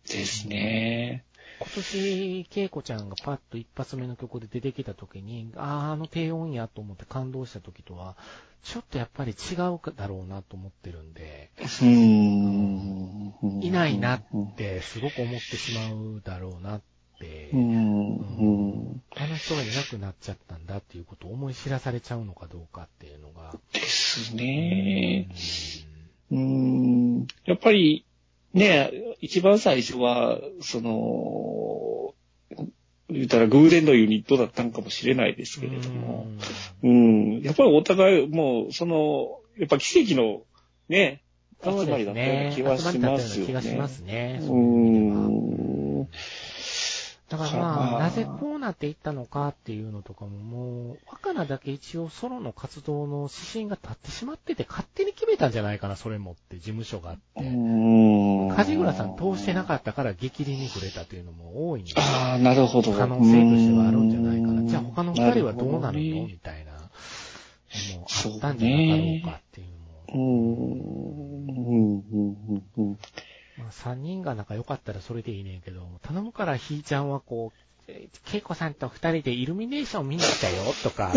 [SPEAKER 3] ですね。
[SPEAKER 2] 今年、恵子ちゃんがパッと一発目の曲で出てきた時に、ああ、あの低音やと思って感動した時とは、ちょっとやっぱり違うだろうなと思ってるんで、
[SPEAKER 3] うん。
[SPEAKER 2] いないなってすごく思ってしまうだろうなって、
[SPEAKER 3] うん。うん。
[SPEAKER 2] あの人がいなくなっちゃったんだっていうことを思い知らされちゃうのかどうかっていうのが。
[SPEAKER 3] ですね。
[SPEAKER 2] うん
[SPEAKER 3] うーんやっぱり、ね、一番最初は、その、言ったら偶然のユニットだったのかもしれないですけれども、うん、やっぱりお互い、もう、その、やっぱ奇跡の、ね、集
[SPEAKER 2] そう
[SPEAKER 3] ま
[SPEAKER 2] です
[SPEAKER 3] りだったような
[SPEAKER 2] ね。
[SPEAKER 3] 気はしますよ
[SPEAKER 2] 集まりだったような気がしま
[SPEAKER 3] ね。
[SPEAKER 2] すね。
[SPEAKER 3] う
[SPEAKER 2] そういう意味では
[SPEAKER 3] ん。
[SPEAKER 2] だからまあ、なぜこうなっていったのかっていうのとかももう、若菜だけ一応ソロの活動の指針が立ってしまってて、勝手に決めたんじゃないかな、それもって、事務所があって。
[SPEAKER 3] うん
[SPEAKER 2] 梶浦さん通してなかったから激励に触れたというのも多いんで、
[SPEAKER 3] ああ、なるほど。
[SPEAKER 2] 可能性としてはあるんじゃないか
[SPEAKER 3] う
[SPEAKER 2] な。
[SPEAKER 3] ん
[SPEAKER 2] じゃあ他の二人はどうな
[SPEAKER 3] るほ
[SPEAKER 2] るの
[SPEAKER 3] ね
[SPEAKER 2] みたいな、もうあったんじゃなかろうかっていうのも。
[SPEAKER 3] うーんうんうんうん
[SPEAKER 2] まあ、3人が仲良かったらそれでいいねんけど、頼むからひーちゃんはこう、えーけいこさんと2人でイルミネーション見に来たよとか、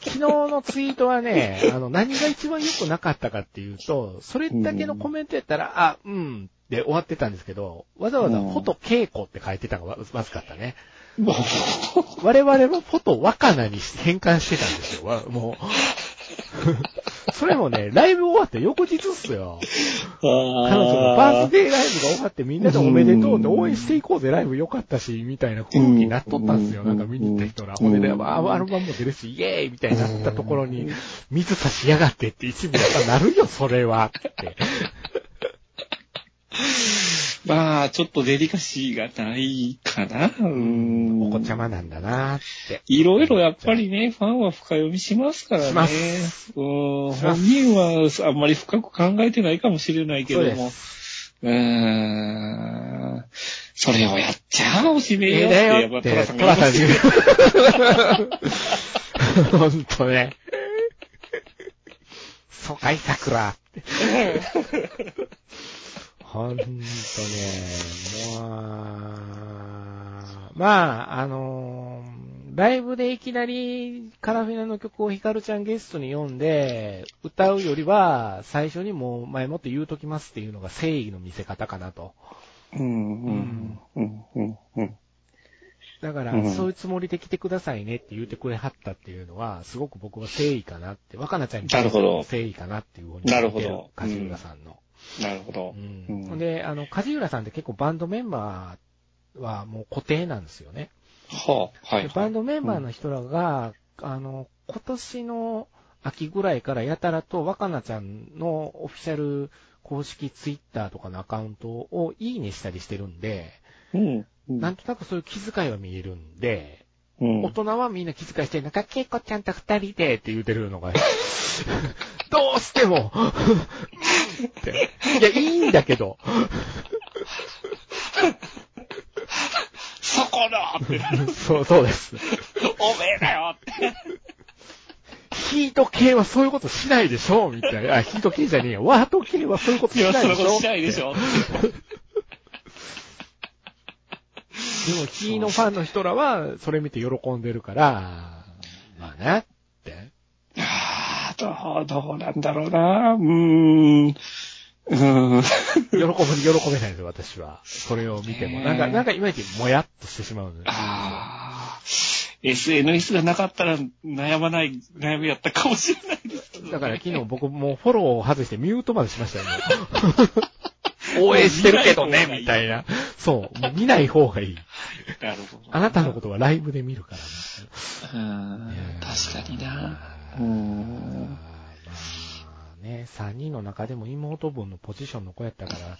[SPEAKER 2] 昨日のツイートはね、あの、何が一番良くなかったかっていうと、それだけのコメントやったら、あ、うん、で終わってたんですけど、わざわざフォトけいこって書いてたのがわまずかったね。
[SPEAKER 3] もう
[SPEAKER 2] 我々はフォト若菜に変換してたんですよ、わもう。それもね、ライブ終わって翌日っすよ。彼女のバースデーライブが終わってみんなでおめでとうって応援していこうぜ、ライブ良かったし、みたいな空気になっとったんですよ。
[SPEAKER 3] うん
[SPEAKER 2] なんか見に行った人ら、ほんでね、
[SPEAKER 3] うん
[SPEAKER 2] あアルバムも出るし、イエーイみたいになったところに、水差しやがってって一部やっぱなるよ、それは。って。
[SPEAKER 3] まあ、ちょっとデリカシーがないかな。うーん。
[SPEAKER 2] お子ちゃまなんだなって。
[SPEAKER 3] いろいろやっぱりね、ファンは深読みしますからね。
[SPEAKER 2] しま
[SPEAKER 3] うーん。
[SPEAKER 2] しま
[SPEAKER 3] 本
[SPEAKER 2] す
[SPEAKER 3] 人はあんまり深く考えてないかもしれないけ
[SPEAKER 2] そう
[SPEAKER 3] ど
[SPEAKER 2] で
[SPEAKER 3] も。
[SPEAKER 2] す。
[SPEAKER 3] うーん。それをやっちゃおしめ
[SPEAKER 2] え
[SPEAKER 3] よ
[SPEAKER 2] え
[SPEAKER 3] っ
[SPEAKER 2] だ
[SPEAKER 3] て、や
[SPEAKER 2] よって、
[SPEAKER 3] っぱトラさん
[SPEAKER 2] ト
[SPEAKER 3] が
[SPEAKER 2] ラ
[SPEAKER 3] 言いま
[SPEAKER 2] さん
[SPEAKER 3] す
[SPEAKER 2] に
[SPEAKER 3] よ
[SPEAKER 2] 言 う。ほんとね。疎開桜って。ほんとね、もう、まあ、あのーライブでいきなりカラフェナの曲をヒカルちゃんゲストに読んで、歌うよりは、最初にもう前もって言うときますっていうのが誠意の見せ方かなと。
[SPEAKER 3] うん、うん、うん、うん、うん。
[SPEAKER 2] だから、
[SPEAKER 3] うん
[SPEAKER 2] そういうつもりで来てくださいねって言うてくれはったっていうのは、すごく僕は誠意かなって、若菜ちゃんに対して
[SPEAKER 3] なるほど
[SPEAKER 2] の誠意かなっていうふうに
[SPEAKER 3] なる
[SPEAKER 2] 思って
[SPEAKER 3] ほど
[SPEAKER 2] る、梶浦さんの。
[SPEAKER 3] なるほど。
[SPEAKER 2] うん
[SPEAKER 3] うん
[SPEAKER 2] で、あの、梶浦さんって結構バンドメンバーはもう固定なんですよね。
[SPEAKER 3] はあ、はい。
[SPEAKER 2] でバンドメンバーの人らが、あの、今年の秋ぐらいからやたらと若菜ちゃんのオフィシャル公式ツイッターとかのアカウントをいいねしたりしてるんで、
[SPEAKER 3] うん。うん
[SPEAKER 2] なんとなくそういう気遣いは見えるんで、
[SPEAKER 3] うん
[SPEAKER 2] 大人はみんな気遣いしてる中、けいこちゃんと二人でって言うてるの が、どうしても、うんって。いや、いいんだけど、
[SPEAKER 3] そこだ って、
[SPEAKER 2] そう、そうです。
[SPEAKER 3] おめえだよって。
[SPEAKER 2] ヒート系はそういうことしないでしょみたいな。あ、ヒート系じゃねえよ。ワート系はそういうこと
[SPEAKER 3] い
[SPEAKER 2] し
[SPEAKER 3] や、
[SPEAKER 2] ない
[SPEAKER 3] そ
[SPEAKER 2] で
[SPEAKER 3] んな
[SPEAKER 2] し
[SPEAKER 3] こ
[SPEAKER 2] ょ
[SPEAKER 3] としないでしょ。
[SPEAKER 2] でも、ヒーのファンの人らは、それ見て喜んでるから、まあね、って。
[SPEAKER 3] ああ、どう、どうなんだろうな。うーん。うーん。
[SPEAKER 2] 喜ぶ、喜べないですよ、私は。それを見ても。なんか、なんかいまいちもやっとしてしまうの
[SPEAKER 3] ああ。SNS がなかったら悩まない、悩みやったかもしれないですけどね、
[SPEAKER 2] だから昨日僕もうフォローを外してミュートまでしましたよ、ね。 応援してるけどね、みたいな。そう、もう見ない方がいい。
[SPEAKER 3] なるほど。
[SPEAKER 2] あなたのことはライブで見るからね。
[SPEAKER 3] うーん。確かにな。うーん。
[SPEAKER 2] まあね、3人の中でも妹分のポジションの子やったから、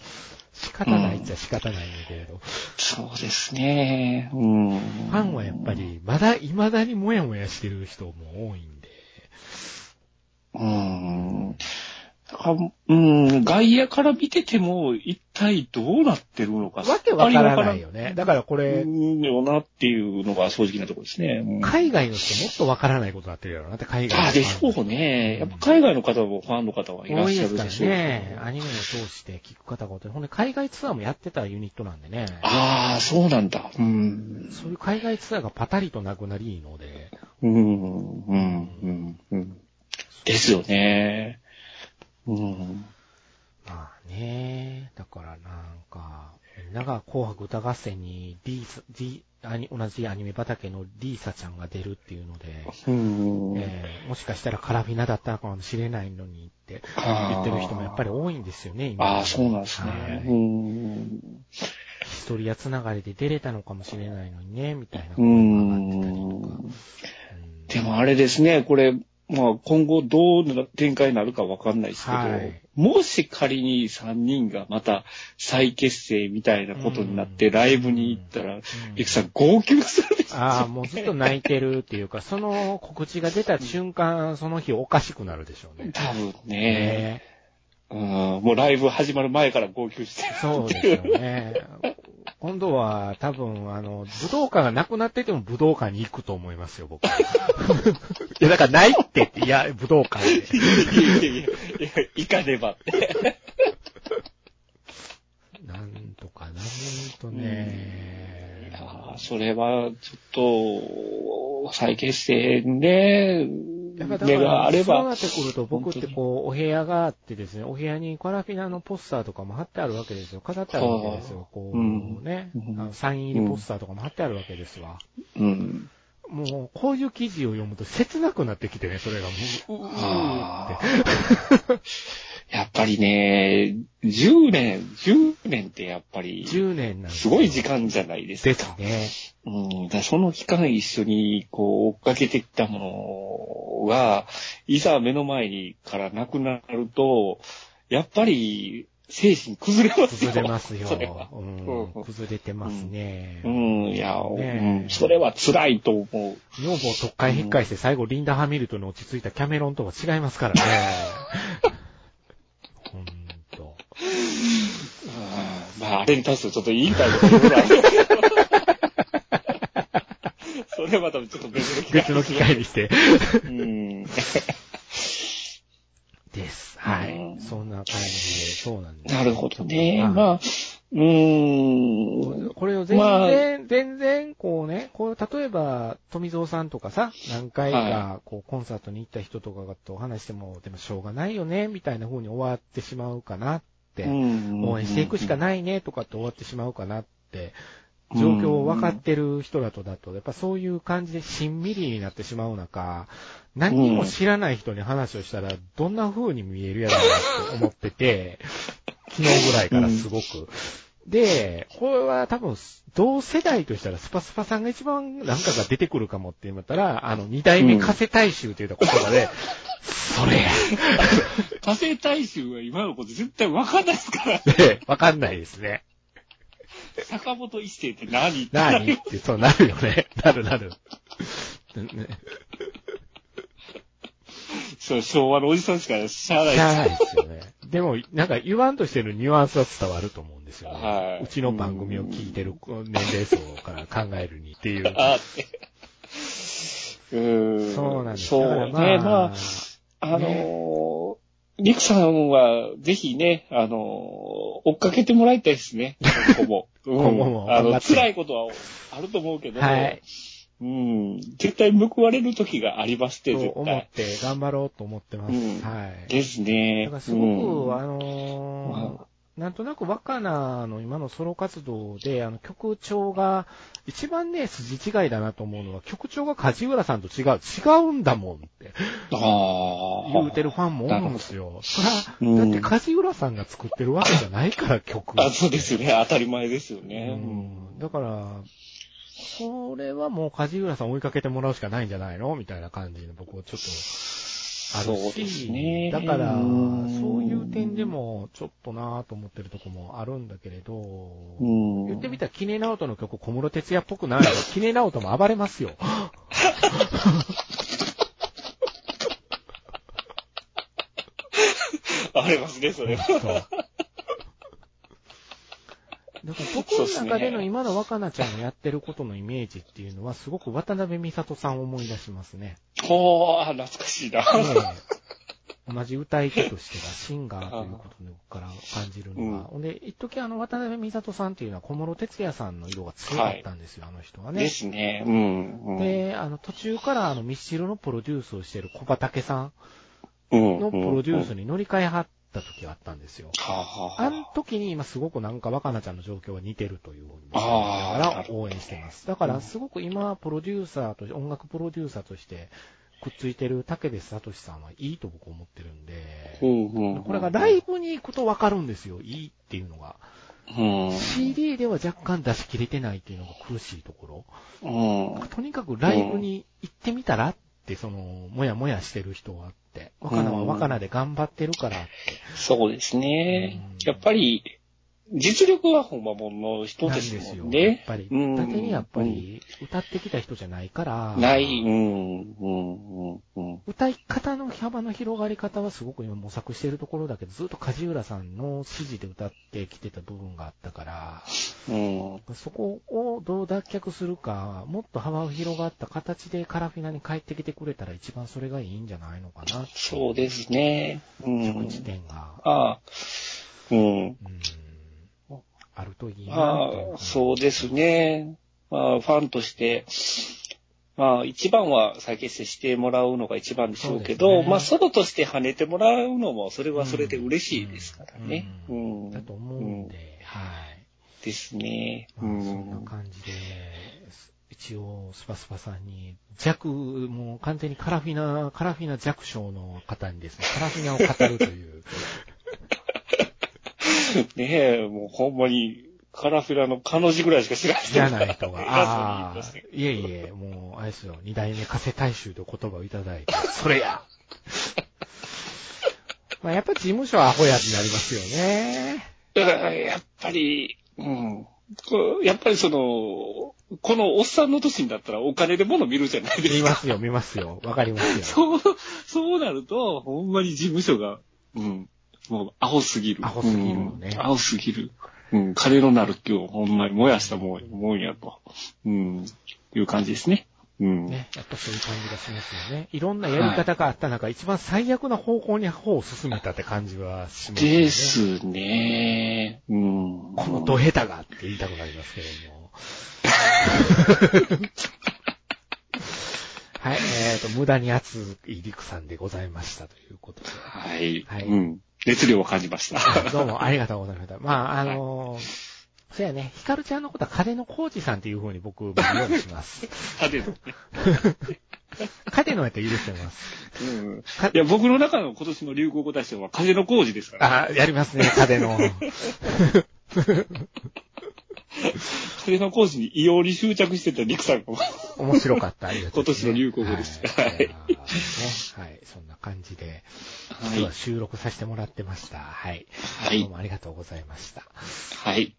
[SPEAKER 2] 仕方ないっちゃ仕方ないんだけれど、
[SPEAKER 3] そうですね。うん。
[SPEAKER 2] ファンはやっぱり、まだ、未だにもやもやしてる人も多いんで。
[SPEAKER 3] うーん。だからうん、外野から見てても、一体どうなってるのか、
[SPEAKER 2] わけわからない
[SPEAKER 3] よ。
[SPEAKER 2] よね。だからこれ、
[SPEAKER 3] うん、よなっていうのが正直なところですね。うん
[SPEAKER 2] 海外の人もっとわからないことになってるやろうなって、海外の
[SPEAKER 3] ああ、
[SPEAKER 2] ファ
[SPEAKER 3] で
[SPEAKER 2] ン
[SPEAKER 3] しょうね。やっぱ海外の方もファンの方はいらっ
[SPEAKER 2] 多い
[SPEAKER 3] し
[SPEAKER 2] で
[SPEAKER 3] ゃる
[SPEAKER 2] すから
[SPEAKER 3] でしょう。
[SPEAKER 2] ね。アニメを通して聞く方が多い。ほんで、海外ツアーもやってたユニットなんでね。
[SPEAKER 3] ああ、そうなんだ。うん。
[SPEAKER 2] そういう海外ツアーがパタリとなくなりいいので。
[SPEAKER 3] うん、うん、うん、うん。ですよね。うん。
[SPEAKER 2] まあね、だからなんか、みんなが紅白歌合戦に D さ、D、アニ同じアニメ畑のリーサちゃんが出るっていうので、
[SPEAKER 3] うん。
[SPEAKER 2] えーもしかしたらカラフィナだったのかもしれないのにって言ってる人もやっぱり多いんですよね、今。
[SPEAKER 3] ああ、そうなんです
[SPEAKER 2] は
[SPEAKER 3] ね。う
[SPEAKER 2] い
[SPEAKER 3] ん。
[SPEAKER 2] ヒストリアつながりで出れたのかもしれないのにね、みたいな
[SPEAKER 3] う
[SPEAKER 2] 声が上がってたりとか。
[SPEAKER 3] ん。
[SPEAKER 2] うん
[SPEAKER 3] でもあれですね、これ、まあ今後どうな展開になるかわかんないですけど、
[SPEAKER 2] はい
[SPEAKER 3] もし仮に3人がまた再結成みたいなことになって
[SPEAKER 2] うん
[SPEAKER 3] ライブに行ったら、ゆきさん号泣するでしょ。
[SPEAKER 2] ああ、もうずっと泣いてるっていうか、その告知が出た瞬間、その日おかしくなるでしょうね。
[SPEAKER 3] 多分ね、
[SPEAKER 2] ね
[SPEAKER 3] うん、もうライブ始まる前から号泣して
[SPEAKER 2] えそうですよね。今度は多分、あの、武道館がなくなってても武道館に行くと思いますよ、僕。いや、だから ないって、いや、武道館で。
[SPEAKER 3] る。いやいやいやいや、行かねばって。
[SPEAKER 2] なんとかなんとね
[SPEAKER 3] い。やそれはちょっと、再結成で、
[SPEAKER 2] やっぱだ
[SPEAKER 3] 目
[SPEAKER 2] か
[SPEAKER 3] があ
[SPEAKER 2] ら、
[SPEAKER 3] れ
[SPEAKER 2] そうな
[SPEAKER 3] ば
[SPEAKER 2] っ、てくると、僕ってこう、お部屋があってですね、お部屋にカラフィナのポスターとかも貼ってあるわけですよ。飾ってあるわけですよ。こ
[SPEAKER 3] うん
[SPEAKER 2] う、ね
[SPEAKER 3] う、ん
[SPEAKER 2] あのサイン入りポスターとかも貼ってあるわけですわ。
[SPEAKER 3] うん。
[SPEAKER 2] もう、こういう記事を読むと切なくなってきてね、それがもう。ううう
[SPEAKER 3] あーやっぱりね、10年、10年ってやっぱり、
[SPEAKER 2] 10年なんですすよ
[SPEAKER 3] ごい時間じゃないです
[SPEAKER 2] で
[SPEAKER 3] か。
[SPEAKER 2] すね。
[SPEAKER 3] うん、だからその期間一緒にこう追っかけてきたものが、いざ目の前にからなくなると、やっぱり精神崩れますよ
[SPEAKER 2] 崩れますよ
[SPEAKER 3] それは。。
[SPEAKER 2] うん
[SPEAKER 3] うん
[SPEAKER 2] 崩れてますね。
[SPEAKER 3] うん、いや、
[SPEAKER 2] ねえ
[SPEAKER 3] うん、それは辛いと思う。
[SPEAKER 2] 女房特会引っ返して最後リンダ・ハミルトンの落ち着いたキャメロンとは違いますから ね。ほんと。
[SPEAKER 3] まあ、あれに対してちょっと委員会のことぐ らい。それはまたちょっと別の機会。
[SPEAKER 2] 別の機会にして。
[SPEAKER 3] うん。
[SPEAKER 2] です。はい。
[SPEAKER 3] うん
[SPEAKER 2] そんな感じで、そうなんです。
[SPEAKER 3] なるほどね。
[SPEAKER 2] はい
[SPEAKER 3] まあ、うーん。
[SPEAKER 2] これを全然、
[SPEAKER 3] まあ
[SPEAKER 2] 全然、こうね、こう、例えば、富蔵さんとかさ、何回
[SPEAKER 3] は
[SPEAKER 2] か、こう、コンサートに行った人とかとお話しても、でもしょうがないよね、みたいな風に終わってしまうかなって、応援していくしか
[SPEAKER 3] い。
[SPEAKER 2] ないね、とかって終わってしまうかなって、状況を分かってる人らとだと、やっぱそういう感じでしんみりになってしまう中、何にも知らない人に話をしたら、どんな風に見えるやろうなって思ってて、 昨日ぐらいからすごく。で、これは多分、同世代としたらスパスパさんが一番なんかが出てくるかもって言うんだったら、あの、二代目加瀬大衆という言葉で、それや
[SPEAKER 3] 火星大衆は今のこと絶対わかんないです から。
[SPEAKER 2] って、わかんない ですね。
[SPEAKER 3] 坂本一世って何
[SPEAKER 2] なにって、そうなるよね。 なるなる。ね
[SPEAKER 3] そう昭和のおじさんしか知らない
[SPEAKER 2] し
[SPEAKER 3] で
[SPEAKER 2] ゃあ
[SPEAKER 3] す。
[SPEAKER 2] ないですよね。でも、なんか言わんとしてるニュアンスは伝わると思うんですよね。
[SPEAKER 3] はいう
[SPEAKER 2] ちの番組を聞いてる年齢層から考えるにっていう。
[SPEAKER 3] あって。うーん。
[SPEAKER 2] そうなんです
[SPEAKER 3] そう
[SPEAKER 2] だから
[SPEAKER 3] ね。
[SPEAKER 2] まあ
[SPEAKER 3] まあ、あのー、リクさんは、ぜひね、あのー、追っかけてもらいたいですね。今後も。うん
[SPEAKER 2] 今後も
[SPEAKER 3] あ
[SPEAKER 2] 頑張
[SPEAKER 3] の、
[SPEAKER 2] って
[SPEAKER 3] 辛いことはあると思うけど、
[SPEAKER 2] はい。
[SPEAKER 3] うん。絶対報われる時がありますって、
[SPEAKER 2] と
[SPEAKER 3] 絶
[SPEAKER 2] 思っ
[SPEAKER 3] 対。
[SPEAKER 2] て頑張ろうと思ってます。
[SPEAKER 3] うん
[SPEAKER 2] はい。
[SPEAKER 3] ですね。
[SPEAKER 2] だからすご
[SPEAKER 3] うん
[SPEAKER 2] く、あのーなんとなく若菜の今のソロ活動で、あの曲調が、一番ね、筋違いだなと思うのは、曲調が梶浦さんと違う。違うんだもんって。
[SPEAKER 3] ああ。
[SPEAKER 2] 言うてるファンも多いんですよ。そ
[SPEAKER 3] うん
[SPEAKER 2] ら、だって梶浦さんが作ってるわけじゃないから、曲。
[SPEAKER 3] あ、そうですよね。当たり前ですよね。
[SPEAKER 2] うんだから、これはもう梶浦さん追いかけてもらうしかないんじゃないのみたいな感じの僕はちょっとあるし。
[SPEAKER 3] そうですね
[SPEAKER 2] だから、
[SPEAKER 3] うん
[SPEAKER 2] そういう点でもちょっとなぁと思ってるとこもあるんだけれど、
[SPEAKER 3] うん
[SPEAKER 2] 言ってみたら、キネナオトの曲、小室哲也っぽくないのキネナオトも暴れますよ。
[SPEAKER 3] ありますね、それは。
[SPEAKER 2] そう。 だから僕の中での今の若菜ちゃんがやってることのイメージっていうのは、すごく渡辺美里さんを思い出しますね。
[SPEAKER 3] ほー、懐かしいな。
[SPEAKER 2] ねえ同じ歌い手としてがシンガーということから感じるの
[SPEAKER 3] うん
[SPEAKER 2] は、ほんで、一時あの、渡辺美里さんっていうのは小室哲也さんの色が強かったんですよ、あの人は
[SPEAKER 3] で
[SPEAKER 2] ね。
[SPEAKER 3] すね。うん。うん、
[SPEAKER 2] で、あの、途中からあの、ミスチルのプロデュースをしてる小畑さん
[SPEAKER 3] うん、
[SPEAKER 2] のプロデュース
[SPEAKER 3] に。
[SPEAKER 2] に乗り換えはった時があったんですよ。
[SPEAKER 3] はあ、はあ、
[SPEAKER 2] あの時に今すごくなんか若菜ちゃんの状況は似てるというふうに
[SPEAKER 3] あー
[SPEAKER 2] だから応援してます。だからすごく今プロデューサーとして、音楽プロデューサーとしてくっついてる竹部聡さんはいいと僕思ってるん
[SPEAKER 3] う
[SPEAKER 2] で、
[SPEAKER 3] んうんうん
[SPEAKER 2] これがライブに行くとわかるんですよ。いいっていうのが。
[SPEAKER 3] うん。
[SPEAKER 2] CD では若干出し切れてないっていうのが苦しいところ。
[SPEAKER 3] うん。
[SPEAKER 2] とにかくライブに行ってみたらって、その、もやもやしてる人はあって、若菜は若菜で頑張ってるからって。
[SPEAKER 3] そうですね
[SPEAKER 2] うん。
[SPEAKER 3] やっぱり、実力は本場もんの人
[SPEAKER 2] なん
[SPEAKER 3] で
[SPEAKER 2] です
[SPEAKER 3] す
[SPEAKER 2] よ。
[SPEAKER 3] もん
[SPEAKER 2] やっ
[SPEAKER 3] ね。
[SPEAKER 2] ぱり。
[SPEAKER 3] うん
[SPEAKER 2] だけにやっぱり、歌ってきた人じゃないから。
[SPEAKER 3] ない。うん、うん、うん、うん。
[SPEAKER 2] 歌い方の幅の広がり方はすごく今模索してるところだけど、ずっと梶浦さんの指示で歌ってきてた部分があったから、
[SPEAKER 3] うん。
[SPEAKER 2] そこをどう脱却するか、もっと幅を広がった形でカラフィナに帰ってきてくれたら一番それがいいんじゃないのかな。
[SPEAKER 3] そうですね。う
[SPEAKER 2] 着
[SPEAKER 3] ん。
[SPEAKER 2] 地点が、
[SPEAKER 3] ああ。うん。
[SPEAKER 2] うん、あるといいなってい
[SPEAKER 3] ま
[SPEAKER 2] う
[SPEAKER 3] あ、そうですね。まあ、ファンとして、まあ、一番は再結成してもらうのが一番でしょうけ
[SPEAKER 2] そうで
[SPEAKER 3] ど、
[SPEAKER 2] すね
[SPEAKER 3] まあ、ソロとして跳ねてもらうのも、それはそれで嬉しいですからね。う。
[SPEAKER 2] うんんだと思うんで、はい。
[SPEAKER 3] ですね。う。
[SPEAKER 2] まあ、そんなん感じで、一応、スパスパさんに、弱、もう完全にカラフィナ、カラフィナ弱小の方にです ね、カラフィナを語るという。
[SPEAKER 3] ねえ、もうほんまに、カラフェラの彼女ぐらいしか知らない。
[SPEAKER 2] 知らない人が、あ
[SPEAKER 3] 偉そ
[SPEAKER 2] あ
[SPEAKER 3] うに言い ましたけ、ど
[SPEAKER 2] いえいえ、もう、あれですよ、二代目加瀬大衆という言葉をいただい て、それやまあ、やっぱ事務所はアホやになりますよね。
[SPEAKER 3] だから、やっぱり、うん。こうやっぱりその、このおっさんの年になったらお金で物見るじゃないですか
[SPEAKER 2] 見ますよ、見ますよ。わかりますよ。
[SPEAKER 3] そう、そうなると、ほんまに事務所が、うん、もう、アホすぎる。
[SPEAKER 2] アホすぎるよね
[SPEAKER 3] うんアホすぎる。うん、金のなる気をほんまに燃やしたもん、もんやと。うん、いう感じですね。うん。
[SPEAKER 2] ね、やっぱそういう感じがしますよね。いろんなやり方があった中、一番最悪な方向に方を進めたって感じはしますよね。
[SPEAKER 3] ですね。うん。
[SPEAKER 2] このドヘタがって言いたくなりますけど も。はい、えっ、と、無駄に熱い陸さんでございましたということで。
[SPEAKER 3] はい。
[SPEAKER 2] はい
[SPEAKER 3] うん。熱量を感じました。
[SPEAKER 2] どうもありがとうございました。まあ、あのーそうやね、ヒカルちゃんのことは金の浩二さんっていう風に僕、僕ようにします。
[SPEAKER 3] 派手なね
[SPEAKER 2] 金のやったら許してます。
[SPEAKER 3] うん。いや、僕の中の今年の流行語大賞は風の工事ですから。
[SPEAKER 2] あ、やります ね、金の。
[SPEAKER 3] 風の工事に異様に執着してたリクさんが。
[SPEAKER 2] 面白かった。ありがとうございます
[SPEAKER 3] 今年の流行語でした
[SPEAKER 2] はい
[SPEAKER 3] はい
[SPEAKER 2] ねはい。そんな感じで、今日は収録させてもらってました。はい。
[SPEAKER 3] はい
[SPEAKER 2] どうもありがとうございました。
[SPEAKER 3] はい。